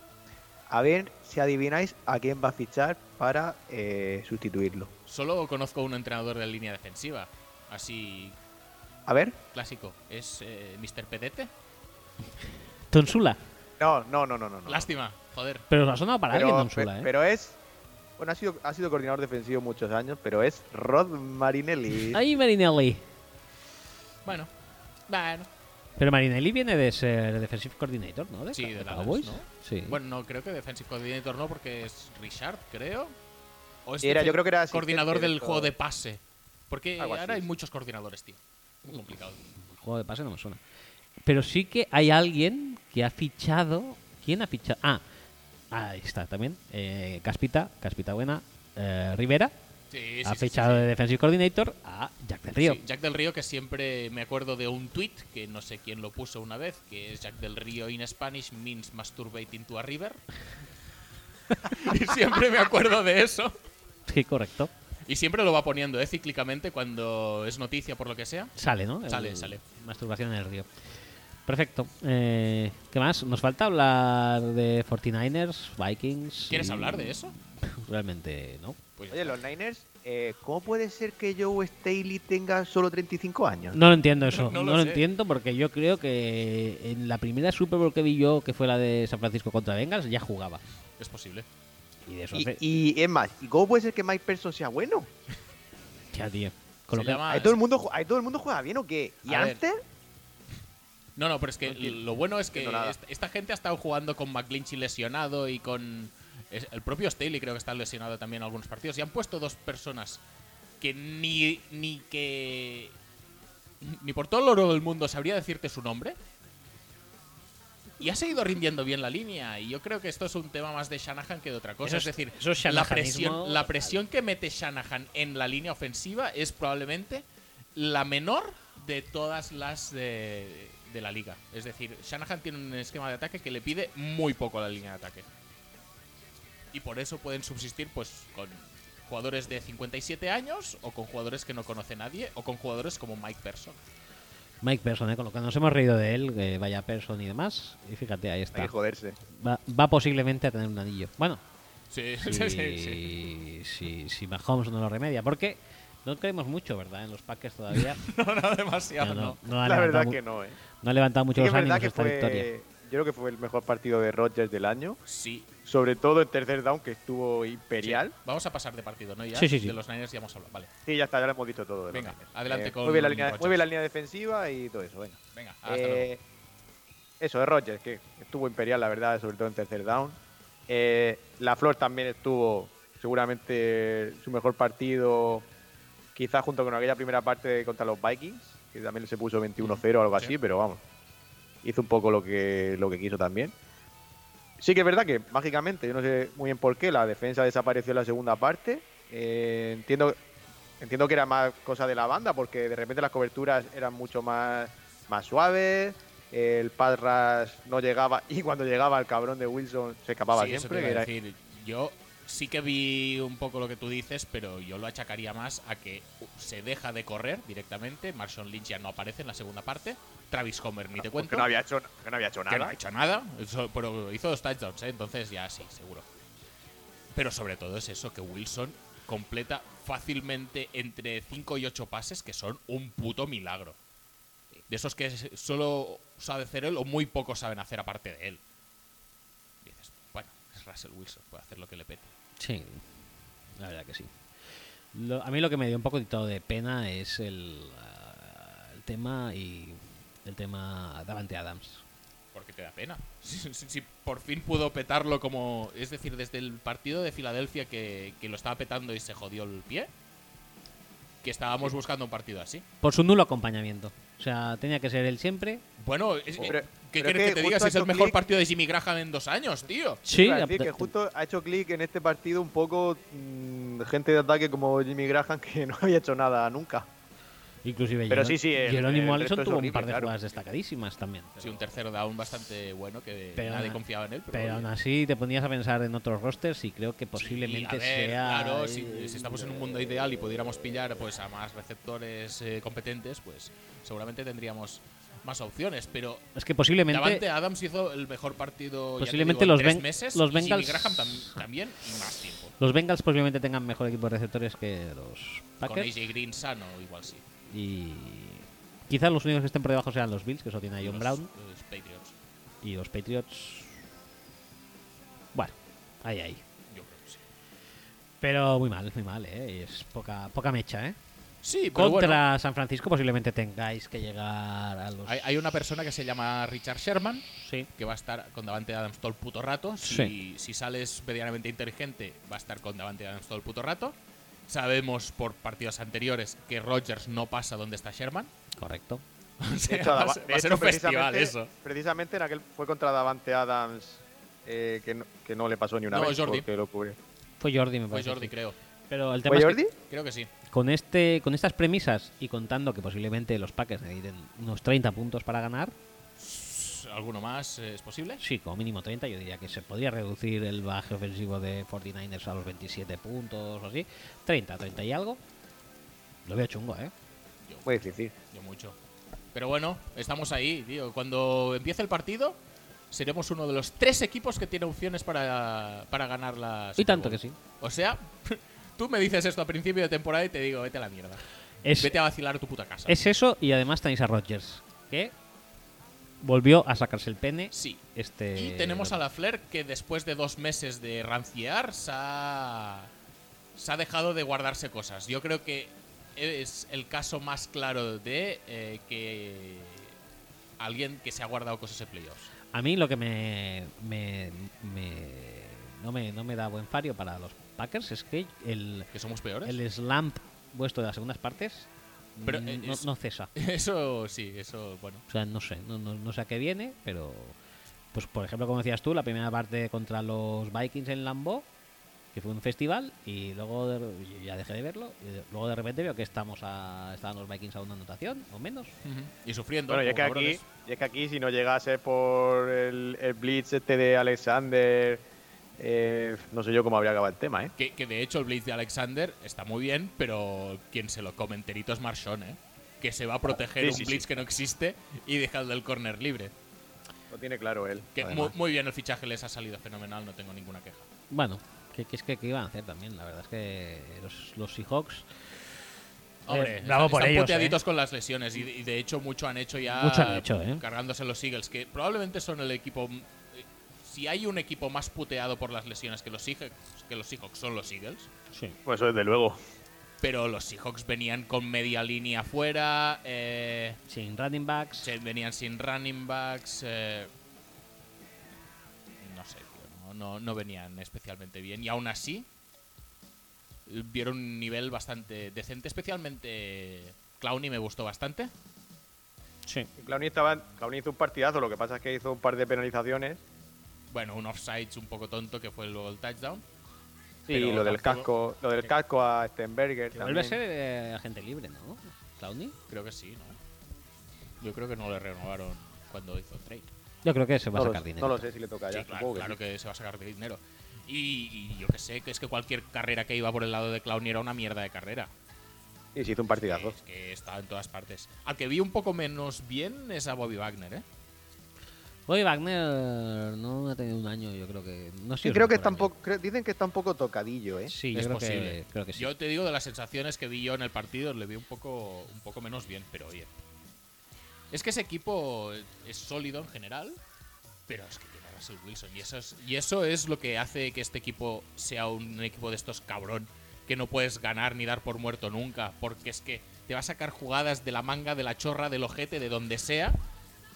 Speaker 3: A ver si adivináis a quién va a fichar para eh, sustituirlo.
Speaker 2: Solo conozco un entrenador de línea defensiva, así
Speaker 3: A ver.
Speaker 2: clásico. Es eh, Mr. Pedete.
Speaker 1: Tonsula.
Speaker 3: No, no, no, no, no. no.
Speaker 2: Lástima, joder.
Speaker 1: Pero lo ha sonado para
Speaker 3: pero,
Speaker 1: alguien Tonsula,
Speaker 3: pe-
Speaker 1: ¿eh?
Speaker 3: pero es. Bueno, ha sido, ha sido coordinador defensivo muchos años, pero es Rod Marinelli.
Speaker 1: Ahí Marinelli.
Speaker 2: Bueno, bueno.
Speaker 1: Pero Marinelli viene de ser Defensive Coordinator, ¿no? De
Speaker 2: Sí,
Speaker 1: Ca-
Speaker 2: de Dallas,
Speaker 1: Cowboys.
Speaker 2: ¿no?
Speaker 1: Sí.
Speaker 2: Bueno, no, creo que Defensive Coordinator no, porque es Richard, creo. O es
Speaker 3: Era-
Speaker 2: defen-
Speaker 3: yo creo que era asistente
Speaker 2: coordinador
Speaker 3: de
Speaker 2: del
Speaker 3: todo.
Speaker 2: juego de pase. Porque
Speaker 3: Algo así
Speaker 2: ahora hay
Speaker 3: es.
Speaker 2: muchos coordinadores, tío. Muy complicado.
Speaker 1: El juego de pase no me suena. Pero sí que hay alguien que ha fichado. ¿Quién ha fichado? Ah, ahí está también. Eh, Caspita, Caspita Buena, eh, Rivera.
Speaker 2: Sí, sí,
Speaker 1: ha
Speaker 2: sí, sí,
Speaker 1: fichado
Speaker 2: sí.
Speaker 1: de Defensive Coordinator a Jack del Río.
Speaker 2: Sí, Jack del Río, que siempre me acuerdo de un tweet que no sé quién lo puso una vez, que es Jack del Río in Spanish means masturbating to a river. *laughs* y siempre me acuerdo de eso.
Speaker 1: Sí, correcto.
Speaker 2: Y siempre lo va poniendo, ¿eh? Cíclicamente, cuando es noticia por lo que sea.
Speaker 1: Sale, ¿no?
Speaker 2: Sale, sale.
Speaker 1: Masturbación en el río. Perfecto. Eh, ¿Qué más? Nos falta hablar de 49ers, Vikings.
Speaker 2: ¿Quieres
Speaker 1: y-
Speaker 2: hablar de eso?
Speaker 1: Realmente no.
Speaker 2: Pues ya
Speaker 3: Oye,
Speaker 2: está.
Speaker 3: los Niners, eh, ¿cómo puede ser que Joe Staley tenga solo 35 años?
Speaker 1: No lo entiendo eso. No,
Speaker 2: No
Speaker 1: lo,
Speaker 2: lo sé.
Speaker 1: entiendo porque yo creo que en la primera Super Bowl que vi yo, que fue la de San Francisco contra Bengals, ya jugaba.
Speaker 2: Es posible.
Speaker 1: Y de eso
Speaker 3: Y,
Speaker 1: hace.
Speaker 3: y es más, ¿y cómo puede ser que Mike Person sea bueno?
Speaker 1: Hostia, tío. Con lo
Speaker 2: Se
Speaker 1: que-
Speaker 2: llama-
Speaker 3: ¿Ahí todo, el mundo, ju- ahí todo el mundo juega bien o qué? ¿Y
Speaker 2: A ver.
Speaker 3: antes?
Speaker 2: No, no, pero es que lo bueno es que
Speaker 3: entiendo nada.
Speaker 2: est- esta gente ha estado jugando con McGlinchey lesionado y con es- el propio Staley creo que está lesionado también en algunos partidos y han puesto dos personas que ni ni que ni por todo el oro del mundo sabría decirte su nombre. Y ha seguido rindiendo bien la línea y yo creo que esto es un tema más de Shanahan que de otra
Speaker 1: Eso
Speaker 2: cosa, es
Speaker 1: es-
Speaker 2: decir,
Speaker 1: eso es
Speaker 2: la
Speaker 1: shanahanismo
Speaker 2: presión la
Speaker 1: total.
Speaker 2: presión que mete Shanahan en la línea ofensiva es probablemente la menor de todas las de, de la liga. Es decir, Shanahan tiene un esquema de ataque que le pide muy poco a la línea de ataque. Y por eso pueden subsistir pues con jugadores de 57 años o con jugadores que no conoce nadie o con jugadores como Mike Person.
Speaker 1: Mike Person, ¿eh? con lo que nos hemos reído de él, que vaya Person y demás. Y fíjate, ahí
Speaker 3: Hay
Speaker 1: está.
Speaker 3: que joderse.
Speaker 1: Va, va posiblemente a tener un anillo. Bueno,
Speaker 2: *laughs* Sí,
Speaker 1: si, si, si Mahomes no lo remedia, porque no creemos mucho, ¿verdad? En los Packers todavía.
Speaker 2: No, no, demasiado no.
Speaker 1: ha
Speaker 3: La verdad
Speaker 1: levantado mu-
Speaker 3: que no, ¿eh?
Speaker 1: no ha levantado mucho
Speaker 3: Sí que
Speaker 1: los
Speaker 3: es verdad
Speaker 1: ánimos
Speaker 3: que
Speaker 1: esta
Speaker 3: fue.
Speaker 1: victoria.
Speaker 3: Yo creo que fue el mejor partido de Rodgers del año.
Speaker 2: Sí.
Speaker 3: Sobre todo en tercer down, que estuvo imperial.
Speaker 2: sí. Vamos a pasar de partido, ¿no? Ya
Speaker 1: Sí, sí, sí.
Speaker 2: de los Niners ya hemos hablado. Vale.
Speaker 3: Sí, ya está, ya lo hemos dicho todo. de los
Speaker 2: Venga,
Speaker 3: Niners.
Speaker 2: adelante con
Speaker 3: Mueve la, línea,
Speaker 2: Rodgers.
Speaker 3: mueve la línea defensiva y todo eso, venga.
Speaker 2: Venga, hasta
Speaker 3: Eh, Eso, de Rodgers, que estuvo imperial, la verdad, sobre todo en tercer down. Eh, la Flor también estuvo, seguramente, su mejor partido, quizás junto con aquella primera parte contra los Vikings, que también se puso 21-0 o algo
Speaker 2: Sí.
Speaker 3: así, pero vamos, hizo un poco lo que, lo que quiso también. Sí que es verdad que, mágicamente, yo no sé muy bien por qué, la defensa desapareció en la segunda parte. Eh, entiendo, entiendo que era más cosa de la banda, porque de repente las coberturas eran mucho más, más suaves, el Padras no llegaba, *laughs* y cuando llegaba el cabrón de Wilson se escapaba
Speaker 2: Sí, eso
Speaker 3: siempre.
Speaker 2: te
Speaker 3: que
Speaker 2: iba a
Speaker 3: era-
Speaker 2: decir. Yo sí que vi un poco lo que tú dices, pero yo lo achacaría más a que se deja de correr directamente. Marshawn Lynch ya no aparece en la segunda parte. Travis Homer, ni te cuento.
Speaker 3: que, no había hecho, que no había hecho
Speaker 2: que no
Speaker 3: nada.
Speaker 2: ha hecho nada. Eso- pero hizo dos touchdowns, ¿eh? entonces ya sí, seguro. Pero sobre todo es eso, que Wilson completa fácilmente entre 5 y 8 pases que son un puto milagro. De esos que s- solo sabe hacer él o muy pocos saben hacer aparte de él. Y dices, bueno, es Russell Wilson, puede hacer lo que le pete.
Speaker 1: Sí, la verdad que sí. Lo- a mí lo que me dio un poquito de pena es el, ah, el tema y el tema Davante Adams.
Speaker 2: Porque te da pena. *laughs* Si, si- si por fin pudo petarlo como... Es decir, desde el partido de Filadelfia que, que lo estaba petando y se jodió el pie. Que estábamos buscando un partido así.
Speaker 1: Por su nulo acompañamiento. O sea, tenía que ser él siempre.
Speaker 2: Bueno, es,
Speaker 3: Pero-
Speaker 2: ¿qué quieres que,
Speaker 3: pero que
Speaker 2: te
Speaker 3: justo
Speaker 2: diga? Si
Speaker 3: ha
Speaker 2: es el
Speaker 3: hecho
Speaker 2: mejor
Speaker 3: clic.
Speaker 2: partido de Jimmy Graham en dos años, tío.
Speaker 1: Sí,
Speaker 3: Iba a decir
Speaker 1: ap-
Speaker 3: que justo ha hecho clic en este partido un poco mm,
Speaker 7: con gente de ataque como Jimmy Graham que no había hecho nada nunca.
Speaker 1: Inclusive
Speaker 7: Pero
Speaker 1: Geron-
Speaker 7: sí, sí, el-
Speaker 1: Jerónimo
Speaker 7: el
Speaker 1: Allison
Speaker 7: resto es
Speaker 1: tuvo un
Speaker 7: horrible,
Speaker 1: par de
Speaker 7: claro.
Speaker 1: jugadas destacadísimas también. Pero,
Speaker 2: Sí, un tercero down bastante bueno que
Speaker 1: Pero
Speaker 2: nadie
Speaker 1: na-
Speaker 2: confiaba en él. Pero,
Speaker 1: pero aún
Speaker 2: oye.
Speaker 1: así te ponías a pensar en otros rosters y creo que
Speaker 2: Sí,
Speaker 1: posiblemente
Speaker 2: a ver,
Speaker 1: sea...
Speaker 2: Claro, si,
Speaker 1: eh,
Speaker 2: si estamos en un mundo ideal y pudiéramos pillar pues a más receptores eh, competentes, pues seguramente tendríamos más opciones. Pero
Speaker 1: Es que posiblemente...
Speaker 2: Davante Adams hizo el mejor partido ya te
Speaker 1: Posiblemente
Speaker 2: digo, en
Speaker 1: los
Speaker 2: tres
Speaker 1: Ben-
Speaker 2: meses,
Speaker 1: los
Speaker 2: y Jimmy
Speaker 1: Bengals-
Speaker 2: Graham tam- también y más tiempo.
Speaker 1: Los Bengals posiblemente tengan mejor equipo de receptores que los
Speaker 2: Con
Speaker 1: Packers.
Speaker 2: AJ Green sano, igual sí.
Speaker 1: Y quizás los únicos que estén por debajo sean los Bills, que eso tiene a John
Speaker 2: Los,
Speaker 1: Brown.
Speaker 2: los Patriots,
Speaker 1: Y los Patriots. Bueno, ahí, ahí.
Speaker 2: yo creo que sí.
Speaker 1: Pero muy mal, muy mal, ¿eh? Es poca, poca mecha, ¿eh?
Speaker 2: Sí, pero
Speaker 1: Contra
Speaker 2: bueno,
Speaker 1: San Francisco posiblemente tengáis que llegar a los.
Speaker 2: hay, hay una persona que se llama Richard Sherman,
Speaker 1: Sí.
Speaker 2: que va a estar con Davante Adams todo el puto rato. Si,
Speaker 1: Sí.
Speaker 2: si sales medianamente inteligente, va a estar con Davante Adams todo el puto rato. Sabemos por partidos anteriores que Rogers no pasa donde
Speaker 7: *laughs*
Speaker 2: está Sherman. *laughs*
Speaker 1: Correcto.
Speaker 2: O sea,
Speaker 7: De hecho,
Speaker 2: va, a
Speaker 7: Dava-
Speaker 2: ser-
Speaker 7: de
Speaker 2: va a ser
Speaker 7: hecho,
Speaker 2: un festival
Speaker 7: precisamente- *laughs*
Speaker 2: eso. Pues
Speaker 7: Precisamente en aquel fue contra Davante Adams eh, que, no, que no le pasó ni una
Speaker 2: No,
Speaker 7: vez
Speaker 2: Jordi.
Speaker 7: porque lo cubrió.
Speaker 1: Fue Jordi, me
Speaker 2: Fue
Speaker 1: parece.
Speaker 2: Jordi,
Speaker 1: Pues sí.
Speaker 2: creo.
Speaker 1: Pero el tema
Speaker 7: ¿Fue
Speaker 1: es que
Speaker 7: Jordi?
Speaker 2: Creo que sí.
Speaker 1: con, este, con estas premisas y contando que posiblemente los Packers necesiten unos 30 puntos para ganar,
Speaker 2: Pues, ¿Alguno más eh, es posible?
Speaker 1: Sí, como mínimo 30. Yo diría que se podría reducir el baje ofensivo de 49ers a los 27 puntos o así. 30, 30 y algo. Lo veo chungo, ¿eh?
Speaker 7: Muy difícil.
Speaker 2: Yo mucho. Pero bueno, estamos ahí, tío. Cuando empiece el partido, seremos uno de los tres equipos que tiene opciones para, para ganar la. Super
Speaker 1: tanto
Speaker 2: Bowl.
Speaker 1: que sí.
Speaker 2: O sea, *laughs* tú me dices esto a principio de temporada y te digo, vete a la mierda.
Speaker 1: Es,
Speaker 2: Vete a vacilar a tu puta casa.
Speaker 1: es eso y además tenéis a Rodgers, que volvió a sacarse el pene.
Speaker 2: Sí.
Speaker 1: Este,
Speaker 2: Y tenemos a la Flair que después de dos meses de ranciar se ha, se ha dejado de guardarse cosas. Yo creo que es el caso más claro de eh, que alguien que se ha guardado cosas en playoffs.
Speaker 1: A mí lo que me, me, me- no me no me da buen fario para los Packers es que el,
Speaker 2: Que somos peores.
Speaker 1: el slump vuestro de las segundas partes
Speaker 2: Pero,
Speaker 1: mm,
Speaker 2: eh,
Speaker 1: no-
Speaker 2: es-
Speaker 1: no cesa.
Speaker 2: *laughs* Eso sí, eso, bueno.
Speaker 1: O sea, no sé, no, no, no sé a qué viene, pero. Pues, por ejemplo, como decías tú, la primera parte contra los Vikings en Lambo, que fue un festival, y luego de re- yo ya dejé de verlo. Y de- luego de repente veo que estamos a, estaban los Vikings a una anotación, o menos.
Speaker 2: Y sufriendo.
Speaker 7: Bueno, y es,
Speaker 2: como
Speaker 7: que aquí,
Speaker 2: cabrones.
Speaker 7: y es que aquí, si no llegase por el, el blitz este de Alexander, eh, no sé yo cómo habría acabado el tema, ¿eh?
Speaker 2: Que, que de hecho el Blitz de Alexander está muy bien, pero quien se lo come enterito es Marchón, ¿eh? Que se va a proteger
Speaker 7: Sí,
Speaker 2: un
Speaker 7: sí,
Speaker 2: Blitz
Speaker 7: sí.
Speaker 2: que no existe y dejando el corner libre.
Speaker 7: Lo tiene claro él.
Speaker 2: Que mu- muy,
Speaker 7: además.
Speaker 2: bien el fichaje les ha salido fenomenal, no tengo ninguna queja.
Speaker 1: Bueno, que, que es que, que iban a hacer también. La verdad es que los, los Seahawks.
Speaker 2: Hombre,
Speaker 1: Eh,
Speaker 2: están-
Speaker 1: bravo por
Speaker 2: están
Speaker 1: ellos, eh.
Speaker 2: puteaditos con las lesiones y, y de hecho mucho han hecho ya
Speaker 1: Mucho han hecho, ¿eh?
Speaker 2: cargándose los Eagles, que probablemente son el equipo... eh, Si hay un equipo más puteado por las lesiones que los Seahawks, que los Seahawks son los Eagles,
Speaker 7: Pues eso desde luego.
Speaker 2: pero los Seahawks venían con media línea afuera, eh,
Speaker 1: Sin running backs.
Speaker 2: se venían sin running backs. eh, no sé, tío, no, no- no venían especialmente bien. Y aún así, eh, vieron un nivel bastante decente, especialmente Clowny me gustó bastante.
Speaker 1: Sí.
Speaker 7: Clowney, estaba, Clowney hizo un partidazo, lo que pasa es que hizo un par de penalizaciones.
Speaker 2: Bueno, un offside un poco tonto que fue luego el touchdown.
Speaker 7: Sí,
Speaker 2: Pero
Speaker 7: lo del
Speaker 2: tampoco-
Speaker 7: casco, lo del casco a Stenberger.
Speaker 1: Vuelve a
Speaker 7: también.
Speaker 1: ser eh, agente libre, ¿no? Clowny.
Speaker 2: Creo que sí, ¿no? Yo creo que no le renovaron cuando hizo el trade.
Speaker 1: Yo creo que se va
Speaker 7: No
Speaker 1: a
Speaker 7: lo,
Speaker 1: sacar
Speaker 7: sé,
Speaker 1: dinero.
Speaker 7: no lo sé si le toca ya.
Speaker 2: Sí, claro,
Speaker 7: supongo que
Speaker 2: claro
Speaker 7: sí.
Speaker 2: que se va a sacar de dinero. Y, y yo que sé, que es que cualquier carrera que iba por el lado de Clowny era una mierda de carrera.
Speaker 7: Sí, sí, hizo un partidazo.
Speaker 2: Es que estaba en todas partes. Al que vi un poco menos bien es a Bobby Wagner, ¿eh?
Speaker 1: Hoy Wagner no ha tenido un año, yo creo que. No sé.
Speaker 7: Sí, creo que está un poco, creo- dicen que está un poco tocadillo, ¿eh?
Speaker 1: Sí, yo
Speaker 2: es
Speaker 1: creo que,
Speaker 2: posible.
Speaker 1: creo que sí.
Speaker 2: Yo te digo de las sensaciones que vi yo en el partido, le vi un poco, un poco menos bien, pero oye. Es que ese equipo es sólido en general, pero es que tiene a Russell Wilson. Y eso es, y eso es lo que hace que este equipo sea un equipo de estos cabrón, que no puedes ganar ni dar por muerto nunca, porque es que te va a sacar jugadas de la manga, de la chorra, del ojete, de donde sea,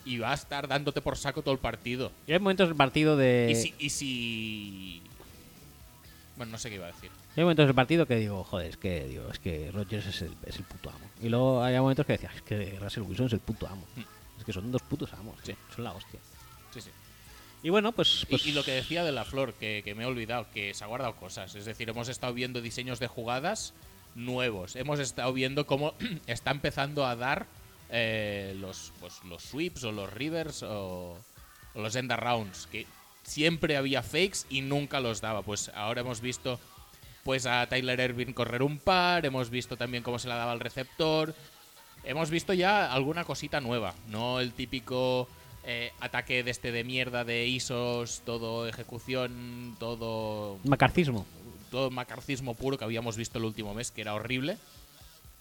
Speaker 2: y va a estar dándote por saco todo el partido.
Speaker 1: Yo hay momentos del partido de.
Speaker 2: Y si, y si. Bueno, no sé qué iba a decir.
Speaker 1: Hay momentos del partido que digo, joder, es que digo, es que Rogers es el, es el puto amo. Y luego hay momentos que decía, es que Russell Wilson es el puto amo.
Speaker 2: Hmm.
Speaker 1: Es que son dos putos amos,
Speaker 2: Sí.
Speaker 1: son la hostia.
Speaker 2: Sí, sí.
Speaker 1: Y bueno, pues. pues
Speaker 2: Y, y lo que decía de la flor, que, que me he olvidado, que se ha guardado cosas. Es decir, hemos estado viendo diseños de jugadas nuevos. Hemos estado viendo cómo *clears throat* está empezando a dar eh, los, pues, los sweeps o los rivers o, o los end rounds. Que siempre había fakes y nunca los daba. Pues ahora hemos visto pues a Tyler Ervin correr un par. Hemos visto también cómo se la daba al receptor. Hemos visto ya alguna cosita nueva, no el típico eh, ataque de este de mierda de ISOs, todo ejecución, todo,
Speaker 1: Macarcismo.
Speaker 2: todo macarcismo puro que habíamos visto el último mes, que era horrible.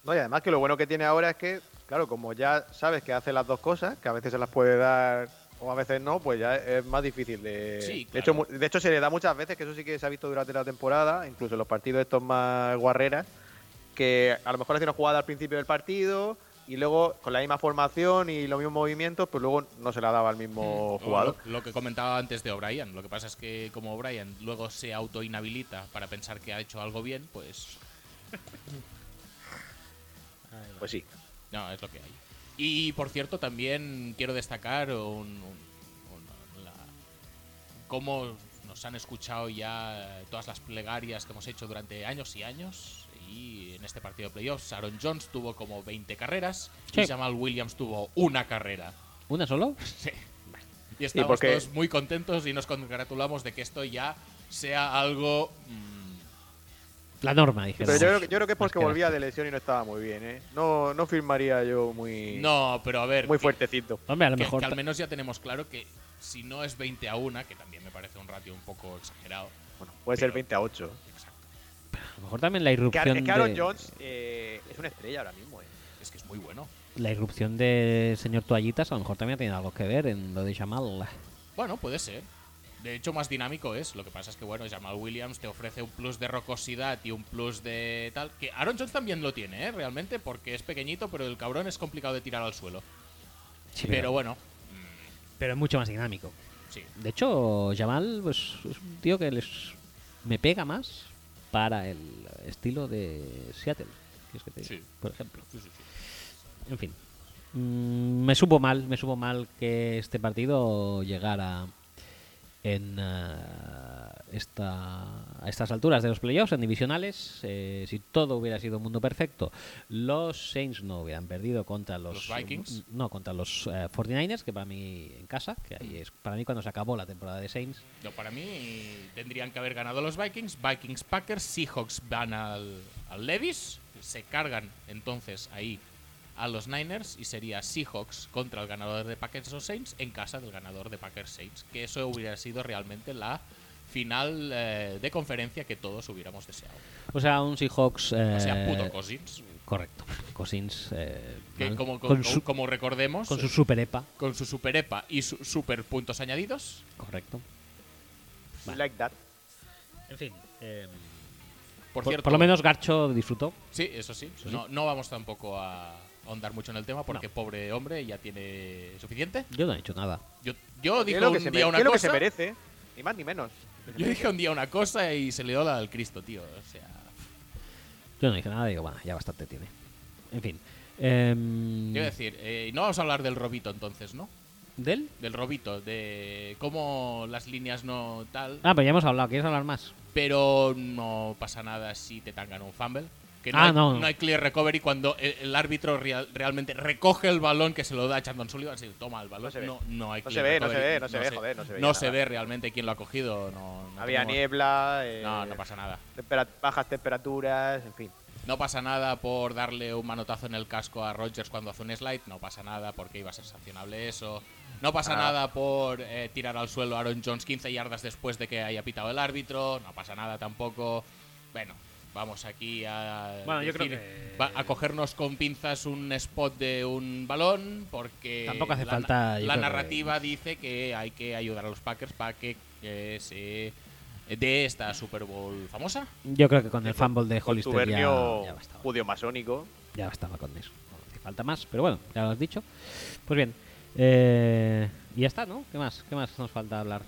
Speaker 7: No, y además que lo bueno que tiene ahora es que, claro, como ya sabes que hace las dos cosas, que a veces se las puede dar o a veces no, pues ya es más difícil de...
Speaker 2: Sí,
Speaker 7: de, hecho,
Speaker 2: claro.
Speaker 7: mu- de hecho, se le da muchas veces, que eso sí que se ha visto durante la temporada, incluso en los partidos estos más guarreras, que a lo mejor hace una jugada al principio del partido y luego con la misma formación y los mismos movimientos, pues luego no se la daba al mismo jugador.
Speaker 2: Lo, lo que comentaba antes de O'Brien, lo que pasa es que como O'Brien luego se autoinhabilita para pensar que ha hecho algo bien, pues
Speaker 7: Pues sí.
Speaker 2: No, es lo que hay. Y por cierto, también quiero destacar un- un- un- la- cómo nos han escuchado ya todas las plegarias que hemos hecho durante años y años. Y en este partido de playoffs, Aaron Jones tuvo como 20 carreras y
Speaker 1: Sí.
Speaker 2: Jamal Williams tuvo una carrera.
Speaker 1: ¿Una solo?
Speaker 2: Sí. Y estamos
Speaker 7: porque-
Speaker 2: todos muy contentos y nos congratulamos de que esto ya sea algo. mm,
Speaker 1: La norma, dije.
Speaker 7: Pero yo creo, que- yo creo que es porque volvía de lesión y no estaba muy bien, ¿eh? No, no firmaría yo muy,
Speaker 2: no, pero a ver.
Speaker 7: muy
Speaker 2: que-
Speaker 7: fuertecito.
Speaker 1: Hombre, a lo
Speaker 2: que,
Speaker 1: mejor.
Speaker 2: que al
Speaker 1: ta-
Speaker 2: menos ya tenemos claro que si no es 20 a 1, que también me parece un ratio un poco exagerado.
Speaker 7: Bueno, puede ser
Speaker 2: Pero-
Speaker 7: 20 a 8.
Speaker 2: Exacto.
Speaker 1: a lo mejor también la
Speaker 7: Que,
Speaker 1: irrupción.
Speaker 7: es que Aaron
Speaker 1: de-
Speaker 7: Jones eh, es una estrella ahora mismo. eh.
Speaker 2: Es que es muy bueno.
Speaker 1: La irrupción de señor Toallitas a lo mejor también ha tenido algo que ver en lo de Jamal.
Speaker 2: Bueno, puede ser. De hecho, más dinámico es. Lo que pasa es que, bueno, Jamal Williams te ofrece un plus de rocosidad y un plus de tal. Que Aaron Jones también lo tiene, ¿eh? Realmente, porque es pequeñito, pero el cabrón es complicado de tirar al suelo.
Speaker 1: Sí,
Speaker 2: pero bueno,
Speaker 1: pero es mucho más dinámico.
Speaker 2: sí.
Speaker 1: De hecho, Jamal pues, es un tío que les me pega más para el estilo de Seattle, que es que te diga,
Speaker 2: Sí.
Speaker 1: por ejemplo.
Speaker 2: Sí, sí, sí.
Speaker 1: En fin, Mm, me supo mal, me supo mal que este partido llegara en ah, esta, a estas alturas de los playoffs, en divisionales. Eh, si todo hubiera sido un mundo perfecto, los Saints no hubieran perdido contra los,
Speaker 2: Los Vikings.
Speaker 1: No, contra los eh, 49ers, que para mí en casa, que ahí es para mí cuando se acabó la temporada de Saints.
Speaker 2: No, para mí tendrían que haber ganado los Vikings. Vikings, Packers, Seahawks van al, al Levis. Se cargan entonces ahí a los Niners y sería Seahawks contra el ganador de Packers o Saints en casa del ganador de Packers Saints. Que eso hubiera sido realmente la final eh, de conferencia que todos hubiéramos deseado.
Speaker 1: O sea, un Seahawks.
Speaker 2: O sea,
Speaker 1: eh,
Speaker 2: puto Cousins.
Speaker 1: Correcto. Cousins. eh,
Speaker 2: Que
Speaker 1: mal-
Speaker 2: como,
Speaker 1: con,
Speaker 2: con- eh.
Speaker 1: su,
Speaker 2: como recordemos,
Speaker 1: con su super EPA.
Speaker 2: con su super EPA y su super puntos añadidos,
Speaker 1: Correcto. Vale.
Speaker 7: Like that.
Speaker 1: En fin. eh,
Speaker 2: por,
Speaker 1: por,
Speaker 2: cierto,
Speaker 1: por lo menos Garcho disfrutó.
Speaker 2: Sí, eso sí. No, no vamos tampoco a ahondar mucho en el tema porque pobre hombre ya tiene suficiente.
Speaker 1: Yo no he hecho nada.
Speaker 2: Yo, yo
Speaker 7: Que
Speaker 2: dije
Speaker 7: es lo
Speaker 2: un
Speaker 7: que
Speaker 2: día
Speaker 7: se mere-
Speaker 2: una
Speaker 7: que es lo que
Speaker 2: cosa.
Speaker 7: se merece. Ni más ni menos.
Speaker 2: Yo dije un día una cosa y se le dio la al Cristo, tío. O sea,
Speaker 1: Yo no dije nada. Digo, bueno, ya bastante tiene. En fin. em,
Speaker 7: Mm.
Speaker 2: te iba a decir, eh, no vamos a hablar del robito entonces, ¿no?
Speaker 1: ¿Del?
Speaker 2: Del robito, de cómo las líneas no tal.
Speaker 1: Ah, pero ya hemos hablado. ¿Quieres hablar más?
Speaker 2: Pero no pasa nada si te tangan un fumble. Que no,
Speaker 1: Ah,
Speaker 2: hay,
Speaker 1: no, no.
Speaker 2: hay clear recovery cuando el, el árbitro real- realmente recoge el balón que se lo da a Chandon Sullivan. Se toma el balón.
Speaker 7: No se
Speaker 2: No,
Speaker 7: ve.
Speaker 2: no hay
Speaker 7: No
Speaker 2: clear
Speaker 7: se ve, no se
Speaker 2: recovery.
Speaker 7: ve, no se ve, joder, no se ve
Speaker 2: No
Speaker 7: nada.
Speaker 2: se ve realmente quién lo ha cogido. No, no
Speaker 7: Había
Speaker 2: tenemos-
Speaker 7: niebla. eh,
Speaker 2: No, no pasa nada.
Speaker 7: tempera- bajas temperaturas, en fin.
Speaker 2: No pasa nada por darle un manotazo en el casco a Rogers cuando hace un slide. No pasa nada porque iba a ser sancionable eso. No pasa nada por eh, tirar al suelo a Aaron Jones 15 yardas después de que haya pitado el árbitro. No pasa nada tampoco. Bueno, vamos aquí a.
Speaker 1: Bueno, yo creo que-
Speaker 2: va- a cogernos con pinzas un spot de un balón porque.
Speaker 1: Tampoco hace
Speaker 2: la-
Speaker 1: falta, yo creo
Speaker 2: La
Speaker 1: que-
Speaker 2: narrativa dice que hay que ayudar a los Packers para que eh, se dé esta Super Bowl famosa.
Speaker 1: Yo creo que con el fumble de
Speaker 7: Con
Speaker 1: Hollister ya,
Speaker 7: tubernio
Speaker 1: ya bastaba.
Speaker 7: judío masónico.
Speaker 1: Ya bastaba con eso. No hace falta más. Pero bueno, ya lo has dicho. Pues bien. eh, y ya está, ¿no? ¿Qué más? ¿Qué más nos falta hablar?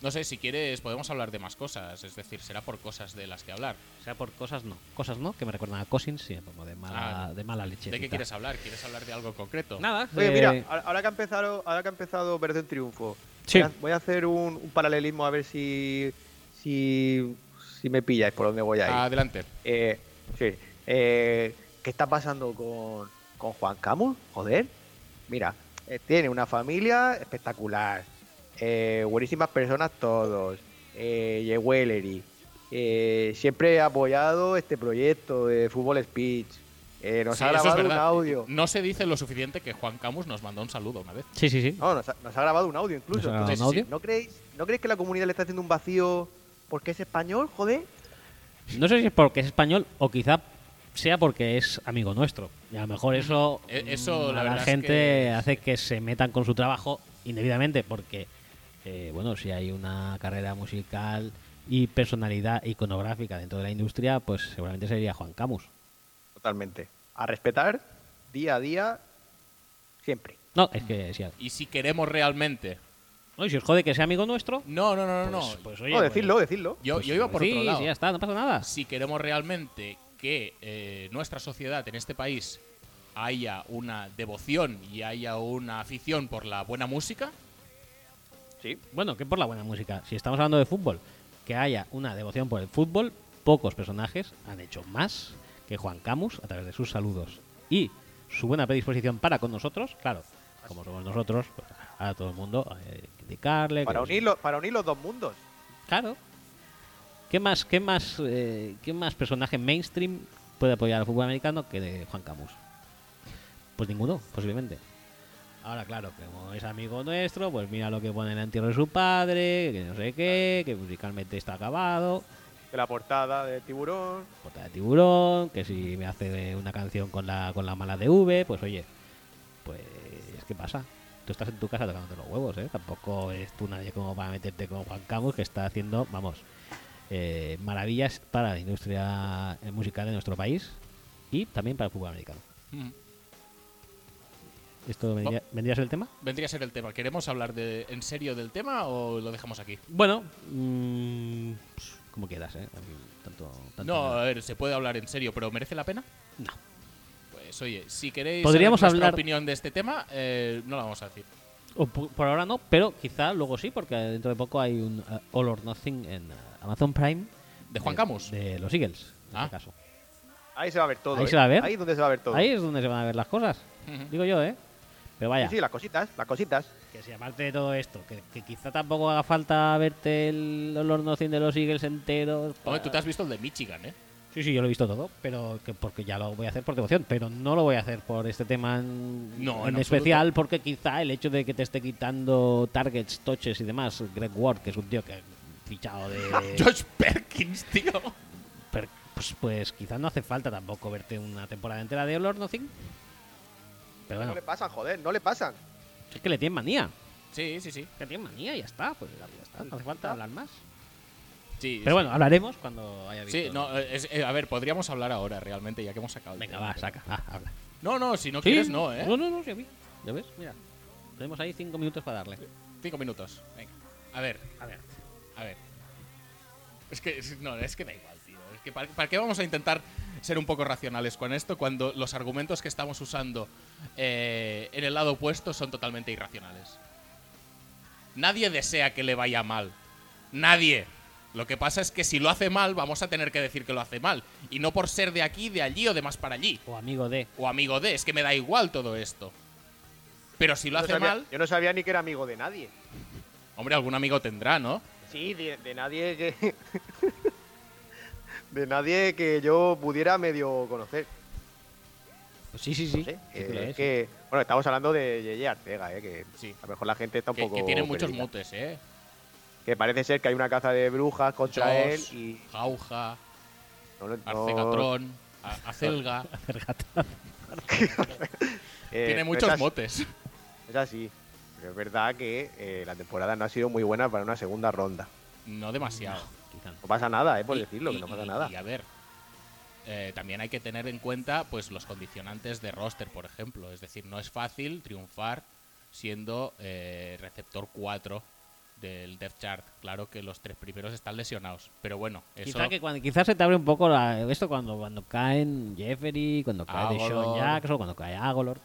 Speaker 2: No sé, si quieres podemos hablar de más cosas, es decir, será por cosas de las que hablar.
Speaker 1: O sea, por cosas no. Cosas no, que me recuerdan a Cousins, sí, como de mala,
Speaker 2: Ah,
Speaker 1: de mala leche.
Speaker 2: ¿De qué quieres hablar? ¿Quieres hablar de algo concreto?
Speaker 1: Nada.
Speaker 7: Oye,
Speaker 1: eh,
Speaker 7: mira, ahora- ahora que ha empezado, ahora que ha empezado Verde en Triunfo,
Speaker 1: Sí.
Speaker 3: Voy a- Voy a hacer un, un paralelismo a ver si, si, si me pilláis por dónde voy a ir.
Speaker 2: Adelante.
Speaker 3: Eh, sí. Eh, ¿Qué está pasando con, con Juan Camus? Joder. Mira, eh, tiene una familia espectacular. eh, buenísimas personas todos. Eh, Yeweleri. eh, siempre he apoyado este proyecto de Fútbol Speech. eh, nos
Speaker 2: Sí,
Speaker 3: ha
Speaker 2: eso es
Speaker 3: grabado un
Speaker 2: verdad.
Speaker 3: audio.
Speaker 2: No se dice lo suficiente que Juan Camus nos mandó un saludo una vez.
Speaker 1: Sí, sí, sí.
Speaker 3: No, nos ha, nos ha grabado un audio
Speaker 1: Nos
Speaker 3: incluso.
Speaker 1: ha grabado
Speaker 3: Entonces,
Speaker 1: un audio.
Speaker 3: sí, ¿no, creéis, ¿No creéis que la comunidad le está haciendo un vacío porque es español? Joder.
Speaker 1: No sé si es porque es español o quizá sea porque es amigo nuestro. Y a lo mejor eso,
Speaker 2: E- eso,
Speaker 1: mm, a
Speaker 2: la
Speaker 1: la
Speaker 2: verdad es
Speaker 1: gente
Speaker 2: que-
Speaker 1: hace que se metan con su trabajo indebidamente, porque, eh, bueno, si hay una carrera musical y personalidad iconográfica dentro de la industria, pues seguramente sería Juan Camus.
Speaker 3: Totalmente. A respetar día a día, siempre.
Speaker 1: No, es que si,
Speaker 2: Y si queremos realmente.
Speaker 1: no, y si os jode que sea amigo nuestro,
Speaker 2: No, no, no, no.
Speaker 1: pues,
Speaker 2: no. eh.
Speaker 1: pues oye,
Speaker 3: No,
Speaker 1: pues-
Speaker 3: decirlo, decirlo.
Speaker 2: yo,
Speaker 1: pues
Speaker 2: yo iba por
Speaker 1: sí,
Speaker 2: otro lado.
Speaker 1: Sí, ya está, no pasa nada.
Speaker 2: si queremos realmente que eh, nuestra sociedad en este país haya una devoción y haya una afición por la buena música,
Speaker 1: Bueno, que por la buena música. Si estamos hablando de fútbol, que haya una devoción por el fútbol, pocos personajes han hecho más que Juan Camus a través de sus saludos y su buena predisposición para con nosotros, claro, como somos nosotros, pues, a todo el mundo eh, criticarle.
Speaker 3: Para
Speaker 1: que-
Speaker 3: unir, los, para unir los dos mundos.
Speaker 1: Claro. ¿Qué más, qué más, eh, qué más personaje mainstream puede apoyar al fútbol americano que de Juan Camus? Pues ninguno, posiblemente. Ahora, claro, que como es amigo nuestro, pues mira lo que pone en el entierro de su padre, que no sé qué, que musicalmente está acabado,
Speaker 3: De la portada de tiburón.
Speaker 1: portada de tiburón, que si me hace una canción con la, con la mala de V, pues oye, pues ¿qué pasa? Tú estás en tu casa tocándote los huevos, ¿eh? Tampoco es tú nadie como para meterte con Juan Camus, que está haciendo, vamos, eh, maravillas para la industria eh, musical de nuestro país y también para el fútbol americano.
Speaker 2: mm,
Speaker 1: ¿Esto vendría, vendría a ser el tema?
Speaker 2: vendría a ser el tema. ¿Queremos hablar de, en serio del tema o lo dejamos aquí?
Speaker 1: Bueno, mm, pues, como quieras, ¿eh? A mí Tanto, tanto
Speaker 2: No, a ver, se puede hablar en serio, pero ¿merece la pena?
Speaker 1: No.
Speaker 2: Pues oye, si queréis
Speaker 1: Podríamos
Speaker 2: saber nuestra
Speaker 1: hablar-
Speaker 2: opinión de este tema, eh, no la vamos a decir.
Speaker 1: O po- por ahora no, pero quizá luego sí, porque dentro de poco hay un eh, All or Nothing en eh, Amazon Prime.
Speaker 2: ¿De Juan Camus?
Speaker 1: De los Eagles, en
Speaker 2: Ah.
Speaker 1: este caso.
Speaker 3: Ahí se va a ver todo.
Speaker 1: Ahí
Speaker 3: ¿eh?
Speaker 1: se va a ver.
Speaker 3: Ahí es donde se va a ver todo.
Speaker 1: Ahí es donde se van a ver las cosas,
Speaker 2: Ujú.
Speaker 1: digo yo, ¿eh? Pero vaya,
Speaker 3: Sí, sí, las cositas, las cositas.
Speaker 1: que si aparte de todo esto, que, que quizá tampoco haga falta verte el All or Nothing de los Eagles enteros.
Speaker 2: Hombre, tú te has visto el de Michigan, ¿eh?
Speaker 1: Sí, sí, yo lo he visto todo, pero que porque ya lo voy a hacer por devoción, pero no lo voy a hacer por este tema en,
Speaker 2: No,
Speaker 1: en
Speaker 2: en
Speaker 1: especial, porque quizá el hecho de que te esté quitando targets, toches y demás, Greg Ward, que es un tío que ha fichado
Speaker 2: *laughs*
Speaker 1: de...
Speaker 2: Josh Perkins,
Speaker 1: *laughs*
Speaker 2: tío.
Speaker 1: Pero, pues, pues quizás no hace falta tampoco verte una temporada entera de All or Nothing. Pero
Speaker 3: No
Speaker 1: bueno,
Speaker 3: le pasan, joder, no le pasan.
Speaker 1: es que le tienen manía.
Speaker 2: Sí, sí, sí.
Speaker 1: Que le tienen manía y ya está. Pues ya está.
Speaker 2: Ah,
Speaker 1: No hace falta hablar más.
Speaker 2: sí
Speaker 1: Pero bueno, hablaremos cuando haya visto.
Speaker 2: Sí, no, eh, es- eh, a ver, podríamos hablar ahora realmente, ya que hemos sacado. el
Speaker 1: Venga,
Speaker 2: tema,
Speaker 1: va,
Speaker 2: pero-
Speaker 1: saca. Va, habla.
Speaker 2: No, no, si no quieres, no, ¿eh?
Speaker 1: No, no, no, sí, a mí. ¿Ya ves? Mira. Tenemos ahí cinco minutos para darle.
Speaker 2: Cinco minutos. Venga. A ver,
Speaker 1: A ver.
Speaker 2: a ver. Es que, es- no, es que da igual, tío. Es que ¿para, para qué vamos a intentar ser un poco racionales con esto cuando los argumentos que estamos usando eh, en el lado opuesto son totalmente irracionales? Nadie desea que le vaya mal. Nadie. Lo que pasa es que si lo hace mal, vamos a tener que decir que lo hace mal. Y no por ser de aquí, de allí o de más para allí.
Speaker 1: O amigo de.
Speaker 2: o amigo de, es que me da igual todo esto. Pero si lo
Speaker 3: Yo no
Speaker 2: hace
Speaker 3: sabía-
Speaker 2: mal,
Speaker 3: Yo no sabía ni que era amigo de nadie.
Speaker 2: hombre, algún amigo tendrá, ¿no?
Speaker 3: Sí, de, de nadie que. *laughs* de nadie que yo pudiera medio conocer.
Speaker 1: Pues sí, sí, sí.
Speaker 3: no sé.
Speaker 1: Sí que
Speaker 3: Eh,
Speaker 1: lo
Speaker 3: es
Speaker 1: es.
Speaker 3: que, bueno, estamos hablando de Yeye Artega, eh, que
Speaker 2: Sí.
Speaker 3: a lo mejor la gente está un
Speaker 2: Que,
Speaker 3: poco.
Speaker 2: que tiene muchos
Speaker 3: perdida.
Speaker 2: mutes, ¿eh?
Speaker 3: Que parece ser que hay una caza de brujas contra él
Speaker 2: Jaws,
Speaker 3: y.
Speaker 2: Jauja,
Speaker 3: No, lo- no-
Speaker 2: Arcegatrón, A- Acelga.
Speaker 3: *laughs* eh,
Speaker 2: tiene
Speaker 3: no es
Speaker 2: muchos
Speaker 3: así.
Speaker 2: motes.
Speaker 3: Es así. Pero es verdad que eh, la temporada no ha sido muy buena para una segunda ronda.
Speaker 2: *laughs* No demasiado.
Speaker 1: Quizá no.
Speaker 3: No pasa nada, eh, por
Speaker 2: Y-
Speaker 3: decirlo, que
Speaker 2: y-
Speaker 3: no pasa
Speaker 2: y-
Speaker 3: nada.
Speaker 2: Y a ver, eh, también hay que tener en cuenta pues los condicionantes de roster, por ejemplo. Es decir, no es fácil triunfar siendo eh, receptor 4 del depth chart. Claro que los tres primeros están lesionados, pero bueno, eso...
Speaker 1: Quizá que cuando, quizás se te abre un poco la- esto cuando, cuando caen Jeffery, cuando cae
Speaker 2: Agolor.
Speaker 1: Deshaun Jackson, cuando cae Agolor.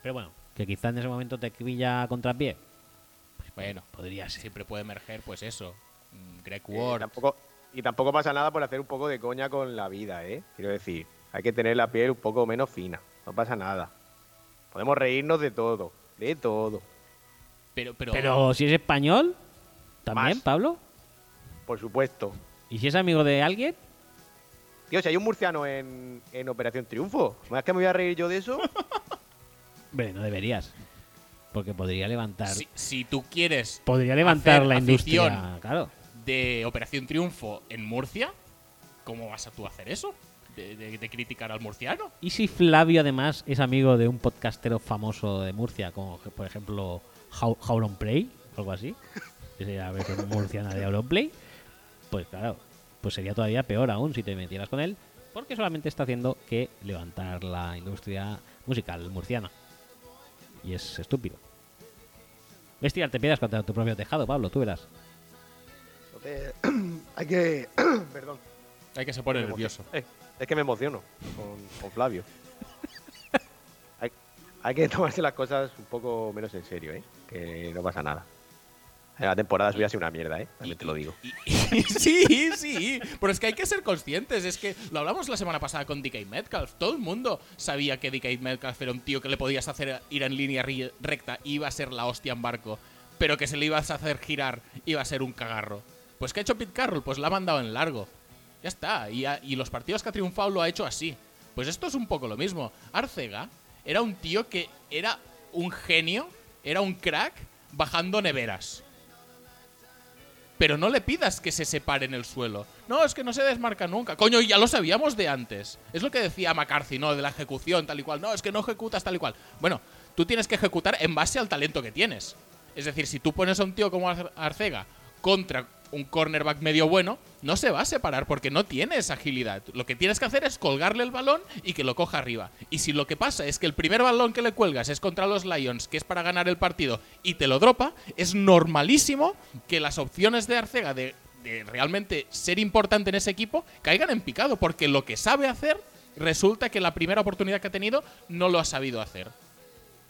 Speaker 1: Pero bueno, que quizás en ese momento te quilla a contrapié. Pues
Speaker 2: Bueno,
Speaker 1: podría ser.
Speaker 2: siempre puede emerger, pues eso. mm, Greg
Speaker 7: Eh,
Speaker 2: Ward.
Speaker 7: tampoco, y tampoco pasa nada por hacer un poco de coña con la vida, ¿eh? Quiero decir, hay que tener la piel un poco menos fina. No pasa nada. Podemos reírnos de todo. De todo.
Speaker 2: pero, pero,
Speaker 1: Pero si es español, también,
Speaker 7: Más.
Speaker 1: Pablo.
Speaker 7: Por supuesto.
Speaker 1: ¿Y si es amigo de alguien?
Speaker 7: Tío, si hay un murciano en, en Operación Triunfo, ¿más que me voy a reír yo de *laughs* eso?
Speaker 1: Hombre, no deberías. Porque podría levantar.
Speaker 2: si, si tú quieres
Speaker 1: Podría levantar
Speaker 2: hacer
Speaker 1: la industria.
Speaker 2: afición.
Speaker 1: Claro.
Speaker 2: de Operación Triunfo en Murcia, ¿cómo vas a tú hacer eso? De, de- de criticar al murciano.
Speaker 1: ¿Y si Flavio además es amigo de un podcastero famoso de Murcia, como que, por ejemplo Jau- Jauron Play, algo así? Que sería la versión murciana de Jauron Play. Pues claro, pues sería todavía peor aún si te metieras con él, porque solamente está haciendo que levantar la industria musical murciana. Y es estúpido. Ves tirarte piedras contra tu propio tejado, Pablo, tú verás.
Speaker 7: Entonces, *clears throat* hay que... *clears throat* Perdón.
Speaker 2: Hay que se pone
Speaker 7: Me
Speaker 2: nervioso.
Speaker 7: Eh, es que me emociono con, con
Speaker 2: *laughs*
Speaker 7: Flavio. hay, hay que tomarse las cosas un poco menos en serio, ¿eh? Que no pasa nada. La temporada suya ha sido una mierda, ¿eh? También te lo digo.
Speaker 2: *laughs* sí, sí, pero es que hay que ser conscientes. Es que lo hablamos la semana pasada con DK Metcalf. Todo el mundo sabía que DK Metcalf era un tío que le podías hacer ir en línea ri- recta y iba a ser la hostia en barco, pero que se le ibas a hacer girar iba a ser un cagarro. Pues ¿qué ha hecho Pete Carroll? Pues la ha mandado en largo. Ya está. Y, ha- y los partidos que ha triunfado lo ha hecho así. Pues esto es un poco lo mismo. Arcega era un tío que era un genio, era un crack bajando neveras. Pero no le pidas que se separe en el suelo. No, es que no se desmarca nunca. Coño, ya lo sabíamos de antes. Es lo que decía McCarthy, ¿no? De la ejecución, tal y cual. No, es que no ejecutas tal y cual. Bueno, tú tienes que ejecutar en base al talento que tienes. Es decir, si tú pones a un tío como Ar- Arcega contra un cornerback medio bueno, no se va a separar porque no tiene esa agilidad. Lo que tienes que hacer es colgarle el balón y que lo coja arriba. Y si lo que pasa es que el primer balón que le cuelgas es contra los Lions, que es para ganar el partido, y te lo dropa, es normalísimo que las opciones de Arcega de, de realmente ser importante en ese equipo caigan en picado, porque lo que sabe hacer resulta que la primera oportunidad que ha tenido no lo ha sabido hacer.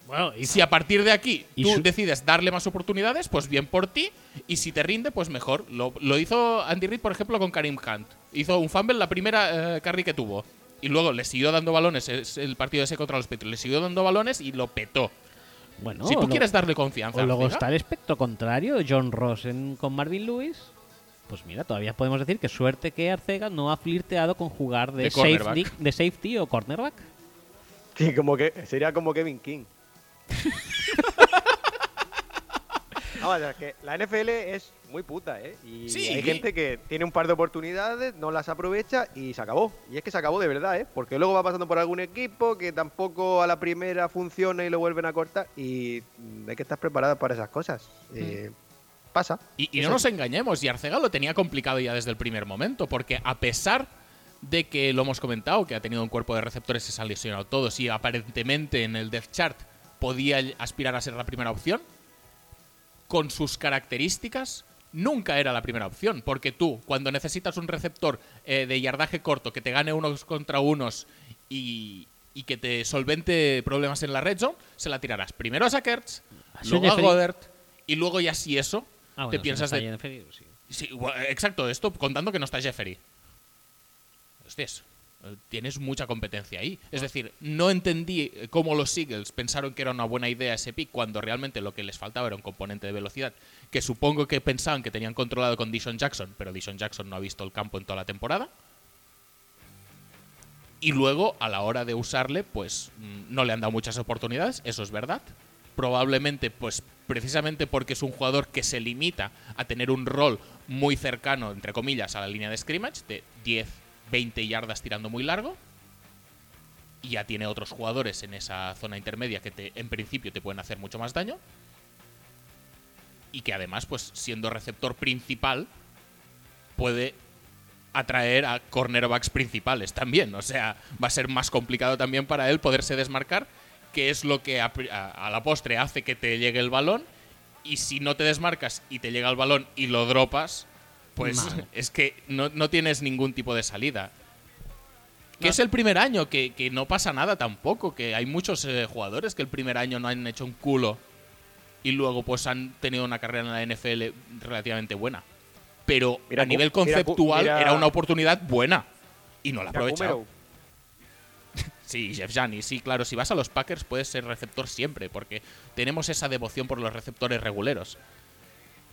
Speaker 1: Bueno,
Speaker 2: Y si a partir de aquí
Speaker 1: Y
Speaker 2: tú
Speaker 1: su-
Speaker 2: decides darle más oportunidades, pues bien por ti. Y si te rinde, pues mejor. Lo, lo hizo Andy Reid, por ejemplo, con Karim Hunt. Hizo un fumble la primera eh, carry que tuvo. Y luego le siguió dando balones. Es el partido ese contra los Patriots. Le siguió dando balones y lo petó.
Speaker 1: bueno
Speaker 2: si tú
Speaker 1: lo-
Speaker 2: quieres darle
Speaker 1: O
Speaker 2: confianza.
Speaker 1: luego
Speaker 2: Ortega,
Speaker 1: está el espectro contrario, John Ross en- con Marvin Lewis. Pues mira, todavía podemos decir que suerte que Arcega no ha flirteado con jugar de,
Speaker 2: De cornerback.
Speaker 1: safety, de safety o cornerback.
Speaker 7: Sí, como que sería como Kevin
Speaker 2: *laughs*
Speaker 7: King. No, o sea, que la NFL es muy puta, ¿eh? Y
Speaker 2: Sí,
Speaker 7: hay
Speaker 2: y-
Speaker 7: gente que tiene un par de oportunidades, no las aprovecha y se acabó. Y es que se acabó de verdad, ¿eh? Porque luego va pasando por algún equipo que tampoco a la primera funciona y lo vuelven a cortar. Y mm, hay que estar preparada para esas cosas.
Speaker 2: Mm.
Speaker 7: Eh, Pasa.
Speaker 2: Y, y no nos engañemos, y Arcega lo tenía complicado ya desde el primer momento, porque a pesar de que lo hemos comentado, que ha tenido un cuerpo de receptores que se han lesionado todos y aparentemente en el depth chart podía aspirar a ser la primera opción, con sus características nunca era la primera opción, porque tú cuando necesitas un receptor eh, de yardaje corto que te gane unos contra unos y, y que te solvente problemas en la red zone, se la tirarás primero a Sackerts,
Speaker 1: A
Speaker 2: luego a
Speaker 1: Jeffery.
Speaker 2: Goddard y luego ya si eso
Speaker 1: Ah, bueno,
Speaker 2: te
Speaker 1: si
Speaker 2: piensas
Speaker 1: no
Speaker 2: de
Speaker 1: está Jeffery, sí.
Speaker 2: Sí, gua- exacto, esto contando que no está Jeffery. Hostias, eh, tienes mucha competencia ahí.
Speaker 1: Ah.
Speaker 2: Es decir, no entendí eh, cómo los Eagles pensaron que era una buena idea ese pick cuando realmente lo que les faltaba era un componente de velocidad que supongo que pensaban que tenían controlado con Dishon Jackson, pero Dishon Jackson no ha visto el campo en toda la temporada. Y luego, a la hora de usarle, pues mm, no le han dado muchas oportunidades, eso es verdad. Probablemente, pues precisamente porque es un jugador que se limita a tener un rol muy cercano, entre comillas, a la línea de scrimmage, de 10, 20 yardas tirando muy largo. Y ya tiene otros jugadores en esa zona intermedia que te, en principio te pueden hacer mucho más daño. Y que además, pues siendo receptor principal, puede atraer a cornerbacks principales también. O sea, va a ser más complicado también para él poderse desmarcar, que es lo que a, pri- a- a la postre hace que te llegue el balón. Y si no te desmarcas y te llega el balón y lo dropas, pues
Speaker 1: Mal.
Speaker 2: *laughs* es que no, no tienes ningún tipo de salida. Que es el primer año, que, que no pasa nada tampoco, que hay muchos eh, jugadores que el primer año no han hecho un culo y luego pues han tenido una carrera en la NFL relativamente buena. Pero
Speaker 3: Mira
Speaker 2: a
Speaker 3: Cu-
Speaker 2: nivel
Speaker 3: mira Cu-
Speaker 2: conceptual
Speaker 3: mira-
Speaker 2: era una oportunidad buena y no la ha
Speaker 3: Mira,
Speaker 2: aprovechado.
Speaker 3: Kummerow.
Speaker 2: Sí, Jeff Janis, sí, claro, si vas a los Packers puedes ser receptor siempre, porque tenemos esa devoción por los receptores reguleros.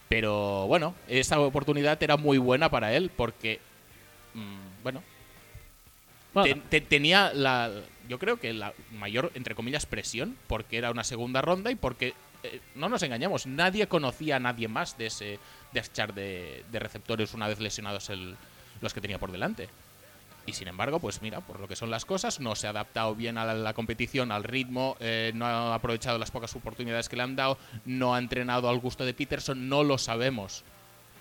Speaker 2: Pero bueno, esa oportunidad era muy buena para él, porque, mm, bueno,
Speaker 1: Bueno,
Speaker 2: te- te- tenía la. Yo creo que la mayor, entre comillas, presión, porque era una segunda ronda y porque. eh, no nos engañemos, nadie conocía a nadie más de ese despachar de, de receptores una vez lesionados el- los que tenía por delante. Y sin embargo, pues mira, por lo que son las cosas, no se ha adaptado bien a la, la competición, al ritmo, eh, no ha aprovechado las pocas oportunidades que le han dado, no ha entrenado al gusto de Peterson, no lo sabemos.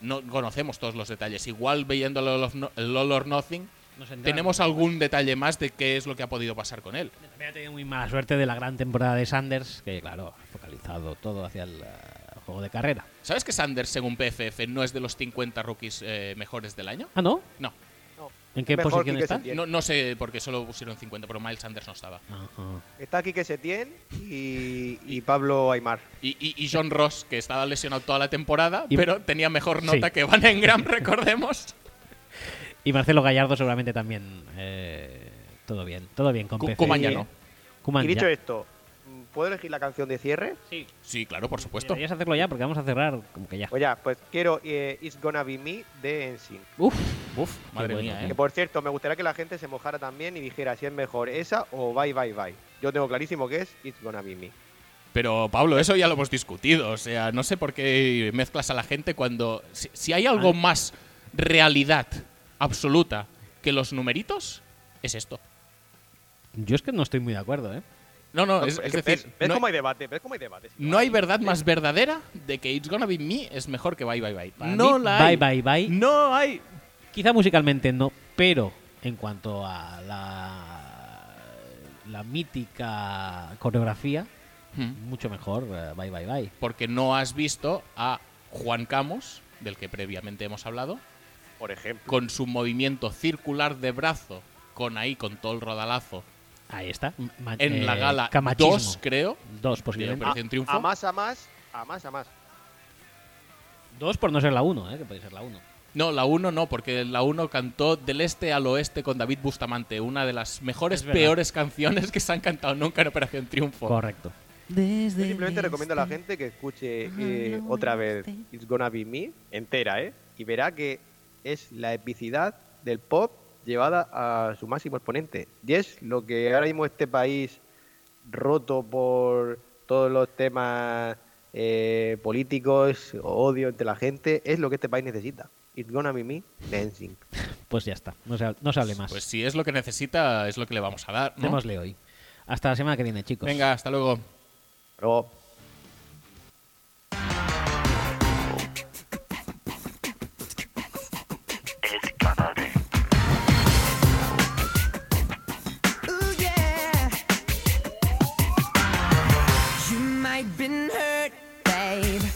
Speaker 2: No conocemos todos los detalles. Igual viendo el All, of No- el All or Nothing,
Speaker 1: nos enteramos.
Speaker 2: ¿Tenemos algún detalle más de qué es lo que ha podido pasar con él?
Speaker 1: También ha tenido muy mala suerte de la gran temporada de Sanders, que claro, ha focalizado todo hacia el eh, juego de carrera.
Speaker 2: ¿Sabes que Sanders, según PFF, no es de los 50 rookies eh, mejores del año?
Speaker 1: Ah, ¿no?
Speaker 2: No,
Speaker 1: ¿En qué
Speaker 3: Mejor
Speaker 1: posición
Speaker 3: Quique
Speaker 1: está?
Speaker 3: Setién.
Speaker 2: no, no sé por qué solo pusieron 50, pero Miles Sanders no estaba.
Speaker 1: Ajá.
Speaker 3: Está Quique Setién y, y Pablo Aymar.
Speaker 2: Y, y- y John Ross, que estaba lesionado toda la temporada,
Speaker 1: Y-
Speaker 2: pero tenía mejor nota
Speaker 1: Sí.
Speaker 2: que Van Engram, *laughs* recordemos.
Speaker 1: Y Marcelo Gallardo seguramente también. eh, todo bien, todo bien con
Speaker 2: Cu-
Speaker 1: PC.
Speaker 2: Cuman ya no.
Speaker 1: Cuman
Speaker 3: y dicho
Speaker 1: ya.
Speaker 3: esto,
Speaker 7: mm,
Speaker 3: ¿puedo elegir la canción de cierre?
Speaker 2: Sí, claro, por supuesto.
Speaker 1: Deberías hacerlo ya porque vamos a cerrar como que ya.
Speaker 3: Pues ya, pues quiero eh, It's Gonna Be Me de Ensign.
Speaker 1: Uf,
Speaker 2: Uf, madre
Speaker 1: bueno,
Speaker 2: mía,
Speaker 1: tío.
Speaker 2: ¿eh?
Speaker 3: Que por cierto, me gustaría que la gente se mojara también y dijera si es mejor esa o Bye Bye Bye. Yo tengo clarísimo que es It's Gonna Be Me.
Speaker 2: Pero Pablo, eso ya lo hemos discutido. O sea, no sé por qué mezclas a la gente cuando. Si, si hay
Speaker 1: Ah.
Speaker 2: algo más realidad absoluta que los numeritos, es esto.
Speaker 1: yo es que no estoy muy de acuerdo, ¿eh?
Speaker 2: No, no,
Speaker 3: No,
Speaker 2: es,
Speaker 3: es
Speaker 2: es
Speaker 3: que
Speaker 2: decir,
Speaker 3: ves, ves
Speaker 2: no,
Speaker 3: cómo hay debate, ves cómo hay debate.
Speaker 2: no hay verdad más verdadera de que It's Gonna Be Me es mejor que Bye Bye Bye.
Speaker 1: Para
Speaker 2: no
Speaker 1: mí,
Speaker 2: la
Speaker 1: bye, bye,
Speaker 2: hay.
Speaker 1: bye.
Speaker 2: No hay.
Speaker 1: Quizá musicalmente no, pero en cuanto a la, la mítica coreografía, mucho mejor. eh, bye, bye, bye.
Speaker 2: Hmm. Porque no has visto a Juan Camus, del que previamente hemos hablado,
Speaker 3: Por ejemplo.
Speaker 2: con su movimiento circular de brazo, con ahí, con todo el rodalazo,
Speaker 1: Ahí está. Ma-
Speaker 2: en la
Speaker 1: eh,
Speaker 2: gala
Speaker 1: camachismo.
Speaker 2: 2, creo,
Speaker 1: Dos,
Speaker 2: de
Speaker 1: posiblemente.
Speaker 2: Operación Triunfo.
Speaker 3: A más, a más, a más, a más.
Speaker 1: Ah, Dos por no ser la uno, ¿eh? Que puede ser la uno.
Speaker 2: No, la 1 no, porque la 1 cantó Del Este al Oeste con David Bustamante, una de las mejores,
Speaker 1: Es verdad.
Speaker 2: peores canciones que se han cantado nunca en Operación Triunfo.
Speaker 1: Correcto.
Speaker 3: Yo simplemente recomiendo a la gente que escuche eh, otra vez It's Gonna Be Me entera, ¿eh? Y verá que es la epicidad del pop llevada a su máximo exponente. Y es lo que ahora mismo este país, roto por todos los temas eh, políticos, odio entre la gente, es lo que este país necesita. It's Gonna Be Me de NSYNC.
Speaker 1: Pues ya está. No se, no se hable más.
Speaker 2: Pues si es lo que necesita, es lo que le vamos a dar. ¿no?
Speaker 1: Démosle hoy. Hasta la semana que viene, chicos.
Speaker 2: Venga, hasta luego.
Speaker 3: Pero
Speaker 5: Ooh, yeah. You might been hurt, babe. Oh,